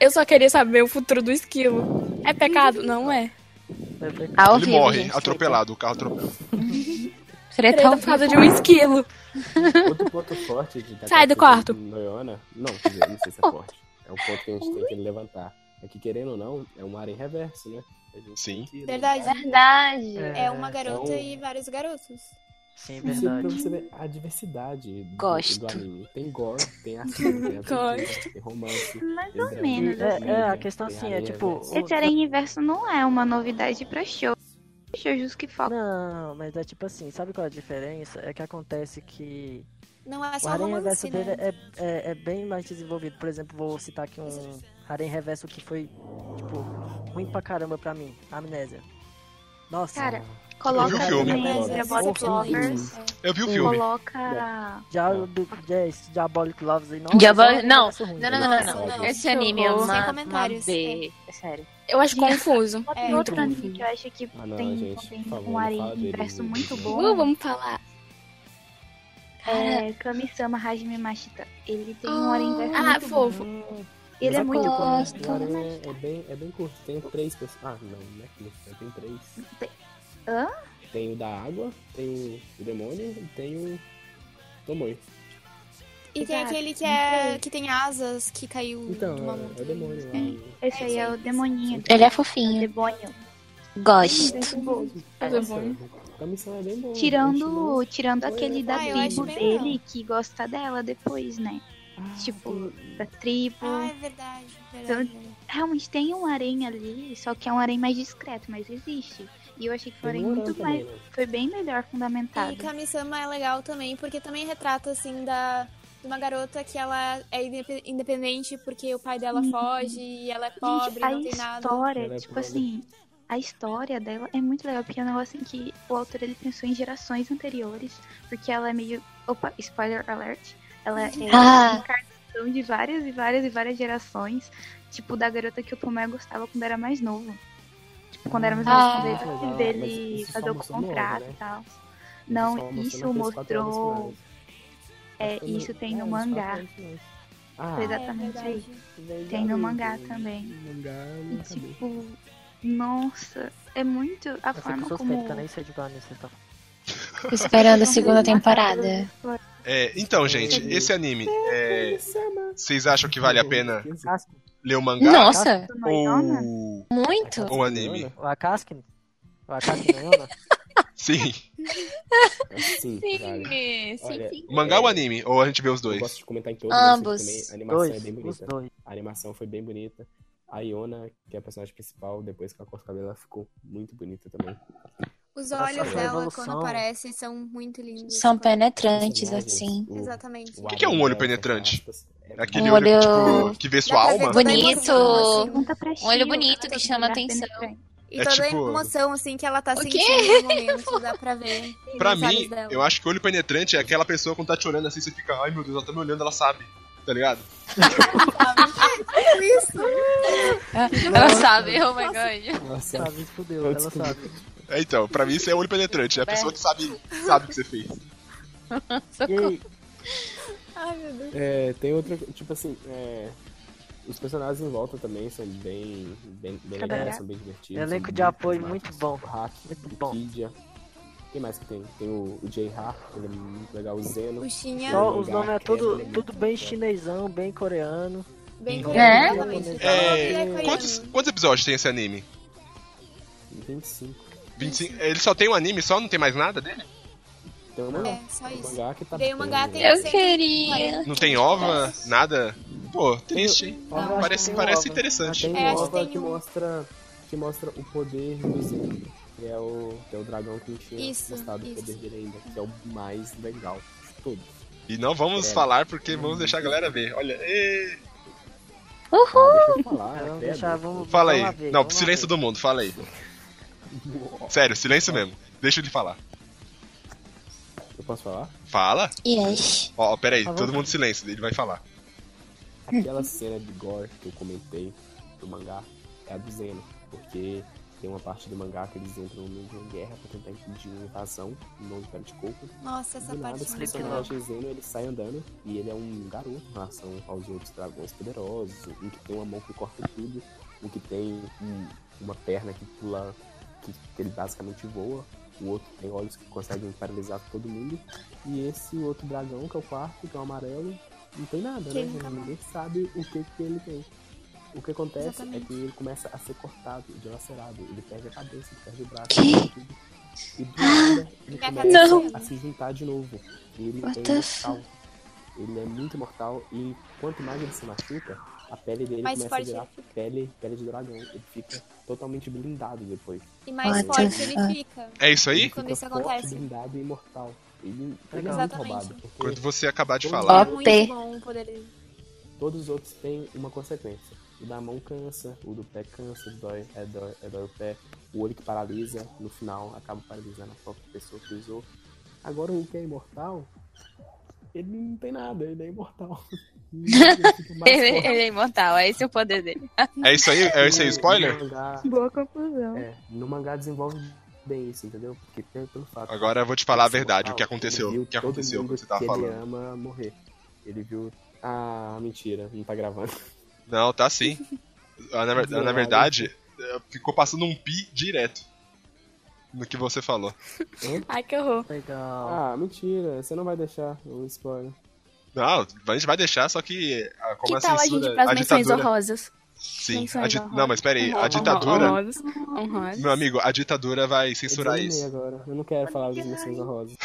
Eu só queria saber o futuro do esquilo. É pecado? Não é.
Vai, vai.
Ah,
Ele
horrível,
morre
gente.
atropelado, o carro atropela.
Seria
Treta
tão
por causa de um esquilo.
Outro ponto forte de
Sai do
Takatsuki
quarto.
Noyona, não, quer dizer, não sei se é forte. É um ponto que a gente tem que levantar. É que querendo ou não, é um ar em reverso, né? A gente
Sim.
tem que-
é Verdade.
Verdade.
É uma garota
Então-
e vários garotos.
Sim,
Isso é pra
verdade.
você ver a diversidade do,
Gosto.
do anime. Tem gore, tem ação, tem aventura, tem romance.
Mais
tem
ou
drama,
menos,
tem
É,
comédia,
é, a questão
tem
assim, é
anime
tipo.
reverso.
o-
Esse aranha inverso não é uma novidade pra show. Shoujus é que falam.
Não, mas é tipo assim, sabe qual é a diferença? É que acontece que
Não é
o
só
Harem
romance,
Reverso dele
né?
é, é, é bem mais desenvolvido. Por exemplo, vou citar aqui um Harem Reverso que foi, tipo, ruim pra caramba pra mim, Amnésia. Nossa,
Cara,
Eu vi
coloca
o filme.
também Diabolic
Horrível.
Lovers.
Eu vi o filme.
Coloca.
Diablo do é, esse Diabolic Loves aí, nossa,
Diabol-
esse é um
não,
negócio ruim.
Não, não, não, não, não.
Não,
Esse anime é
horror.
uma,
Sem
uma
comentários,
B. É sério.
Eu [LAUGHS] acho confuso.
Tem
É,
outro anime que eu acho que
então, Ah, não,
tem,
gente,
tem
por favor, não
um
fala
aranha
dele,
inverso
não.
muito
Uh,
bom.
vamos falar.
É Kami-sama Hajime Mashita. Ele tem um
Ah,
aranha inverso
ah,
muito bom.
fofo.
Ele é
Mas
muito bom.
gosto.
O anime é, é bem, é bem curto. Tem três pessoas. Ah, não, não é curto. né? Tem três.
Tem- Hã?
Tem o da água, tem o demônio e tem o. Tomoi.
E tem
Exato.
aquele que, é, que tem asas que caiu
Então,
do
é,
mamuto.
é o demônio lá.
Esse aí é o demoninho.
Ele é
O
fofinho.
demônio. É
Gosto.
A missão é bem boa.
Tirando, tirando
Oi,
aquele da
Ah, eu
tribo
acho
bem
dele
legal.
que gosta dela depois, né?
Ah,
Tipo, da tribo. Então,
Ah, é verdade, verdade.
Realmente tem um harém ali, só que é um harém mais discreto, mas existe. E eu achei que foi um harém muito mais. Foi bem melhor fundamentado.
E Kami-sama é legal também, porque também retrata, assim, da, de uma garota que ela é indepe- independente porque o pai dela foge e ela é pobre,
Gente, a
não tem nada.
história,
Ela é
tipo
pobre.
assim, a história dela é muito legal, porque é um negócio em que o autor ele pensou em gerações anteriores, porque ela é meio. Opa, spoiler alert. Ela
[LAUGHS]
é
Ah.
uma encarnação de várias e várias e várias gerações. Tipo, da garota que o Tomé gostava quando era mais novo. Tipo, quando era mais novo,
Ah.
quando ele-
Legal,
quando
mas
ele
isso só
fazer o
mostrou nove,
contrato
né?
e tal.
Isso
Não,
só mostrou
isso
nas três, quatro horas
mostrou.
finais.
É,
Acho que
isso
no-
tem no
nos quatro
mangá.
horas finais. Ah,
Ah,
Foi
é
exatamente
verdade.
isso. Tem no mangá também.
No mangá, eu
E,
não acabei.
tipo, nossa, é muito a
Nossa, que
forma
suspeito,
como.
que eu nem sei de qual anime você tá falando.
Tô esperando a segunda temporada.
É, então, gente, esse anime, é, vocês acham que vale a pena
Akaskin,
ler o mangá
Nossa,
Noidona?
ou
muito.
ou o anime?
o Akaskin, o Akaskin não é, Ana?
Sim,
É Sim, vale. Olha,
o mangá
é,
ou o anime? Ou a gente vê os
Eu
dois?
gosto de comentar em todos.
Ambos.
mas também A animação é
Dois,
bem
os
bonita.
dois.
A animação foi bem bonita. A Iona, que é a personagem principal, depois que ela corta o cabelo, ela ficou muito bonita também.
Os
Nossa,
olhos
essa
dela,
evolução.
quando aparecem, são muito lindos.
São penetrantes,
é
assim.
Exatamente.
O que que é um
né,
olho penetrante? É aquele
Um
olho,
olho-
tipo, que vê sua alma?
Bonito.
prestígio,
Um olho bonito
tá
que chama atenção.
E
É
toda
tipo-
a emoção, assim, que ela tá
O quê?
sentindo no momento, dá pra ver.
Pra
nos olhos
mim,
dela.
eu acho que olho penetrante é aquela pessoa quando tá te olhando assim, você fica, ai meu Deus, ela tá me olhando, ela sabe. Tá ligado?
Isso.
[LAUGHS] Ela sabe, oh my god.
Nossa,
Sabe, fudeu, ela sabe.
É, então, pra mim isso é olho penetrante. É a pessoa que sabe, sabe o que você fez.
E aí,
Ai, meu Deus.
É, tem outra, tipo assim, é, os personagens em volta também são bem, bem, bem legais, são bem divertidos.
Elenco
são
de
muito
apoio muito
carismáticos.
bom.
O Hack,
Muito
o
bom.
Kidia. Quem mais que tem? Tem o, o Jay Ha, ele é muito legal, o Zeno. um
O Shinha,
só os nomes é tudo, tudo bem chinesão, bem coreano. Uhum.
bem
É?
coreano também.
É,
Ele é coreano.
Quantos, quantos episódios tem esse anime?
25.
25? Ele só tem um anime só? Não tem mais nada dele?
Tem o mangá.
É, só
O
isso.
mangá que tá
Daí o mangá
bem-
tem
Eu
sempre-
queria.
Não tem ova? Nada? Pô, triste, hein?
Ova,
Ah,
acho que
Parece,
tem
um
parece
ova.
interessante.
Tem
É,
um
acho que
ova
tem
que
um.
mostra, que mostra o poder do Zeno. Que é o, que é o dragão que não tinha
Isso,
mostrado o
isso.
poder dele ainda. Que é o mais legal de todos.
E não vamos
É.
falar porque vamos deixar a galera ver. Olha, ê,
Ah, deixa eu falar,
Vamos
credo.
deixar, vamos,
fala
vamos lá
aí.
ver,
Não,
vamos lá ver.
silêncio do mundo, fala aí. Sério, silêncio mesmo. Deixa ele falar.
Eu posso falar?
Fala?
Yes.
Ó, ó, peraí,
Tá bom.
todo mundo silêncio, ele vai falar.
Aquela cena de gore que eu comentei do mangá é a do Zeno, porque tem uma parte do mangá que eles entram no meio de uma guerra pra tentar impedir uma invasão no nome do cara de coco.
Nossa, essa
Do nada,
parte
esse
é muito
legal.
personagem Zeno ele sai andando e ele é um garoto em relação aos outros dragões poderosos, um que tem uma mão que corta tudo, um que tem um- uma perna que pula, que, que ele basicamente voa, o outro tem olhos que conseguem paralisar todo mundo, e esse outro dragão, que é o quarto, que é o amarelo, não tem nada,
Que
né?
ele nunca
Ninguém sabe o que, que ele tem. O que acontece é
Exatamente.
que ele começa a ser cortado, dilacerado, ele perde a cabeça, ele perde o braço,
Que?
perde tudo. E do nada, ele
Minha
começa
cabeça.
a se juntar de novo. Ele
What
é
the
imortal. Ele é muito imortal e quanto mais ele se machuca, a pele dele
Mais
começa a
forte
virar
ele fica.
pele, pele de dragão. Ele fica totalmente blindado depois.
E mais
What
forte
the
ele
fuck?
fica.
É isso aí?
Ele
Quando
fica
isso
forte,
acontece.
blindado e imortal. Ele, ele é muito
Exatamente.
roubado. Porque
Quando você acabar de
Vamos
falar.
Ó.
Muito
P.
bom o poder dele.
todos os outros têm uma consequência. O da mão cansa, o do pé cansa, dói, é, dói, é, dói o pé, o olho que paralisa, no final acaba paralisando a própria pessoa que usou. Agora o que é imortal, ele não tem nada, ele é imortal. Ele fica mais
Ele,
forte.
ele é imortal, é esse o poder dele.
É isso aí? É isso aí,
No-
spoiler?
No mangá,
Boa conclusão.
é, no mangá desenvolve bem isso, entendeu? Porque pelo, pelo fato.
Agora eu vou te falar a verdade, o que aconteceu.
Ele viu
O que
todo
aconteceu
mundo
quando você tava
que Ele
falando.
ama morrer. Ele viu. Ah, mentira, não tá gravando.
Não, tá sim.
[LAUGHS]
Ah, Na, ver- ah, na verdade, eh, ficou passando um pi direto no que você falou.
Ai, que horror.
Legal.
Ah, mentira, você não vai deixar o spoiler.
Não, a gente vai deixar, só que ah, como
que
a
tal a
censura-
gente pras
a
menções
ditadura-
horrorosas?
Sim,
menções
a di-
honrosas?
não, mas peraí, a
Honro-
ditadura,
Honrosas. honrosas.
meu amigo, a ditadura vai
Eu
censurar
desanimei
isso.
agora. Eu não quero falar das menções honrosas.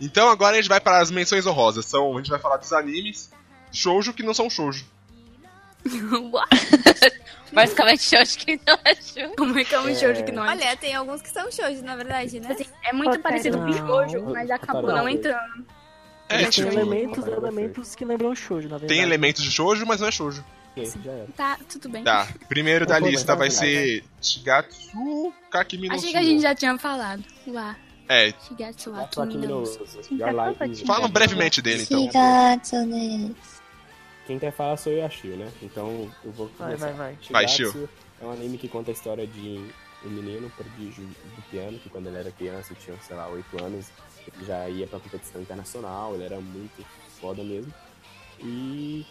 Então agora a gente vai para as menções honrosas. São, a gente vai falar dos animes shoujo que não são shoujo.
What?
Basicamente, eu acho que não achou.
Como é que é um shoujo que não é?
Olha, tem alguns que são shows, na verdade, né?
Assim, é muito
Otário.
parecido com shoujo,
Não.
mas acabou
Otário.
não entrando.
É,
Tem
tipo,
Tem elementos,
Otário,
elementos que lembram shoujo, na verdade.
tem elementos de shoujo, mas não é shoujo.
Ok, já era.
Tá, tudo bem.
Tá, primeiro da
Vamos
lista
começar,
vai
vai.
ser Shigatsu Kakimi no
Achei que
Sumo.
a gente já tinha falado. Uá,
É,
Shigatsu
Tá só aqui
Akimi
no-
no
Your Life is-
falam brevemente dele então.
Obrigado, né?
Quem quer falar sou eu, a Shio, né? Então eu vou
Vai, vai,
começar.
vai.
Vai,
Shigatsu É um anime que conta a história de um menino prodígio do piano, que quando ele era criança, ele tinha, sei lá, 8 anos, ele já ia pra competição internacional, ele era muito foda mesmo. E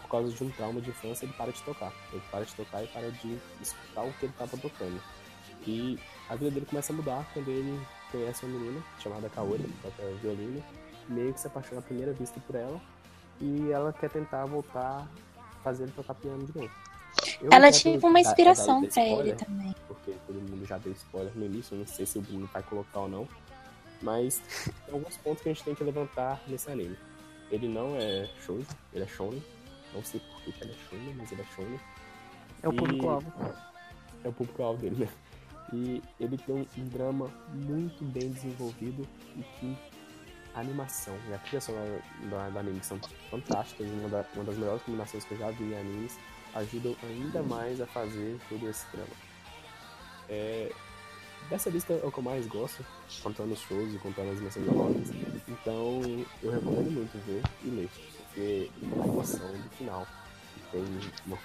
por causa de um trauma de infância, ele para de tocar. Ele para de tocar e para de escutar o que ele estava tocando. E a vida dele começa a mudar quando ele conhece uma menina chamada Kaori, que toca violino, meio que se apaixona à primeira vista por ela, e ela quer tentar voltar a fazer ele tocar piano de novo. Eu
Ela
não
é
quero
tipo uma
dar-
inspiração
dar
pra ele
spoiler,
também.
Porque todo mundo já deu spoiler no início, eu não sei se o Bruno vai colocar ou não. Mas tem alguns pontos que a gente tem que levantar nesse anime. Ele não é shoujo, ele é shonen. Não sei por que que ele é shonen, mas ele é shonen.
É o
E-
público-alvo.
É o público-alvo dele, né? E ele tem um- um drama muito bem desenvolvido e que a animação e a trilha sonora do, do anime são fantásticas, uma, da- uma das melhores combinações que eu já vi em animes, ajudam ainda mais a fazer todo esse drama. É, dessa lista é o que eu mais gosto, contando os shows e contando as minhas memórias. Então eu recomendo muito ver e ler, porque a emoção do final tem uma,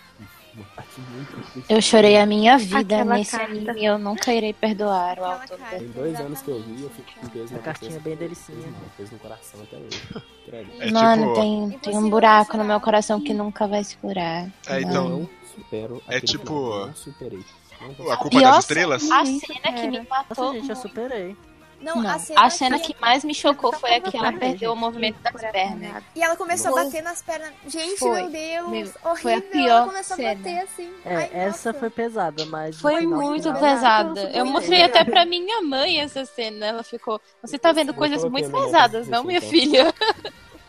uma parte muito triste.
Eu chorei É a minha vida
Aquela
nesse
carta.
anime. Eu nunca irei perdoar o autor.
Tem dois anos que eu vi, eu fico com peso na
A cartinha é
consciência,
bem
com
delicinha.
peso, não, peso no coração até
[LAUGHS]
hoje. Credo.
É
Mano,
tipo-
tem, tem um buraco no meu coração que nunca vai se curar.
É,
Eu
então.
não supero
É
aquele
tipo-
final, eu Não superei. Não vou
A
superar.
culpa é
pior
das estrelas?
A
Ninguém
cena que
supera.
é.
me
Nossa,
matou.
gente, eu superei.
Não, a cena, que, mais me chocou foi a que ela perdeu o movimento das pernas.
E ela começou
Foi.
a bater nas pernas. Gente,
Foi.
meu Deus,
Meu,
horrível.
foi a
ela
pior
começou a
cena.
bater assim.
É,
Ai,
essa
nossa.
foi pesada, mas. no
Foi
final,
muito
final,
pesada.
nossa,
Eu
foi
mostrei
horrível.
até pra minha mãe essa cena. Ela ficou. Você tá vendo
Eu
coisas
coloquei
muito
a minha mãe
pesadas,
pra
assim,
não, minha
então."
assistir,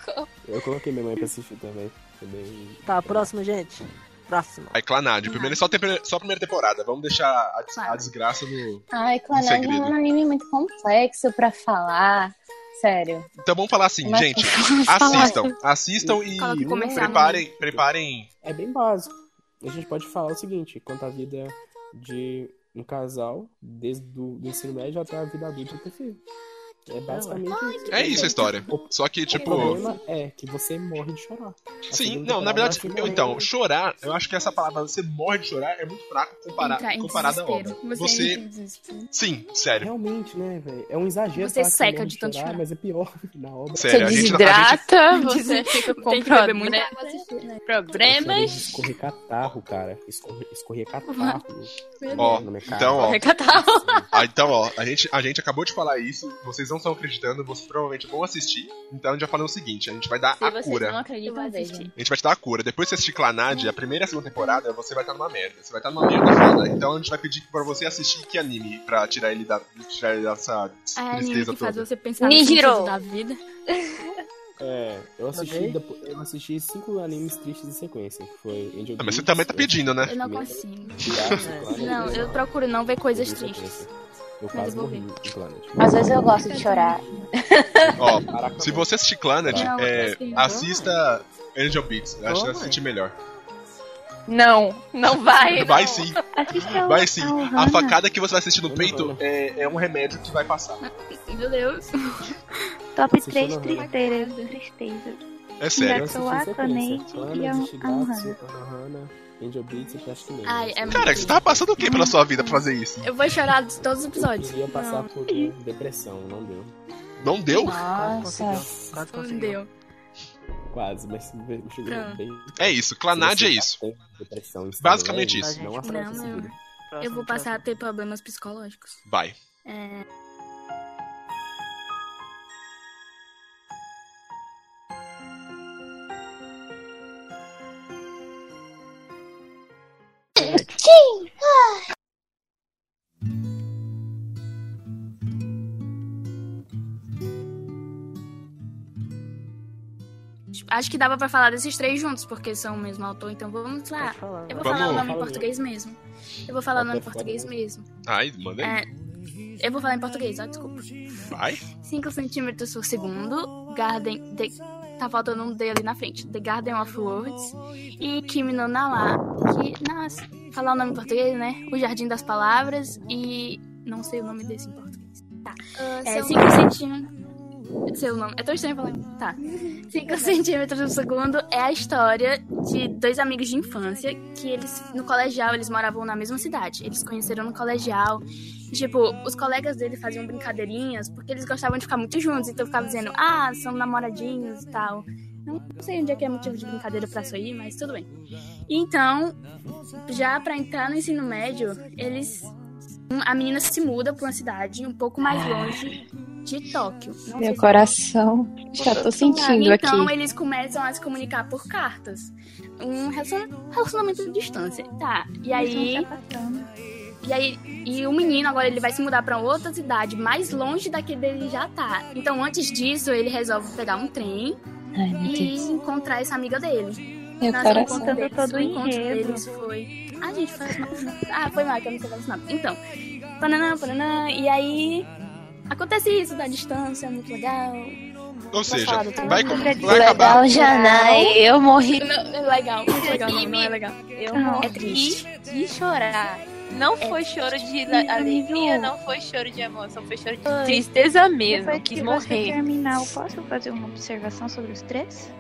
filha?
Eu coloquei minha mãe pra assistir também. também.
Tá, próximo, gente. Próximo.
Aí, Clanad. Primeiro é só, temper- só a primeira temporada. Vamos deixar a, a desgraça no.
Ai,
Um
Clanad é
segredo.
um anime muito complexo pra falar. Sério.
Então vamos falar assim,
Mas-
[LAUGHS]
gente.
Fala.
Assistam. Assistam e um,
Coloca o comercial no
preparem, preparem
É bem básico. A gente pode falar o seguinte: quanto à vida de um casal, desde do, do ensino médio até a vida adulta perfeita. É basicamente isso.
É isso a história.
O-
Só que,
O
tipo.
problema é que você morre de chorar. A
Sim,
segunda
não, na
temporada
verdade,
você
eu,
morre
então,
de-
chorar, eu acho que essa palavra você morre de chorar é muito fraco compara-
Entrar em
comparada à obra.
desespero. entra
Você.
em desespero.
Sim, sério.
Realmente, né, velho? É um exagero.
Você
falar que
seca
morre
de tanto chorar.
Mas é pior [LAUGHS] na obra.
Sério, a gente, a gente- [LAUGHS]
você fica com né?
Tem que beber muita
né?
né,
Eu
problemas.
chorei de Escorrer catarro, cara. Escorrer, escorrer catarro.
Ó,
na minha cara.
então, ó.
Recatar.
ah, então, ó, a gente, a gente acabou de falar isso, vocês não estão acreditando, vocês provavelmente vão assistir. Então a gente vai falar o seguinte: a gente vai dar
Se
a
vocês não
cura.
acreditam, vejam.
Uhum.
A gente vai te dar a cura. Depois que você assistir Clanad, a primeira e a segunda temporada, você vai estar numa merda. Você vai estar numa merda foda. Então a gente vai pedir pra você assistir que anime pra tirar ele, da, tirar ele dessa
É anime
tristeza
que faz
toda.
você pensar no
Nihiro.
sentido
[LAUGHS]
da vida.
É, eu assisti,
Ok.
depois, eu assisti cinco animes tristes em sequência. Que foi Angel
Ah, mas você
Beats, é,
também tá pedindo, né?
Eu não
Primeiro.
consigo.
Pirata, Planet,
Não, eu
Planet,
procuro não ver coisas
Planet,
tristes.
Eu
Mas
quase
eu vou
morri
ver.
em Planet.
Às vezes eu gosto de chorar.
Ó,
Caraca,
Se
mano.
você assistir Clannad,
Não,
é,
assim,
assista Angel Beats. Eu Acho que
Vamos.
você vai se sentir melhor.
Não, não vai.
[LAUGHS] Vai sim,
é um
Assista
vai sim. A facada que você vai assistir no
Não,
peito
não.
é, é um remédio que vai passar.
Meu Deus.
Top
Assista
3
na rua.
tristezas, tristeza.
É sério.
Eu assisti em
Yakuza,
sequência.
Kaneki
Planet,
e
é um
Am-
Shigatsu, Anohana, Angel Beats e Flash Kinetic.
Ai, é muito
Cara, você tá passando o que pela sua vida pra fazer isso?
Eu vou chorar de todos os
Eu
episódios.
queria passar
Não,
por uma depressão, não deu. Ah.
Não deu?
Quase
Nossa.
conseguiu. Quase
não
conseguiu.
deu.
Quase, mas me chegou
Pronto.
bem.
É isso, Clanad é isso. é Basicamente
isso.
é Não afronta
Não,
esse
não.
grupo.
Próximo,
Eu vou passar a
próximo.
ter problemas psicológicos. É,
Vai.
tipo, Acho que dava pra falar desses três juntos, porque são o mesmo autor, então vamos lá.
Pode falar.
Eu vou
Vamos.
falar o nome em
Fala,
português mesmo. Eu vou falar o nome em
Pode falar. Tá
português mesmo.
Ai, manda aí.
É, eu vou falar em português, ó, desculpa.
Vai.
5 centímetros por segundo, Garden. The, tá faltando um D ali na frente. The Garden of Words. E Kimi no Nawa. Que, nossa, falar o nome em português, né? O Jardim das Palavras e. Não sei o nome desse em português. Tá.
Ah,
É
são-
5 centímetros. Seu nome. É tão estranho falar. Tá.
[LAUGHS]
5 centímetros por segundo é a história de dois amigos de infância que eles, no colegial, eles moravam na mesma cidade. Eles se conheceram no colegial. E, Tipo, os colegas dele faziam brincadeirinhas porque eles gostavam de ficar muito juntos. Então ficavam dizendo, ah, são namoradinhos e tal. Não sei onde é que é motivo de brincadeira pra isso aí, mas tudo bem. Então, já pra entrar no ensino médio, eles. um- A menina se muda pra uma cidade um pouco mais longe de Tóquio. Não
É,
sei
Meu
se-
coração. Já tô sentindo aqui.
então eles começam a se comunicar por cartas. Um relacion- relacionamento à distância. Tá. E aí. E aí, e o menino agora ele vai se mudar pra outra cidade, mais longe daqui dele já tá. Então, antes disso, ele resolve pegar um trem
Ai, meu
e
Deus.
encontrar essa amiga dele.
Meu
Nas
coração.
encontros deles,
Contando todo
o encontro
enredo.
deles foi. Ah, gente, foi Ah, foi mal, que eu não sei falar esse nome. Então, pananã, pananã, e aí. Acontece isso da distância, é muito legal.
Ou seja,
Gostado, tá?
vai, com-
Nunca
vai acabar.
Legal, Janai. Eu morri.
Não, é legal, muito legal, não, não é legal.
Eu
Não,
morri
é triste.
de chorar. Não foi choro de la- alegria, não foi choro de emoção, foi choro de tristeza mesmo.
Depois
quis
que você
morrer.
terminar, eu posso fazer uma observação sobre os três?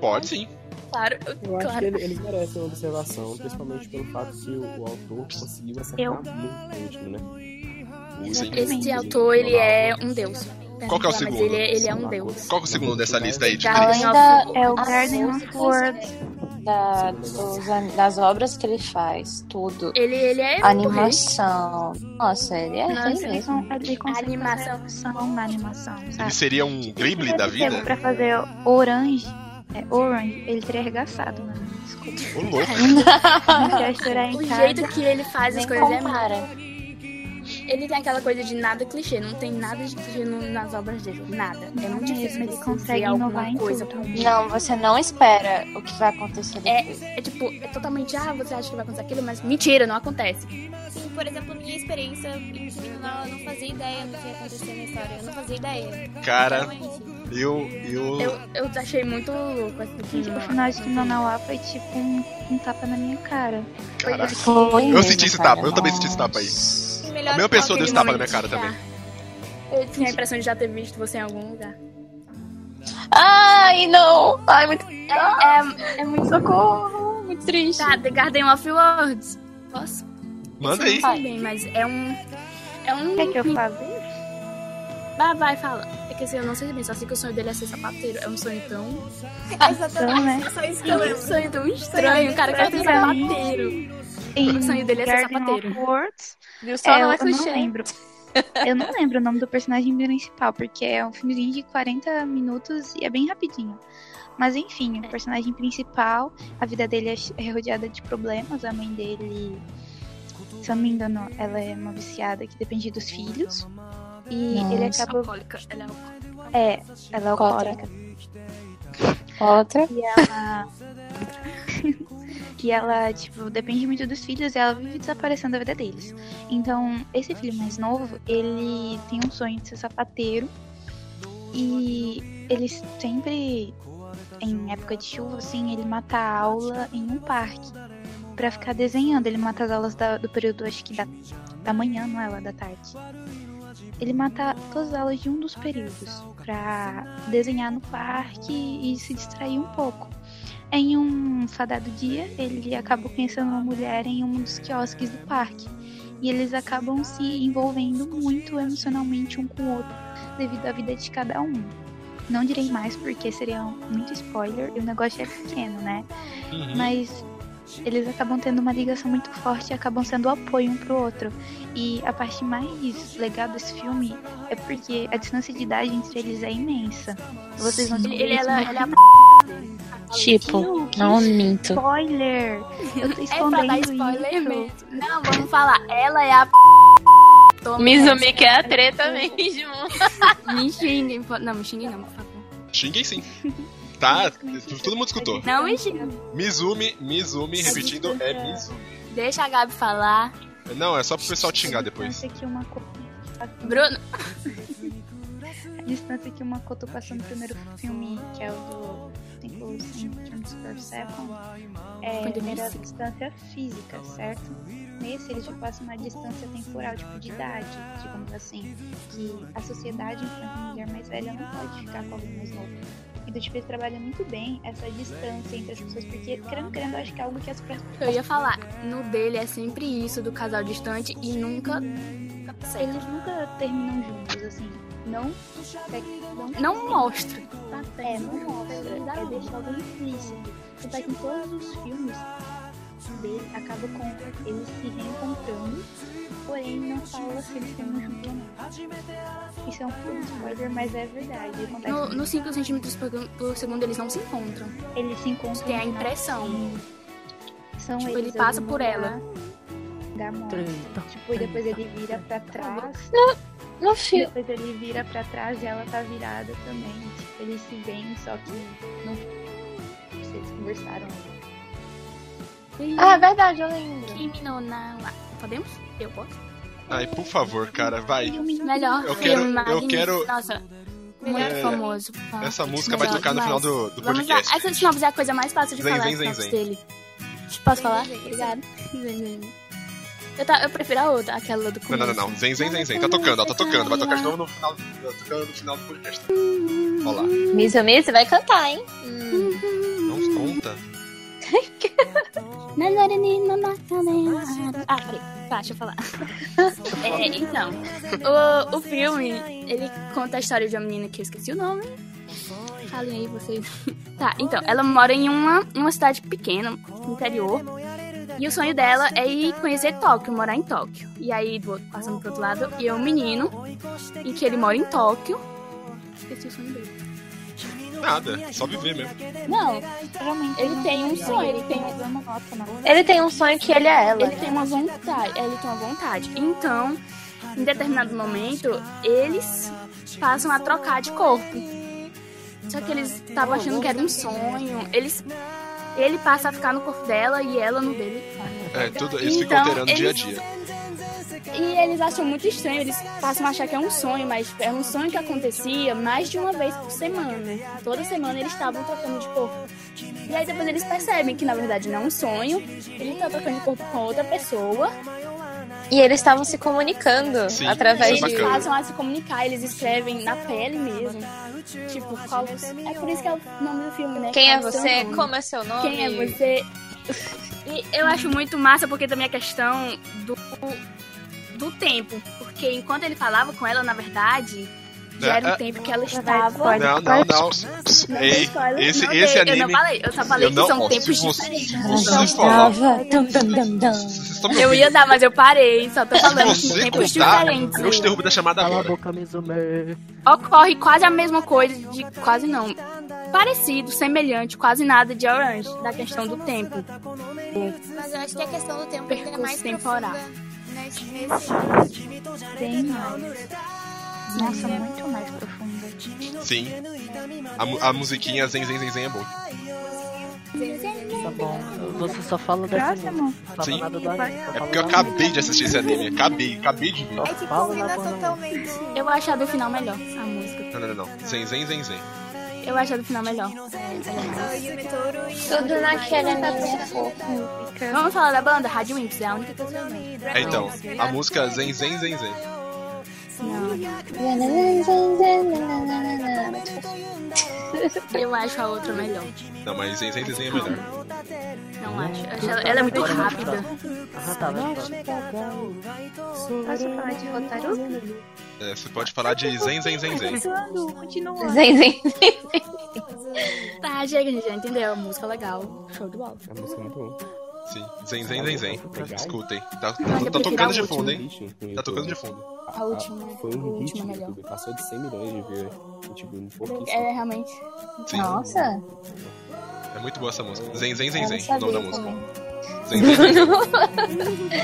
Pode sim.
Claro,
Eu acho que
claro.
ele- eles merecem uma observação, principalmente pelo fato que o, o autor conseguiu acertar
Eu-
muito o ritmo, né? O
Sim.
Esse
ritmo
autor, ele
emocional, né?
é um deus.
Qual que é o
Mas
segundo?
ele é, ele é um deus.
Qual que é o segundo dessa lista aí de três?
Garden
Ainda
of-
É o
As
Garden of
músicas,
é
Words.
da- dos an- das obras que ele faz, tudo.
Ele, ele é um rei.
Animação. Nossa, ele é
Nossa,
lindo.
Eles vão ali com
A animação.
são na animação,
Ele
sabe?
seria
Tá.
um drible da
Se tivesse tempo
vida?
pra fazer Orange, é Orange, ele teria arregaçado, mano. Desculpa.
Ô louco.
Ah.
Não quer chorar em
O
casa.
jeito que ele faz as
Nem
coisas é
compara.
muito- Ele tem aquela coisa de nada clichê, não tem nada de clichê no- nas obras dele. Nada. É muito
Mesmo,
difícil
ele
você
consegue
ver alguma
inovar em
coisa
tudo.
com-
Não, você não espera o que vai acontecer depois.
É tipo, é totalmente, ah, você acha que vai acontecer aquilo, mas mentira, não acontece.
Sim, por exemplo, minha experiência em criminal, eu não fazia ideia do que ia acontecer na história. Eu não fazia
É.
ideia.
Cara,
Realmente.
eu. eu...
Eu,
um
eu achei muito louco assim.
Gente, o final de Kinonawa foi tipo um, um tapa na minha cara. Foi
Caraca.
porque-
Foi
Eu
mesmo,
senti esse
cara.
tapa, eu também senti esse tapa aí.
Nossa.
Melhor
A mesma
que
pessoa
aquele
deu esse tapa na
momento
minha cara
de
também.
Eu tinha a impressão de já ter visto você em algum lugar.
Ai, não! Ai, muito,
É, é, é muito
socorro, muito triste.
Tá, The Garden of Words. Posso?
Manda
Eu
aí.
Não sei bem, mas é um. É um.
Quer que eu fale?
Vai, vai, fala. É que assim, eu não sei bem, só sei que o sonho dele é ser sapateiro. É um sonho tão.
Então, né?
Só isso que eu
É um
lembro.
sonho tão estranho. O cara quer ser sapateiro.
Em
O sonho dele é ser
Garden of
sapateiro.
Words,
Viu só?
é,
não é
eu não
clichê.
lembro. Eu não lembro o nome do personagem principal, porque é um filmezinho de 40 minutos e é bem rapidinho. Mas enfim,
É.
o personagem principal, a vida dele é che- é rodeada de problemas. A mãe dele, se eu não me engano, ela é uma viciada que depende dos filhos. E ele
Nossa.
acaba.
Alcoólica. Ela é alcoólica.
É, ela é
Alcoólatra.
alcoólica.
Outra.
E ela. [LAUGHS] e ela, tipo, depende muito dos filhos e ela vive desaparecendo da vida deles. Então, esse filho mais novo, ele tem um sonho de ser sapateiro. E ele sempre, em época de chuva, assim, ele mata a aula em um parque pra ficar desenhando. Ele mata as aulas da- do período, acho que da, da manhã, não é? Lá da tarde. Ele mata todas as aulas de um dos períodos pra desenhar no parque e se distrair um pouco. Em um fadado dia, ele acaba conhecendo uma mulher em um dos quiosques do parque. E eles acabam se envolvendo muito emocionalmente um com o outro, devido à vida de cada um. Não direi mais porque seria muito spoiler e o negócio é pequeno, né? Mas eles acabam tendo uma ligação muito forte e acabam sendo apoio um pro outro. E a parte mais legal desse filme é porque a distância de idade entre eles é imensa. Vocês vão
Ele,
descobrir
ele,
isso
ela,
no
ela é a.
Tipo, não minto.
Spoiler! Eu tô
[LAUGHS] É pra
escondendo
dar spoiler
isso.
mesmo. Não, vamos falar. Ela é a. Toma
Mizumi que é a treta mesmo.
essa. [LAUGHS] Me xinguem. pô. Não, me xinguem não, por favor.
Xinguem sim. Tá, todo mundo escutou.
Não me xinguem.
Mizumi, Mizumi, repetindo, é Mizumi.
Deixa a Gabi falar.
Não, é só pro pessoal te xingar depois.
Distância que uma co-
Bruno.
[LAUGHS] A distância que uma Koto passou no primeiro filme, que é o do 5 Centimeters per Second, é
Foi do
era
Messi.
distância física, certo? Nesse ele já passa uma distância temporal, tipo de idade, digamos assim. Que a sociedade enquanto a mulher mais velha não pode ficar com alguém mais novo. Então, tipo, ele trabalha muito bem essa distância entre as pessoas, porque, querendo, querendo, eu acho que é algo que as próximas
Eu ia falar, no dele é sempre isso do casal distante e nunca. tá certo.
Eles nunca terminam juntos, assim. Não, não,
Não mostra.
É, não mostra. É deixado implícito. Tanto é que em todos os filmes dele acaba com eles se reencontrando, porém não fala se eles estão juntos ou não. Isso é um pulo spoiler, mas é verdade. Acontece
No,
muito.
no 5 centímetros por, por segundo eles não se encontram.
Eles se encontram.
Tem a
no final
impressão.
do filme. São
Tipo,
eles
ele passa
andando
por
lá
ela.
Da morte.
Treta.
Tipo, e depois ele vira pra trás.
No
E
filme.
Depois ele vira pra trás e ela tá virada também. Tipo, eles se veem, só que não. Vocês conversaram.
Ah, é verdade, eu lembro.
Kimi no na... Podemos? Eu posso?
Ai, por favor, cara, vai.
Melhor
Eu
filme,
quero- eu
magnífico.
quero-
Nossa, muito
É,
famoso.
Essa
Ah,
música vai
melhor
tocar no final
demais.
do, do
Vamos lá.
podcast.
Essa sinopse é a coisa mais fácil de
Zen,
falar
zen, zen,
sinopse
zen.
dele. Posso falar?
zen, zen.
Obrigada. Zen, zen. Eu, tá, eu prefiro a outra, aquela do
Não,
começo.
não, não, não. Zen, zen, zen, zen. Tá tocando, ó, tá tocando. Vai tocar de novo no final, tá tocando no final do podcast. Ó lá.
Miss Miss vai cantar, hein? Hum.
Não conta.
Ah, peraí, tá, deixa eu falar. [LAUGHS] É, então, o, o filme, ele conta a história de uma menina que eu esqueci o nome. Falem aí vocês. Tá, então, ela mora em uma, em uma cidade pequena, no interior. E o sonho dela é ir conhecer Tóquio, morar em Tóquio. E aí, do outro- passando pro outro lado, e é um menino, em que ele mora em Tóquio. Esqueci o sonho dele.
Nada, só viver mesmo.
Não, ele tem um sonho, ele tem um
Ele tem um sonho que ele é ela.
Ele tem uma vontade, ele tem uma vontade. Então, em determinado momento, eles passam a trocar de corpo. Só que eles estavam achando que era um sonho. Eles ele passa a ficar no corpo dela e ela no dele.
É, tudo, eles ficam
Então,
alterando dia a
eles-
dia.
E eles acham muito estranho, eles passam a achar que é um sonho, mas tipo, é um sonho que acontecia mais de uma vez por semana. Toda semana eles estavam trocando de corpo. E aí depois eles percebem que na verdade não é um sonho, ele tá trocando de corpo com outra pessoa.
E eles estavam se comunicando
Sim,
através
isso é
de.
bacana.
passam a se comunicar, eles escrevem na pele mesmo. Tipo, qual você... É por isso que é o nome do filme, né?
Quem é
Qual o seu
você?
nome?
Como é seu nome?
Quem é você? E eu acho muito massa porque também a questão do, do tempo. Porque enquanto ele falava com ela, na verdade, já era
Ah,
o
ah.
tempo que ela estava.
Não, não, não. Ei,
spoiler,
esse,
não
esse
tem. Eu não
anime.
falei, eu só falei
eu
que
não-
são
ó, se
tempos
você-
diferentes.
Você falar. Vocês estão me
Eu
ouvindo?
ia dar, mas eu parei, só tô
Se
falando que são
você
tempos
contar,
diferentes.
eu te derrubo da chamada
Cala a
agora.
boca, Mizume.
ocorre quase a mesma coisa de quase não parecido, semelhante, quase nada de Orange da questão do tempo.
Mas eu acho que a questão do tempo ainda é
Percurso
mais
temporal.
profunda né, nesse- nesse-
Tem mais. Nossa, muito mais profunda.
Sim. A, mu- a musiquinha Zen, zen, zen, zen é bom.
Tá bom. Você só fala dessa
Próximo.
música. Não fala
Sim.
nada do anime.
É porque eu acabei de assistir esse anime. Acabei, acabei de ver.
É que combina totalmente.
Eu acho a do final melhor, a música.
Não, não, não, não. Zen, zen, zen, zen.
Eu acho a do final melhor.
Tudo naquele anime é fofo.
Vamos falar da banda Rádio Wimps, é a única que eu lembro.
É, então, a música Zen, zen, zen, zen.
Não, eu acho a outra melhor.
Não, mas Zen, zen, zen, zen é melhor.
Não acho. Eu acho ela, ela é muito rápida.
Ah, tá, vai pra-
Posso falar de Rotaru?
É, você pode falar de Zen, zen, zen, zen.
Continua.
Zen, zen.
Tá, chega, gente, já entendeu? A música é legal. Show de bola.
A música é muito boa.
Sim, zen, zen, zen, zen. Escutem. Tá, tá-
Olha,
tá tocando de
prefiro a
fundo, hein?
Hit no
Tá tocando de
YouTube.
fundo.
A, a-
última,
Foi
a
um hit
última
no
melhor.
YouTube. Passou de 100 milhões de views. tipo, um no YouTube, em pouquíssimo.
É realmente.
Sim,
Nossa,
é muito boa essa música. Zen, zen, zen,
eu não
zen. O nome da
sabia
música.
também.
Zen, zen, zen, zen.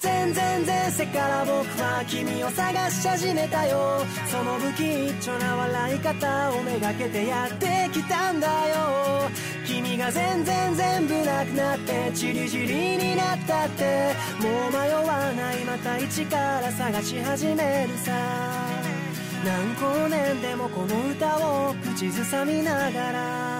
全然前世から僕は君を探し始めたよその不器一丁な笑い方をめがけてやってきたんだよ君が全然全部なくなってチリチリになったってもう迷わないまた一から探し始めるさ
何光年でもこの歌を口ずさみながら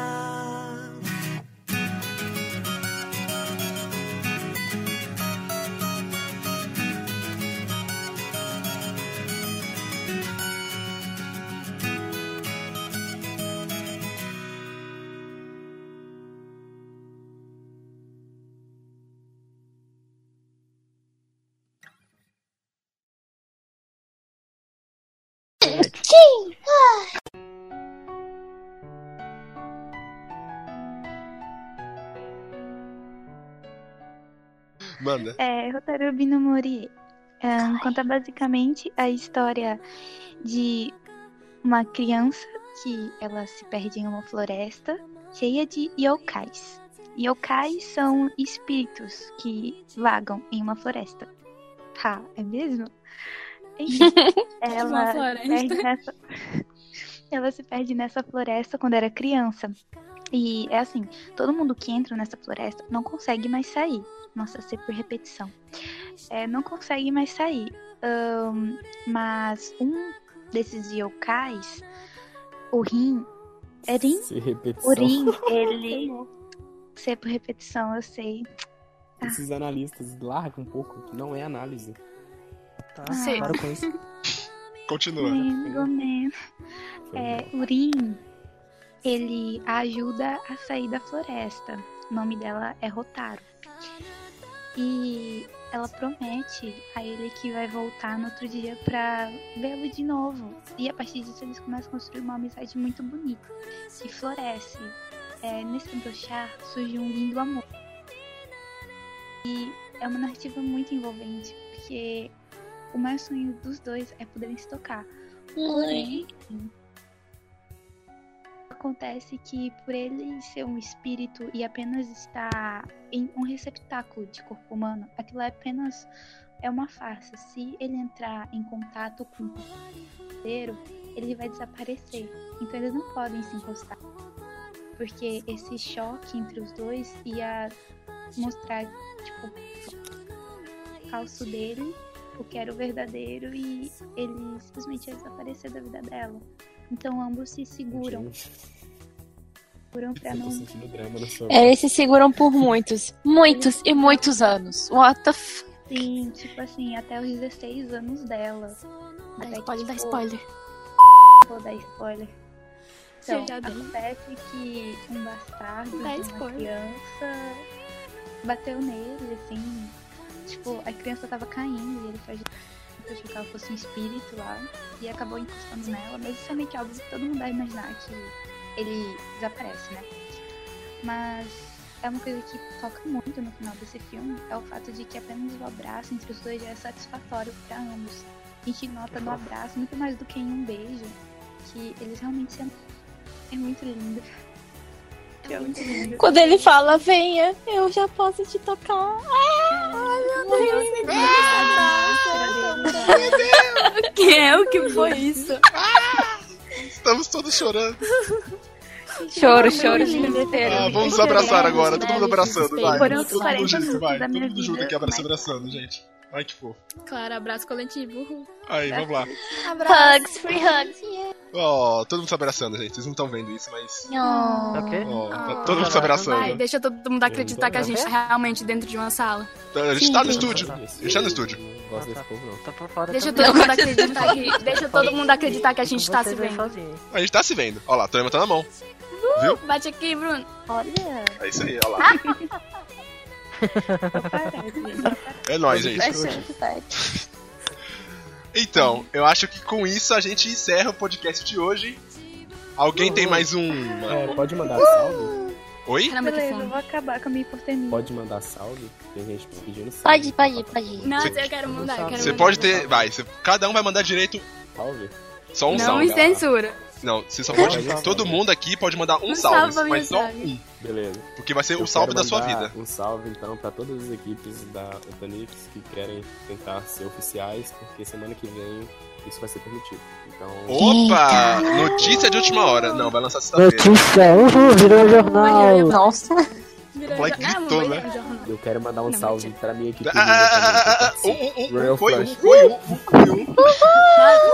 Manda.
É, Rotarubi no Mori ahn, conta basicamente a história de uma criança que ela se perde em uma floresta cheia de yokais. Yokais são espíritos que vagam em uma floresta. Tá, é mesmo? Enfim,
[LAUGHS] Uma
ela, se
floresta.
perde nessa... ela se perde nessa floresta quando era criança. E é assim, todo mundo que entra nessa floresta não consegue mais sair. Nossa, sei por repetição. É, não consegue mais sair. Ahn, mas um desses yokais, o Rin, é Rin?
Se repetição.
O Rin, ele.
[LAUGHS]
sei por repetição, eu sei.
é.
Esses analistas, larga um pouco, que não é análise.
Tá,
Ah.
Sei.
para com isso.
Continua.
Mais ou menos. É, o Rin, ele a ajuda a sair da floresta. O nome dela é Rotaro. E ela promete a ele que vai voltar no outro dia pra vê-lo de novo. E a partir disso eles começam a construir uma amizade muito bonita. Que floresce. É, nesse chá surge um lindo amor. E é uma narrativa muito envolvente, porque o maior sonho dos dois é poderem se tocar.
[LAUGHS]
Porém, acontece que por ele ser um espírito e apenas estar em um receptáculo de corpo humano, aquilo é apenas é uma farsa. Se ele entrar em contato com o terceiro, ele vai desaparecer. Então eles não podem se encostar. Porque esse choque entre os dois ia mostrar, tipo, o falso dele, o que era o verdadeiro, e ele simplesmente ia desaparecer da vida dela. Então ambos se seguram. Seguram pra não.
É,
É,
Eles se seguram por muitos, muitos e muitos anos. What the f...
Sim, tipo assim, até os 16 anos dela. Dá
spoiler, dá spoiler.
Vou dar spoiler.
Você
Então,
já deu.
acontece que um
Tá
bastardo
Dá
de uma
spoiler.
criança bateu nele, assim. Tipo, a criança tava caindo e ele foi achou que ela fosse um espírito lá e acabou encostando nela, mas isso é meio que óbvio que todo mundo vai imaginar que ele desaparece, né? Mas é uma coisa que toca muito no final desse filme, é o fato de que apenas o abraço entre os dois já é satisfatório pra ambos. A gente nota no abraço, muito mais do que em um beijo, que eles realmente se amam. É muito lindo. É muito lindo.
Quando ele fala, venha, eu já posso te tocar. Ah,
O que é? O que
[LAUGHS]
foi isso?
Estamos todos chorando.
Choro, choro, choro.
Ah,
tipo
vamos nos abraçar agora, todo mundo abraçando, vai.
Foram os
Todo
40
mundo junto,
minutos
vai.
da
Todo
minha
mundo junto
vida,
aqui, abraço, abraçando, gente. Ai, que fofo.
Claro, abraço coletivo. uhul.
Aí, vamos lá.
Abraço.
Hugs, free hugs.
Ó, todo mundo se abraçando, gente. Vocês não estão vendo isso, mas.
Não.
Ok? Ó, tá
Ah.
todo mundo se abraçando.
Vai, deixa todo mundo acreditar que a gente tá realmente dentro de uma sala.
A gente tá no
Sim.
estúdio. A gente tá no estúdio.
Gosto desse povo, não.
Tá por fora
Deixa
também.
todo mundo acreditar que, deixa todo mundo acreditar que a gente tá se
Vocês aí
vendo.
sozinhos.
A gente tá se vendo. Ó lá, Toyama tá na mão. Viu?
Bate aqui, Bruno.
Olha.
É isso aí, ó
[LAUGHS]
lá. É nóis, gente.
tá.
Então, eu acho que com isso a gente encerra o podcast de hoje. Alguém tem mais um.
É, pode mandar salve?
Oi?
Beleza, eu vou acabar com a minha hipotermia.
Pode mandar salve? Tem gente pedindo salve.
Pode, pode, pode.
Nossa, eu quero mandar, eu quero
Você
mandar.
pode ter. Vai, você- cada um vai mandar direito.
Salve.
Só um
Não
salve.
me censura.
Não, você só
Não,
pode.
não.
Todo mundo aqui pode mandar um,
Um
salve,
salve pra mim,
mas só
sabe?
um.
Beleza.
Porque vai ser
Eu
o salve
quero
da sua
mandar
vida.
Um salve então pra todas as equipes da Otanix que querem tentar ser oficiais, porque semana que vem isso vai ser permitido. Então.
Opa! Notícia de última hora. Não, vai lançar sexta-feira.
Notícia, uhul, virou um jornal.
Nossa.
O moleque gritou, né?
Eu quero mandar um salve pra minha equipe.
Ah, ah, ah, ah, ah, um, um, um,
Royal
foi um,
Flush.
foi um, um, foi um.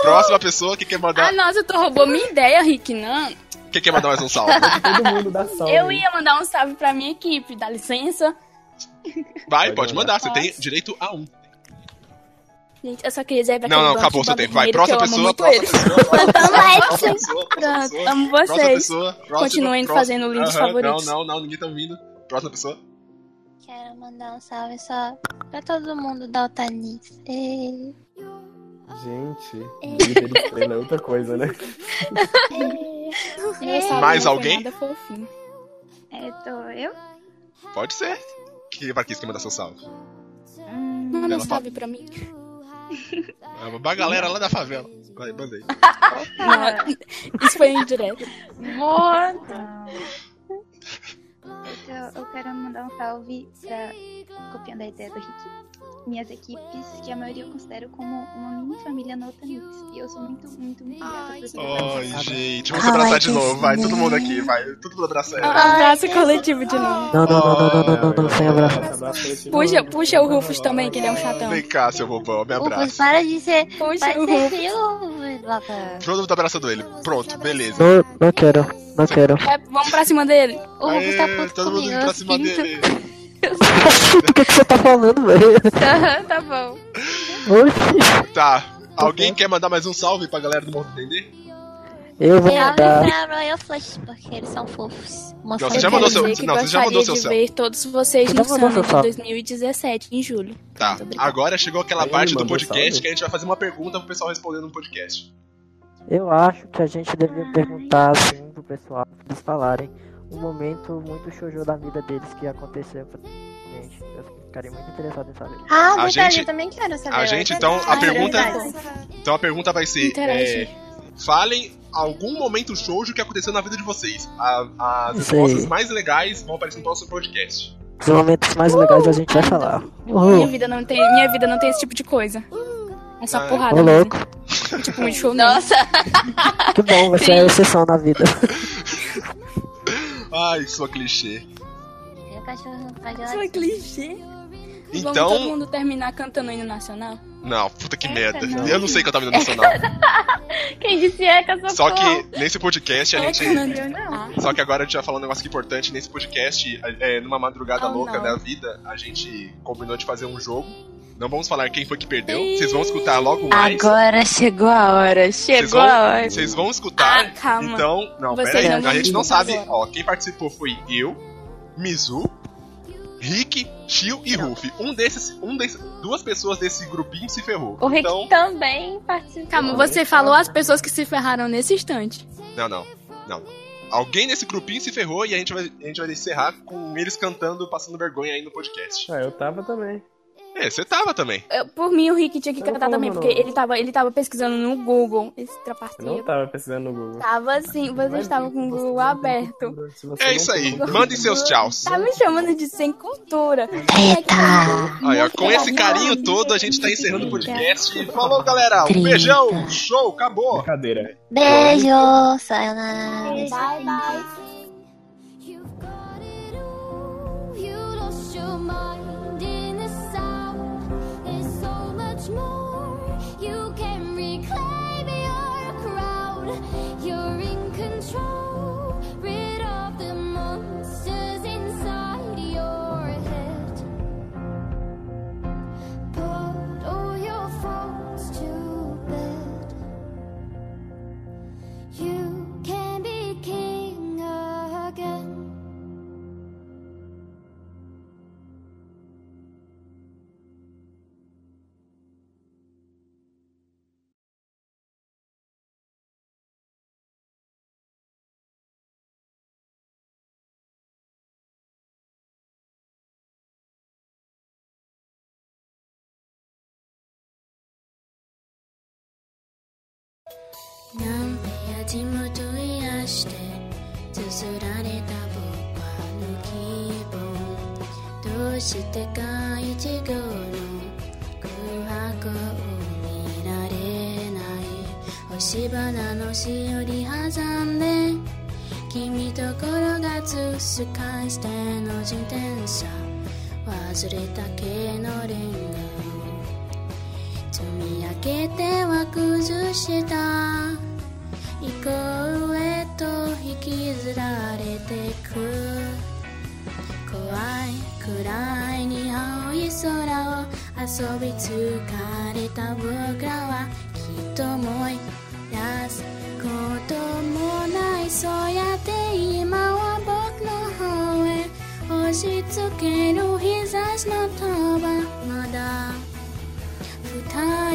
Próxima pessoa que quer mandar.
Ah, nossa, tu roubou minha ideia, Rick, não.
Quem quer mandar mais um salve?
Todo mundo dá salve.
Eu ia mandar um salve pra minha equipe, dá licença.
Vai, pode mandar, você tem direito a um.
Gente, eu só queria dizer pra
Não,
quem
não,
gosta
acabou
do
seu tempo. Vai,
Admiro,
próxima
que eu amo
pessoa,
muito
próxima
eles.
pessoa, próxima pessoa, próxima
[LAUGHS] Pronto,
pessoa,
amo
próxima
vocês.
pessoa, próxima,
Continuem
próxima.
fazendo lindos
Aham,
favoritos.
Não, não, não, ninguém tá ouvindo. Próxima pessoa.
Quero mandar um salve só pra todo mundo da Otanis. Ei.
Gente, líder estrela é outra coisa, [LAUGHS] né?
Mais alguém?
É, tô eu?
Pode ser. Que pra quem quer mandar seu salve?
Manda um
Bela
salve pra mim.
É pra galera lá da favela. Vai, mandei.
Ah.
Não, isso foi indireto.
Morta! Eu, tô- eu quero mandar um salve pra, copiando a ideia do Rick, minhas equipes, que a maioria eu considero como uma mini família no Otamix. E eu sou muito, muito, muito grata por
Ai,
ter
gente, vamos se abraçar de novo. Vai, todo mundo aqui, vai. Todo mundo abraça
Um
ela.
abraço coletivo de novo.
Não, não, não, não, não, não, não, não, sem abraço.
Puxa, puxa o Rufus também, que ele é um chatão.
Vem cá, seu bobão, me
Rufus,
abraça.
para de ser. para de ser
Rufus.
feio, Lapa.
Todo mundo tá abraçando ele. Pronto, beleza.
Não, não quero, não quero. [LAUGHS]
É, vamos pra cima dele.
O Rufus tá puto
todo mundo
comigo,
indo pra
eu
cima
sinto.
dele.
Do que, que você tá falando, velho?
Aham, tá bom.
Oxi.
Tá. Alguém quer mandar mais um salve pra galera do Morro Entender?
Eu vou
Eu
mandar.
pra É, Royal Flush, porque eles são fofos. Uma
Não,
Eu
você já
quero
mandou seu,
dizer que
não, você já mandou seu
gostaria
salve.
de ver todos vocês
Você
no
já mandou seu
Summit de
salve.
2017, em julho.
Tá, agora chegou aquela
Aí,
parte do
mandou
podcast
salve.
que a gente vai fazer uma pergunta pro pessoal responder no podcast.
Eu acho que a gente devia perguntar assim pro pessoal pra eles falarem um momento muito shoujo da vida deles que aconteceu pra gente. Eu ficaria muito interessado em saber.
Ah,
A
verdade,
gente-
eu também quero saber.
a gente, então, a
Ah,
pergunta-
verdade.
Então a pergunta vai ser:
Interage.
é, falem algum momento shoujo que aconteceu na vida de vocês. A- as
Sei.
respostas mais legais vão aparecer no próximo podcast.
Os momentos mais legais a gente vai falar.
Minha,
Uhul.
vida não tem, minha vida não tem esse tipo de coisa. É só
Ah, é.
porrada.
Ô louco,
mesmo. Tipo, muito show Nossa.
que bom, você é exceção na vida.
Ai, sua clichê.
Meu cachorro não pode
Isso é clichê. Vamos
Então-
todo mundo terminar cantando o hino nacional?
Não, puta que merda.
não.
Eu não sei é cantar hino [LAUGHS] nacional.
[LAUGHS] Quem disse é que eu
Só que nesse podcast a gente.
não.
Só que agora a gente vai falar um negócio que é importante. Nesse podcast, é, numa madrugada
Oh,
louca
não.
da vida, a gente combinou de fazer um jogo. Não vamos falar quem foi que perdeu. Vocês vão escutar logo mais.
Agora chegou a hora,
Vocês vão, vocês vão escutar.
Ah, calma.
Então, não,
Vocês
peraí.
não
a gente
vão
não sabe.
agora.
Ó, quem participou foi eu, Mizu, Rick, Shio e Rufi. Um desses, um desses, duas pessoas desse grupinho se ferrou.
Oh.
O Rick
Então,
também participou.
Calma, você falou as pessoas que se ferraram nesse instante.
não, não, não. Alguém nesse grupinho se ferrou e a gente vai, a gente vai encerrar com eles cantando, passando vergonha aí no podcast.
Ah, eu tava também.
É, você tava também.
Eu- por mim, o Rick tinha que
Eu
cantar
não vou,
também,
não.
porque ele tava, ele tava pesquisando no Google, esse
Eu não
trapaceiro.
tava pesquisando no Google.
Tava assim, vocês estavam com o Google aberto.
Se você
É
não
isso aí.
pergunta,
Mandem seus tchauz.
Tá me chamando de sem cultura.
Aí, ó, com esse carinho todo, a gente tá encerrando o podcast. Falou, galera. Um beijão. Show, acabou.
Brincadeira.
Beijo, sayonara.
Bye bye. You've got it all. You lost your mind in the south. There's so much more. You can reclaim your crown. You're in control. Rid of the monsters inside your head. Put all your faults to bed. You can be king again.
「なんて味も問い合して」「つづられた僕はの希望」「どうしてか一行の空白を見られない」「星花のしおり挟んで」「君と転がつスカイステの自転車」「忘れたけのレンガを」積み上げ
けては崩した行こうへと引きずられてく怖いくらいに青い空を遊び疲れた僕らはきっと思い出すこともないそうやって今は僕の方へ押し付ける日差しの束まだ二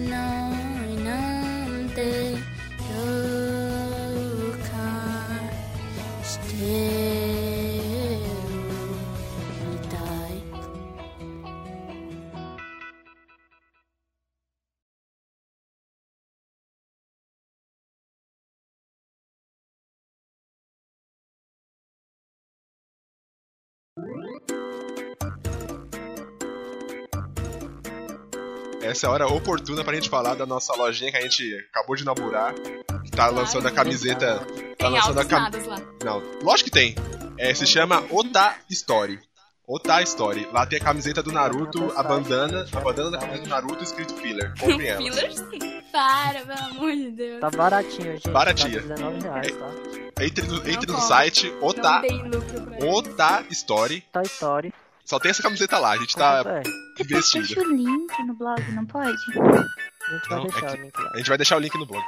になんてどうかしてるみたい
Essa é a hora oportuna pra gente falar da nossa lojinha que a gente acabou de inaugurar. Que tá lançando a camiseta. Tá
Tem
lançando
altos
a cam-
nadas lá.
Não, lógico que tem. É, se chama Ota Story. Ota Story. Lá tem a camiseta do Naruto, a bandana, a bandana da camiseta do Naruto escrito filler.
[LAUGHS]
Comprem ela.
Fillers? Para, pelo amor de Deus.
Tá baratinho, gente.
Baratinha. É,
Tá 19 reais, tá?
Entre no, entre no
compre.
site
Não
Ota,
dei lucro pra ele.
Ota Story.
Ota Story.
Só tem essa camiseta lá, a gente tá
Deixa
investindo.
o link no blog, não pode?
Não, é que- a gente vai deixar o link no blog.